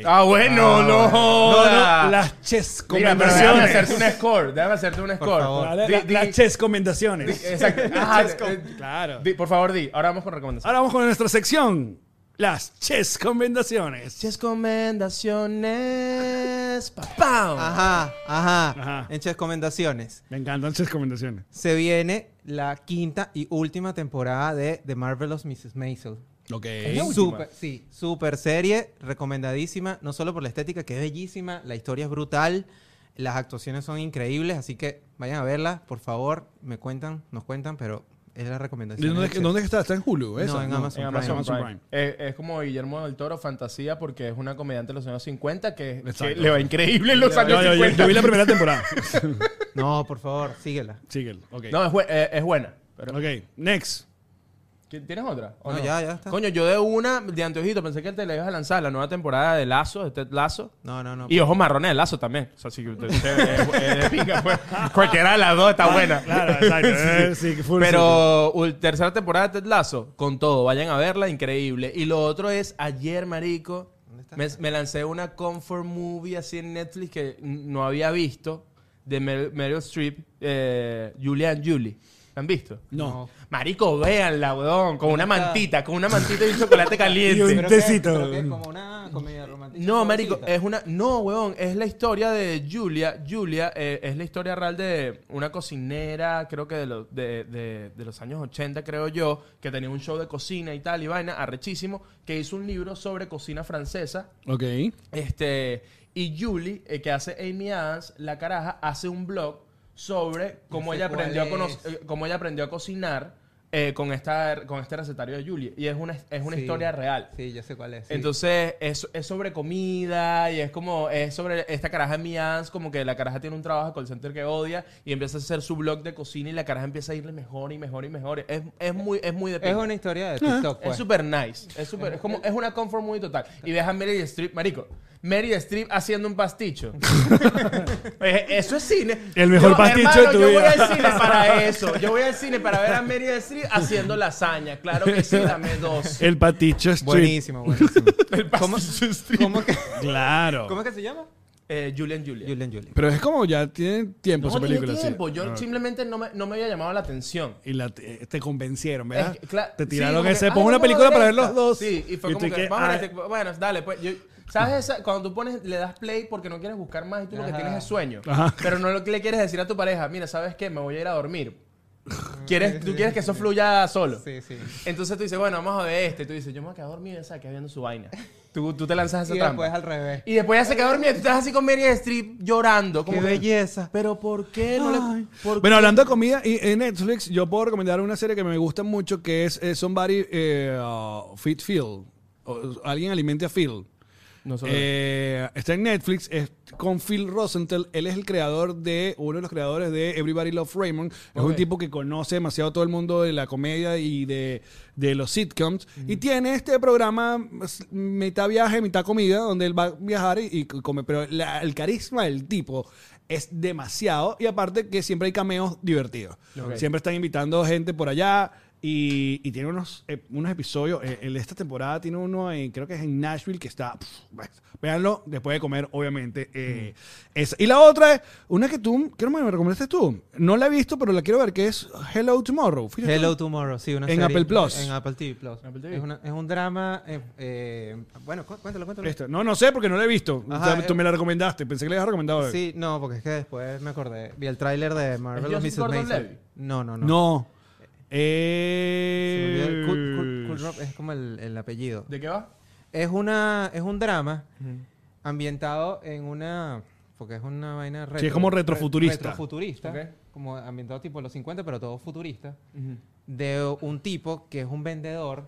Speaker 1: Ah, bueno, no.
Speaker 2: No, no,
Speaker 1: joda.
Speaker 2: las chess
Speaker 1: Mira, pero déjame hacerte
Speaker 2: recomendaciones.
Speaker 1: un score, déjame hacerte un score.
Speaker 3: favor.
Speaker 2: Vale,
Speaker 1: Di-
Speaker 2: la-
Speaker 1: di-
Speaker 2: Las chess recomendaciones.
Speaker 1: Exacto. Ajá, eh,
Speaker 2: Claro.
Speaker 1: di- por favor, di. Ahora vamos con recomendaciones.
Speaker 2: Ahora vamos con nuestra sección. Las chess recomendaciones.
Speaker 1: Recomendaciones. ¡Pam!
Speaker 3: Ajá, ajá.
Speaker 2: Oh. Ajá.
Speaker 3: En chess recomendaciones.
Speaker 2: Me encantan chess recomendaciones.
Speaker 3: Se viene la quinta y última temporada de The Marvelous Mrs. Maisel.
Speaker 2: Ok.
Speaker 3: Super, sí, super serie, recomendadísima, no solo por la estética, que es bellísima, la historia es brutal, las actuaciones son increíbles, así que vayan a verla, por favor, me cuentan, nos cuentan, pero es la recomendación.
Speaker 2: ¿Dónde,
Speaker 3: de
Speaker 2: es que-
Speaker 3: Chef.
Speaker 2: dónde está? ¿Está en Hulu? esa?
Speaker 3: No, en Amazon
Speaker 1: En
Speaker 3: Prime.
Speaker 1: Amazon
Speaker 2: Amazon
Speaker 1: Prime.
Speaker 2: Prime.
Speaker 1: Eh, es como Guillermo del Toro fantasía porque es una comediante de los años 50 que, que
Speaker 2: Exacto.
Speaker 1: le va increíble en los
Speaker 2: No,
Speaker 1: años
Speaker 2: yo, yo-
Speaker 1: 50.
Speaker 2: yo vi la primera temporada.
Speaker 3: No, por favor, síguela.
Speaker 2: Síguelo. Ok.
Speaker 1: No, es, bu- eh, es buena. Pero,
Speaker 2: Ok, next.
Speaker 1: ¿Qui- ¿Tienes otra? ¿O
Speaker 3: No, ya, ya está.
Speaker 1: Coño, yo de una, de anteojito, pensé que te la ibas a lanzar la nueva temporada de Lazo, de Ted Lazo.
Speaker 3: No, no, no.
Speaker 1: Y ojos marrones de Lazo también. O sea, si usted es, es de pinga, pues. Cualquiera de las dos está buena.
Speaker 2: Claro, exacto. Eh, sí, full
Speaker 1: Pero ul- tercera temporada de Ted Lazo, con todo, vayan a verla, increíble. Y lo otro es, ayer, marico, me, me lancé una comfort movie así en Netflix que n- no había visto, de Mer- Meryl Streep, eh, Julie and Julie. ¿La han visto?
Speaker 2: sí. No.
Speaker 1: Marico, véanla, weón, con una
Speaker 3: está.
Speaker 1: mantita, con una mantita y un chocolate
Speaker 2: Y
Speaker 1: caliente.
Speaker 2: un-
Speaker 3: Pero que-
Speaker 2: Tecito.
Speaker 3: pero que es como una comedia romántica.
Speaker 1: No, marico,
Speaker 3: Cosita.
Speaker 1: es una... No, weón, es la historia de Julia. Julia eh, es la historia real de una cocinera, creo que de, los de, de- de los años 80, creo yo, que tenía un show de cocina y tal, y vaina, arrechísimo, que hizo un libro sobre cocina francesa.
Speaker 2: Ok.
Speaker 1: Este, y Julie, eh, que hace Amy Adams, la caraja, hace un blog sobre cómo,
Speaker 3: sé
Speaker 1: ella
Speaker 3: cuál
Speaker 1: aprendió, a cono-
Speaker 3: es.
Speaker 1: eh, cómo ella aprendió a cocinar eh, con, esta, con este recetario de Julie. Y es una, es una
Speaker 3: Sí.
Speaker 1: historia real.
Speaker 3: Sí, yo sé cuál es. sí.
Speaker 1: Entonces, es, es sobre comida y es como, es sobre esta caraja de Mians, como que la caraja tiene un trabajo de call center que odia y empieza a hacer su blog de cocina y la caraja empieza a irle mejor y mejor y mejor. Es, es muy, es muy de
Speaker 3: es
Speaker 1: pinga.
Speaker 3: una historia de TikTok,
Speaker 1: Ah, Es
Speaker 3: pues.
Speaker 1: súper nice. Es súper- es como, es una comfort muy total. Y ves a Mary Streep, marico. Mary Streep haciendo un pasticho. Eh, eso es cine.
Speaker 2: El mejor pasticho de tu
Speaker 1: yo
Speaker 2: vida.
Speaker 1: voy al cine para eso. Yo voy al cine para ver a Mary Streep haciendo lasaña. Claro que sí, dame dos.
Speaker 2: El paticho Street.
Speaker 3: Buenísimo, buenísimo.
Speaker 1: ¿Cómo,
Speaker 3: ¿Cómo que,
Speaker 2: Claro.
Speaker 3: ¿Cómo que se llama?
Speaker 1: eh, Julian Julia.
Speaker 3: Julian Julian.
Speaker 2: Pero es como ya tiene tiempo
Speaker 1: No
Speaker 2: su
Speaker 1: tiene
Speaker 2: película. sí.
Speaker 1: tiempo. Yo
Speaker 2: Ah.
Speaker 1: simplemente no me, no me había llamado la atención.
Speaker 2: Y la, te, te convencieron, ¿verdad?
Speaker 1: Es que, cla-
Speaker 2: te
Speaker 1: sí,
Speaker 2: tiraron
Speaker 1: como
Speaker 2: ese.
Speaker 1: que,
Speaker 2: Pon
Speaker 1: "Ay,
Speaker 2: una
Speaker 1: vamos a
Speaker 2: película
Speaker 1: ver
Speaker 2: para ver
Speaker 1: esta".
Speaker 2: los dos.
Speaker 1: Sí, y fue
Speaker 2: Y
Speaker 1: como
Speaker 2: tú
Speaker 1: que,
Speaker 2: que,
Speaker 1: "Vamos a ver
Speaker 2: "Ah".
Speaker 1: este- bueno, dale, pues. yo- ¿Sabes esa? Cuando tú pones, le das play porque no quieres buscar más y tú lo que
Speaker 3: Ajá.
Speaker 1: tienes es sueño.
Speaker 2: Ajá.
Speaker 1: Pero no lo que le quieres decir a tu pareja, mira, ¿sabes qué? Me voy a ir a dormir. ¿Quieres, tú quieres que eso fluya solo.
Speaker 3: Sí, sí.
Speaker 1: Entonces tú dices, bueno, vamos a ver este. Y tú dices, yo me voy a quedar dormido, esa que viendo su vaina. Tú, tú te lanzas a
Speaker 3: Y
Speaker 1: esa trampa.
Speaker 3: después al revés.
Speaker 1: Y después ya se quedó dormida. Tú estás así con Mary Streep llorando. Como
Speaker 3: ¡Qué
Speaker 1: que,
Speaker 3: belleza!
Speaker 1: Pero ¿por qué no le.? por
Speaker 2: Bueno,
Speaker 1: qué?
Speaker 2: hablando de comida y en Netflix, yo puedo recomendar una serie que me gusta mucho que es eh, Somebody eh, uh, Feed Phil. O, alguien alimente a Phil.
Speaker 1: No solo-
Speaker 2: Eh, está en Netflix, es con Phil Rosenthal. Él es el creador de, uno de los creadores de Everybody Love Raymond. Es un
Speaker 1: Ok.
Speaker 2: tipo que conoce demasiado todo el mundo de la comedia y de, de los sitcoms. Y tiene este programa s- mitad viaje, mitad comida, donde él va a viajar y, y come. Pero la- el carisma del tipo es demasiado. Y aparte que siempre hay cameos divertidos.
Speaker 1: Ok.
Speaker 2: Siempre están invitando gente por allá. Y, y tiene unos, eh, unos episodios. eh, en esta temporada tiene uno, en, creo que es en Nashville, que está. pf, bueno, véanlo después de comer, obviamente. eh,
Speaker 3: Mm.
Speaker 2: esa. Y la otra es una que tú, creo que me recomendaste tú. No la he visto, pero la quiero ver, que es Hello Tomorrow. Fíjate.
Speaker 3: Hello Tomorrow, sí, una
Speaker 2: En
Speaker 3: serie-
Speaker 2: Apple Plus.
Speaker 3: En Apple TV Plus.
Speaker 1: Apple TV.
Speaker 3: Es, una- es un drama. eh, eh, bueno, cu- cuéntalo, cuéntalo.
Speaker 2: Esto. Este, No, no sé, porque no la he visto.
Speaker 3: Ajá,
Speaker 2: O sea, tú
Speaker 3: eh,
Speaker 2: me la recomendaste. Pensé que la habías recomendado. hoy.
Speaker 3: Sí, no, porque es que después me acordé. Vi el tráiler de Marvel
Speaker 1: Joseph
Speaker 3: Mrs.
Speaker 1: Gordon-Levitt?
Speaker 3: Maisel. No, no, no.
Speaker 2: No.
Speaker 3: Se me olvidó
Speaker 2: Eh...
Speaker 3: el Kul- Kul- Kulrop, es como el, el apellido.
Speaker 1: ¿De qué va?
Speaker 3: Es una es un drama ambientado en una porque es una vaina retro,
Speaker 2: es como retrofuturista.
Speaker 3: re- retrofuturista,
Speaker 1: Ok.
Speaker 3: como ambientado tipo los 50, pero todo futurista, de un tipo que es un vendedor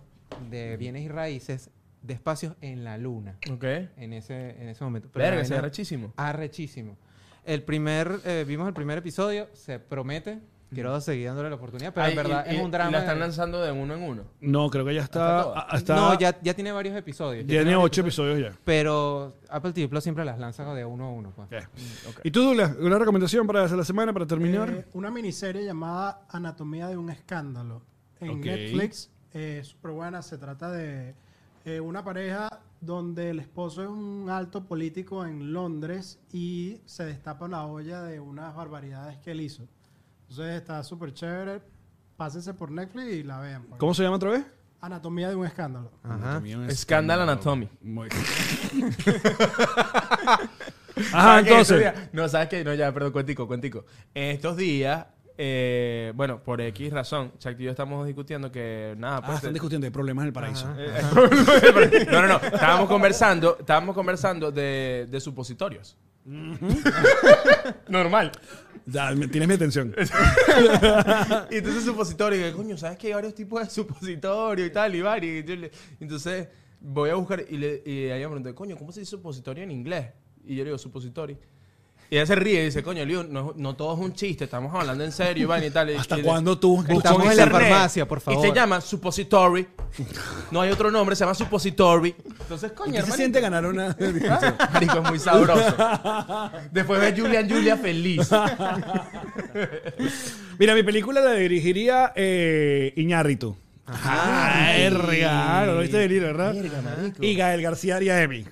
Speaker 3: de bienes y raíces de espacios en la luna
Speaker 1: Ok.
Speaker 3: en ese en ese momento. Pero
Speaker 1: Verga,
Speaker 3: la
Speaker 1: se ve
Speaker 3: vaina-
Speaker 1: rechísimo.
Speaker 3: arrechísimo. El primer, eh, vimos el primer episodio, se promete. Quiero seguir dándole la oportunidad, pero
Speaker 1: Ay,
Speaker 3: en verdad
Speaker 1: y-
Speaker 3: es
Speaker 1: y-
Speaker 3: un
Speaker 1: y
Speaker 3: drama.
Speaker 1: la están
Speaker 3: de-
Speaker 1: lanzando de uno en uno.
Speaker 2: No, creo que ya
Speaker 1: Hasta
Speaker 2: está.
Speaker 1: todas.
Speaker 2: a- hasta-
Speaker 3: No, ya, ya tiene varios episodios. ya
Speaker 2: Tiene
Speaker 3: varios
Speaker 2: ocho episodios ya.
Speaker 3: Pero Apple TV Plus siempre las lanza de uno a uno. Pues.
Speaker 2: Ya. ¿Y tú, Douglas, una recomendación para la semana, para terminar?
Speaker 4: Eh, una miniserie llamada Anatomía de un escándalo en
Speaker 2: Ok.
Speaker 4: Netflix. eh, Es súper buena. Se trata de eh, una pareja donde el esposo es un alto político en Londres y se destapa la olla de unas barbaridades que él hizo. Entonces está súper chévere. Pásense por Netflix y la vean. pues.
Speaker 2: ¿Cómo Ah. se llama otra vez?
Speaker 4: Anatomía de un escándalo.
Speaker 1: Ah,
Speaker 3: Ajá.
Speaker 1: Scandal Anatomy.
Speaker 2: Muy- Ajá,
Speaker 1: ¿Sabes qué? Estos
Speaker 2: entonces.
Speaker 1: días- no, ¿sabes qué? No, ya, perdón, cuentico, cuentico. En estos días, eh, bueno, por X razón, Chuck y yo estamos discutiendo que nada,
Speaker 2: Ah,
Speaker 1: pues...
Speaker 2: están
Speaker 1: eh,
Speaker 2: discutiendo de problemas en el paraíso.
Speaker 1: no, no, no. Estábamos conversando, estábamos conversando de, de supositorios. Normal.
Speaker 2: Ya, me- tienes mi atención.
Speaker 1: Y entonces supositorio, y que, coño, ¿sabes que hay varios tipos de supositorio y tal, y varios? Y yo le- Entonces voy a buscar y, le, y ella me preguntó, coño, ¿cómo se dice supositorio en inglés? Y yo le digo, supositorio. Y ella se ríe y dice, coño, Liu, no, no todo es un chiste, estamos hablando en serio, Iván y tal. Y-
Speaker 2: ¿Hasta
Speaker 1: y-
Speaker 2: cuándo tú?
Speaker 1: Buscó
Speaker 3: Estamos en la
Speaker 1: internet
Speaker 3: farmacia, por
Speaker 1: Y se
Speaker 3: favor.
Speaker 1: llama Suppository. No hay otro nombre, se llama Suppository. Entonces, coño,
Speaker 2: ¿Qué se
Speaker 1: hermanito,
Speaker 2: siente ganar una?
Speaker 1: Marico, es muy sabroso. Después ve Julian Julia feliz.
Speaker 2: Mira, mi película la dirigiría eh, Iñárritu. Ay, regalo, lo viste venir, ¿verdad?
Speaker 1: Verga, marico.
Speaker 2: Y Gael García haría Emi.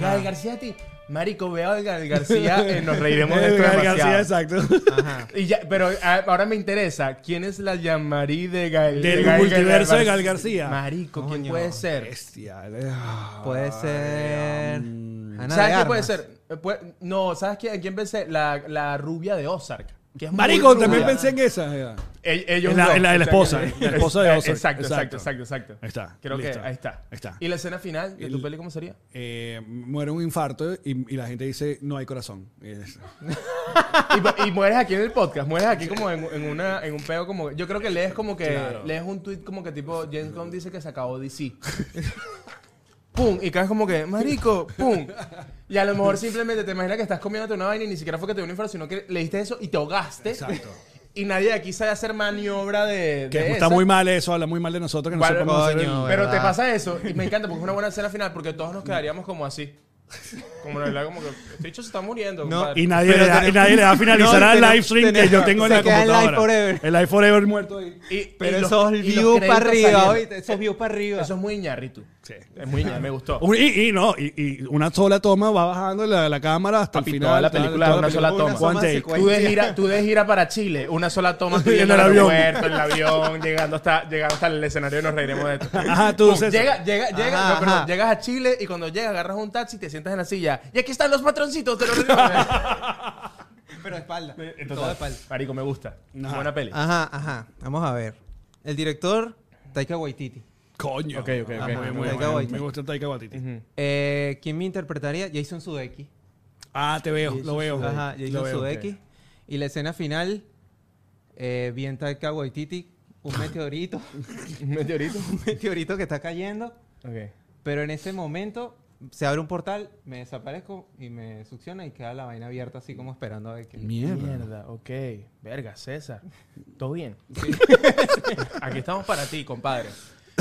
Speaker 1: Gael García, ti. Marico, veo a Gael García, eh, nos reiremos de
Speaker 2: Gael
Speaker 1: esto
Speaker 2: García,
Speaker 1: demasiado. Ah,
Speaker 2: exacto.
Speaker 3: Ajá.
Speaker 1: Y ya, pero a- ahora me interesa, ¿quién es la Yamari de Gael
Speaker 2: Del
Speaker 1: de Gael-
Speaker 2: multiverso
Speaker 1: Gael
Speaker 2: de Gael García.
Speaker 1: Marico, ¿quién
Speaker 3: Coño.
Speaker 1: puede ser?
Speaker 2: Bestia, eh, ah,
Speaker 3: Puede ser.
Speaker 2: mm.
Speaker 3: Ana de
Speaker 1: ¿Sabes qué puede
Speaker 3: Armas.
Speaker 1: ser? Eh, puede- no, ¿sabes quién, quién pensé? La, la rubia de Ozark. Que es muy
Speaker 2: Marico, también
Speaker 1: rubia.
Speaker 2: pensé en esa. eh.
Speaker 1: El- ellos
Speaker 2: En la-
Speaker 1: dos.
Speaker 2: en la- en la
Speaker 1: O sea,
Speaker 2: esposa,
Speaker 1: que-
Speaker 2: en la esposa de
Speaker 1: Eh,
Speaker 2: Ozark.
Speaker 1: Exacto, exacto,
Speaker 2: Exacto.
Speaker 1: exacto, exacto.
Speaker 2: Ahí está,
Speaker 1: Creo
Speaker 2: listo.
Speaker 1: que ahí está.
Speaker 2: Ahí está.
Speaker 1: ¿Y la escena final de tu
Speaker 2: El-
Speaker 1: peli cómo sería?
Speaker 2: Eh, muere un infarto y, y la gente dice no hay corazón. Es-
Speaker 1: Y, pa- y mueres aquí en el podcast, mueres aquí como en, en una, en un peo como... Yo creo que lees como que... Lees un tweet como que tipo James Gunn dice que se acabó DC. pum, y caes como que, marico, pum. Y a lo mejor simplemente te imaginas que estás comiéndote una vaina y ni siquiera fue que te dio un infarto, sino que leíste eso y te ahogaste.
Speaker 2: Exacto.
Speaker 1: Y nadie de aquí sabe hacer maniobra de,
Speaker 2: que
Speaker 1: de
Speaker 2: está
Speaker 1: esa.
Speaker 2: muy mal eso, habla muy mal de nosotros que no
Speaker 1: Vale,
Speaker 2: sepamos hacer el-
Speaker 3: coño.
Speaker 1: Pero
Speaker 3: ¿verdad?
Speaker 1: te pasa eso y me encanta porque es una buena escena final porque todos nos quedaríamos como así. Como la verdad, como que este bicho se está muriendo.
Speaker 3: No,
Speaker 1: compadre.
Speaker 2: Y nadie,
Speaker 3: Pero
Speaker 2: le da, y
Speaker 3: tenemos-
Speaker 2: nadie le da a finalizar
Speaker 3: No,
Speaker 2: al
Speaker 3: tenemos-
Speaker 2: live stream que
Speaker 3: tenemos-
Speaker 2: yo tengo en
Speaker 3: se
Speaker 2: la
Speaker 3: queda en live
Speaker 2: computadora.
Speaker 3: forever.
Speaker 2: El live forever muerto ahí.
Speaker 1: Y-
Speaker 3: Pero
Speaker 1: y los-
Speaker 3: esos
Speaker 1: y los
Speaker 3: views
Speaker 1: créditos
Speaker 3: para arriba,
Speaker 1: saliendo.
Speaker 3: oíste, esos views para arriba.
Speaker 1: Eso es muy ñarritu.
Speaker 2: Sí.
Speaker 1: Es muy ñarritu, me gustó.
Speaker 2: Un- Y, y no, y, y una sola toma va bajando la, la cámara hasta
Speaker 1: Papi,
Speaker 2: el final.
Speaker 1: toda la
Speaker 2: tal,
Speaker 1: película
Speaker 2: toda
Speaker 1: es una sola
Speaker 2: película.
Speaker 1: toma.
Speaker 2: One take.
Speaker 1: Tú de, gira, tú de gira para Chile, una sola toma tú
Speaker 2: En
Speaker 1: yendo
Speaker 2: el
Speaker 1: al
Speaker 2: avión.
Speaker 1: aeropuerto, en el avión, llegando hasta, llegando hasta el escenario y nos reiremos de esto.
Speaker 2: Ajá, tú,
Speaker 1: Pum,
Speaker 2: César.
Speaker 1: llega, llega, llega,
Speaker 3: Ajá,
Speaker 1: no, perdón,
Speaker 3: ajá.
Speaker 1: llegas a Chile y cuando llegas agarras un taxi, te sientas en la silla y aquí están los patroncitos de los reuniones.
Speaker 3: Pero espalda.
Speaker 1: Entonces, Marico, me gusta.
Speaker 2: Ajá.
Speaker 1: Buena peli.
Speaker 3: Ajá, Ah. ajá. Vamos a ver. El director, Taika Waititi.
Speaker 2: Coño.
Speaker 1: Ok, ok, ok.
Speaker 2: Ah, muy, muy,
Speaker 3: Taika
Speaker 2: muy,
Speaker 3: Waititi.
Speaker 2: Me gusta Taika Waititi.
Speaker 3: Eh, ¿Quién me interpretaría? Jason Sudeikis.
Speaker 2: Ah, te veo, lo veo.
Speaker 3: Ajá,
Speaker 2: Lo
Speaker 3: Jason
Speaker 2: veo.
Speaker 3: Sudeikis. Y la escena final, eh, bien Taika Waititi, un meteorito,
Speaker 1: Un meteorito.
Speaker 3: un meteorito que está cayendo,
Speaker 1: Ok.
Speaker 3: pero en ese momento se abre un portal, me desaparezco y me succiona y queda la vaina abierta así como esperando a ver qué...
Speaker 2: Mierda.
Speaker 1: Mierda, ok. Verga, César. ¿Todo bien? Aquí estamos para ti, compadre.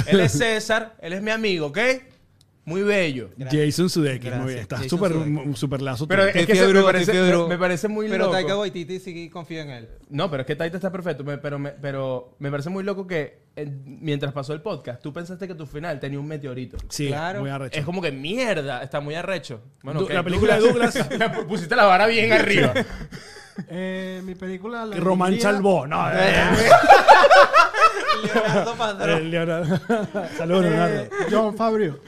Speaker 1: Él es César, él es mi amigo, ¿ok? Muy bello.
Speaker 2: Jason Sudeikis, muy bien.
Speaker 3: Gracias,
Speaker 2: Estás
Speaker 3: Jason
Speaker 2: súper,
Speaker 3: Sudeikis.
Speaker 2: súper lazo.
Speaker 1: Pero
Speaker 2: tú.
Speaker 1: es que
Speaker 3: Estoy
Speaker 1: se- me,
Speaker 3: fiebre,
Speaker 1: parece,
Speaker 3: estoy fiebre.
Speaker 1: me- me parece muy
Speaker 3: Pero
Speaker 1: loco.
Speaker 3: Taika Waititi sí confío en él.
Speaker 1: No, pero es que Taita está perfecto. me- pero, me, pero me parece muy loco que eh, mientras pasó el podcast, tú pensaste que tu final tenía un meteorito.
Speaker 2: sí,
Speaker 3: claro.
Speaker 2: muy arrecho.
Speaker 1: Es como que mierda, está muy arrecho. Bueno,
Speaker 2: Du-
Speaker 1: ok,
Speaker 2: la película de Douglas.
Speaker 1: pusiste la vara bien arriba.
Speaker 4: Eh, mi película... la
Speaker 2: Román
Speaker 4: elegiría-
Speaker 2: Chalbó. No, eh,
Speaker 3: Leonardo Padrón.
Speaker 2: eh, Leonardo. Saludos,
Speaker 4: eh,
Speaker 2: Leonardo.
Speaker 4: John Fabrio.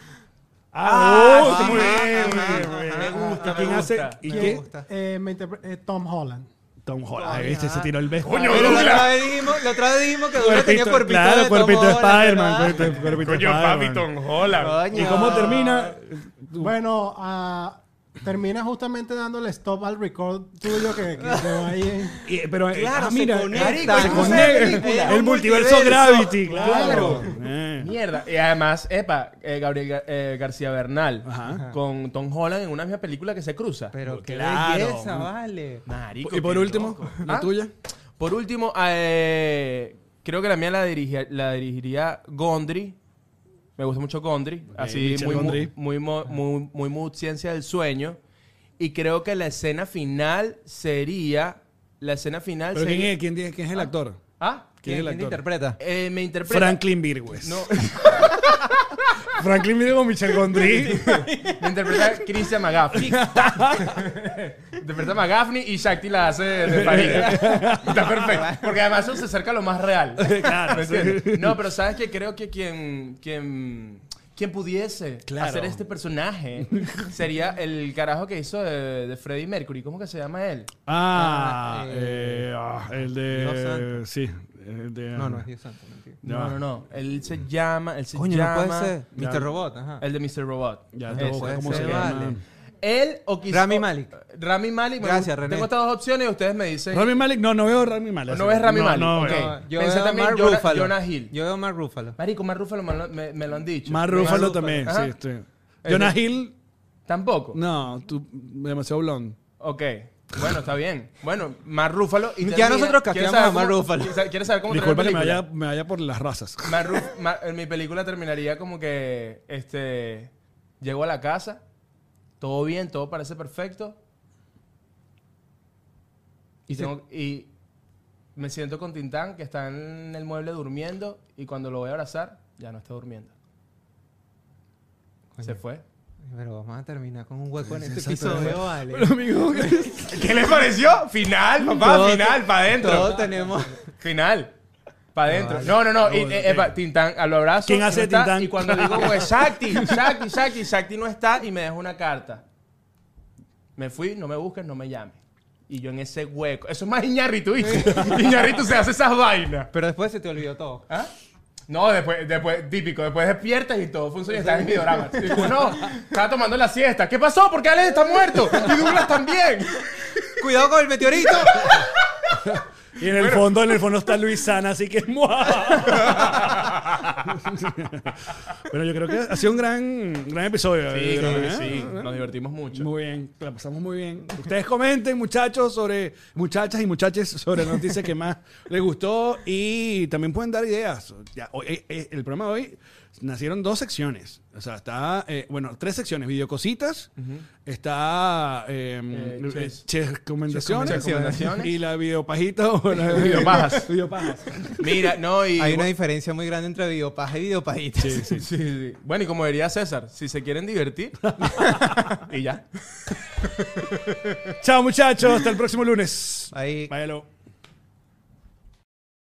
Speaker 2: Ah,
Speaker 1: sí,
Speaker 2: muy
Speaker 1: ajá,
Speaker 2: bien,
Speaker 1: ajá,
Speaker 2: muy bien, muy bien.
Speaker 1: ajá, me gusta, me
Speaker 2: ¿Quién hace?
Speaker 1: gusta.
Speaker 2: ¿Y
Speaker 3: Me
Speaker 2: qué?
Speaker 3: gusta. Está.
Speaker 4: Eh, me interpre- eh, Tom Holland.
Speaker 2: Tom Holland. Ahí viste, se tiró el beso.
Speaker 1: Coño,
Speaker 3: Pero la
Speaker 1: Douglas.
Speaker 3: otra vez dijimos, la otra vez dijimos que Douglas tenía cuerpito
Speaker 2: claro,
Speaker 3: de
Speaker 2: cuerpito de
Speaker 3: Tom Holland,
Speaker 2: Spider-Man.
Speaker 3: ¿verdad?
Speaker 2: cuerpito- cuerpito de
Speaker 1: Coño, papi,
Speaker 2: Spider-Man.
Speaker 1: Tom Holland.
Speaker 2: ¿Y cómo
Speaker 3: Coño.
Speaker 2: termina?
Speaker 4: Bueno, ah, termina justamente dándole stop al record tuyo que, que quedó ahí. en-
Speaker 2: Y- pero, eh,
Speaker 3: Claro,
Speaker 2: ah,
Speaker 3: se
Speaker 2: mira,
Speaker 3: conecta.
Speaker 2: se conecta.
Speaker 3: Es una película.
Speaker 2: El
Speaker 3: Un
Speaker 2: multiverso
Speaker 3: multiverso.
Speaker 2: Gravity, claro.
Speaker 1: Claro.
Speaker 2: Eh.
Speaker 1: Mierda. Y además, epa, eh, Gabriel Ga- eh, García Bernal
Speaker 2: Ajá.
Speaker 1: con Tom Holland en una misma película que se cruza.
Speaker 3: Pero qué
Speaker 2: Claro.
Speaker 3: belleza, vale.
Speaker 1: Marico,
Speaker 2: Y por
Speaker 1: qué
Speaker 2: último,
Speaker 1: loco.
Speaker 2: la
Speaker 1: ¿Ah?
Speaker 2: tuya.
Speaker 1: Por último, eh, creo que la mía la, dirigi- la dirigiría Gondry. Me gusta mucho Gondry. así,
Speaker 2: Michel
Speaker 1: muy, mu-
Speaker 2: Gondry.
Speaker 1: muy, mo- muy, muy, mu- ciencia del sueño. Y creo que la escena final sería. La escena final
Speaker 2: Pero
Speaker 1: sería.
Speaker 2: ¿quién es, quién, quién es el actor?
Speaker 1: ¿Ah?
Speaker 2: ¿Quién
Speaker 3: ¿Quién,
Speaker 2: es el actor?
Speaker 3: quién interpreta?
Speaker 1: Eh, me interpreta.
Speaker 2: Franklin Virgües.
Speaker 1: No,
Speaker 2: Franklin Virgo, Michel Gondry.
Speaker 1: me interpreta Christian McGaffney. interpreta a McGaffney y Shakti la hace de Farida. Está perfecto. Porque además eso se acerca a lo más real.
Speaker 2: claro.
Speaker 1: ¿Me
Speaker 2: sí.
Speaker 1: entiendes? No, pero sabes que creo que quien, quien, quien pudiese
Speaker 2: Claro.
Speaker 1: hacer este personaje sería el carajo que hizo de, de Freddie Mercury. ¿Cómo que se llama él?
Speaker 2: Ah,
Speaker 3: Ah,
Speaker 2: eh, ah, el
Speaker 3: Dios
Speaker 2: de.
Speaker 3: santo.
Speaker 2: Sí. El de,
Speaker 3: No, no es Dios santo, mentira.
Speaker 2: Ya
Speaker 1: No,
Speaker 2: va.
Speaker 1: no, no. Él se llama. Él se
Speaker 3: Coño, no
Speaker 1: llama.
Speaker 3: puede ser.
Speaker 2: Ya.
Speaker 3: Mr. Robot, ajá.
Speaker 1: El de Mr. Robot.
Speaker 2: Ya te
Speaker 1: Ese.
Speaker 2: busco cómo
Speaker 3: ese,
Speaker 2: se
Speaker 3: vale.
Speaker 2: llama.
Speaker 1: Él o quizás.
Speaker 3: Rami Malek.
Speaker 1: Rami Malik.
Speaker 3: Gracias, René.
Speaker 1: Tengo estas dos opciones y ustedes me dicen.
Speaker 2: Rami Malek, no, no veo a Rami Malek.
Speaker 1: No ves Rami Malek,
Speaker 2: No,
Speaker 1: ok.
Speaker 2: veo.
Speaker 3: No, yo
Speaker 1: Pensé
Speaker 3: veo a
Speaker 1: también
Speaker 3: Mark
Speaker 1: Jonah-
Speaker 3: Ruffalo.
Speaker 1: Jonah Hill.
Speaker 3: Yo veo a Mark Ruffalo.
Speaker 1: Marico, Mar Ruffalo me lo, me- me lo han dicho.
Speaker 2: Más
Speaker 1: Mark
Speaker 2: Ruffalo
Speaker 1: Ruffalo.
Speaker 2: también,
Speaker 1: Ajá.
Speaker 2: sí. estoy- Jonah Hill,
Speaker 1: Tampoco.
Speaker 2: no, tú, demasiado blond.
Speaker 1: Ok. Bueno, está bien. Bueno, Mar Rúfalo. Y
Speaker 3: Ya
Speaker 1: termina-
Speaker 3: nosotros
Speaker 1: ¿Quieres
Speaker 3: castigamos
Speaker 1: saber
Speaker 3: a Mark
Speaker 1: cómo-
Speaker 3: Ruffalo.
Speaker 1: ¿Quieres- ¿Quieres saber cómo termina
Speaker 2: Disculpa
Speaker 1: la
Speaker 2: que me
Speaker 1: película?
Speaker 2: vaya, me vaya por las razas.
Speaker 1: Mar Ruf- Mar- en mi película terminaría como que este llego a la casa, todo bien, todo parece perfecto. Y, tengo- y me siento con Tintán que está en el mueble durmiendo y cuando lo voy a abrazar ya no está durmiendo. Se fue.
Speaker 3: Pero vamos a terminar con un hueco en este
Speaker 2: Exacto.
Speaker 3: episodio, vale.
Speaker 1: ¿Qué les pareció? Final, papá,
Speaker 3: Todo-
Speaker 1: final, para adentro.
Speaker 3: Todos tenemos.
Speaker 1: Final. Para adentro.
Speaker 3: vale.
Speaker 1: No, no, no. y,
Speaker 2: No,
Speaker 1: eh,
Speaker 2: ok.
Speaker 1: epa, Tintán, a lo abrazo.
Speaker 2: ¿Quién
Speaker 1: y no
Speaker 2: hace de
Speaker 1: está,
Speaker 2: Tintán?
Speaker 1: Y cuando digo, güey, Shakti, Shakti, Shakti, Shakti no está y me deja una carta. Me fui, no me busques, no me llames. Y yo en ese hueco. Eso es más Iñarritu, ¿viste? Iñarritu se hace esas vainas.
Speaker 3: Pero después se te olvidó todo.
Speaker 1: ¿Ah? No, después, después, típico, después despiertas y todo funciona y estás en videorama. Digo, no, estaba tomando la siesta. ¿Qué pasó? Porque Alex está muerto. Y Douglas también.
Speaker 3: ¡Cuidado con el meteorito!
Speaker 2: Y en el fondo, en el fondo está Luisana, así que ¡mua! Bueno, yo creo que ha sido un gran, gran episodio.
Speaker 1: Sí,
Speaker 2: yo
Speaker 1: creo que
Speaker 2: ¿eh?
Speaker 1: sí. Nos divertimos mucho.
Speaker 2: Muy bien, la pasamos muy bien. Ustedes comenten, muchachos, sobre muchachas y muchaches sobre la noticia que más les gustó y también pueden dar ideas. Ya, hoy, eh, eh, el programa de hoy nacieron dos secciones. O sea, está, eh, bueno, tres secciones: videocositas, está eh,
Speaker 1: Eh,
Speaker 2: eh,
Speaker 1: chess.
Speaker 2: chess recomendaciones,
Speaker 1: Chess recomendaciones.
Speaker 2: y la videopajita o la
Speaker 1: Videopajas.
Speaker 2: videopajas.
Speaker 1: Mira, no, y.
Speaker 3: Hay una diferencia muy grande entre videopaja y videopajita.
Speaker 1: Sí, sí, sí. Bueno, y como diría César, si se quieren divertir, y ya.
Speaker 2: Chao, muchachos, hasta el próximo lunes.
Speaker 3: Ahí.
Speaker 2: Váyalo.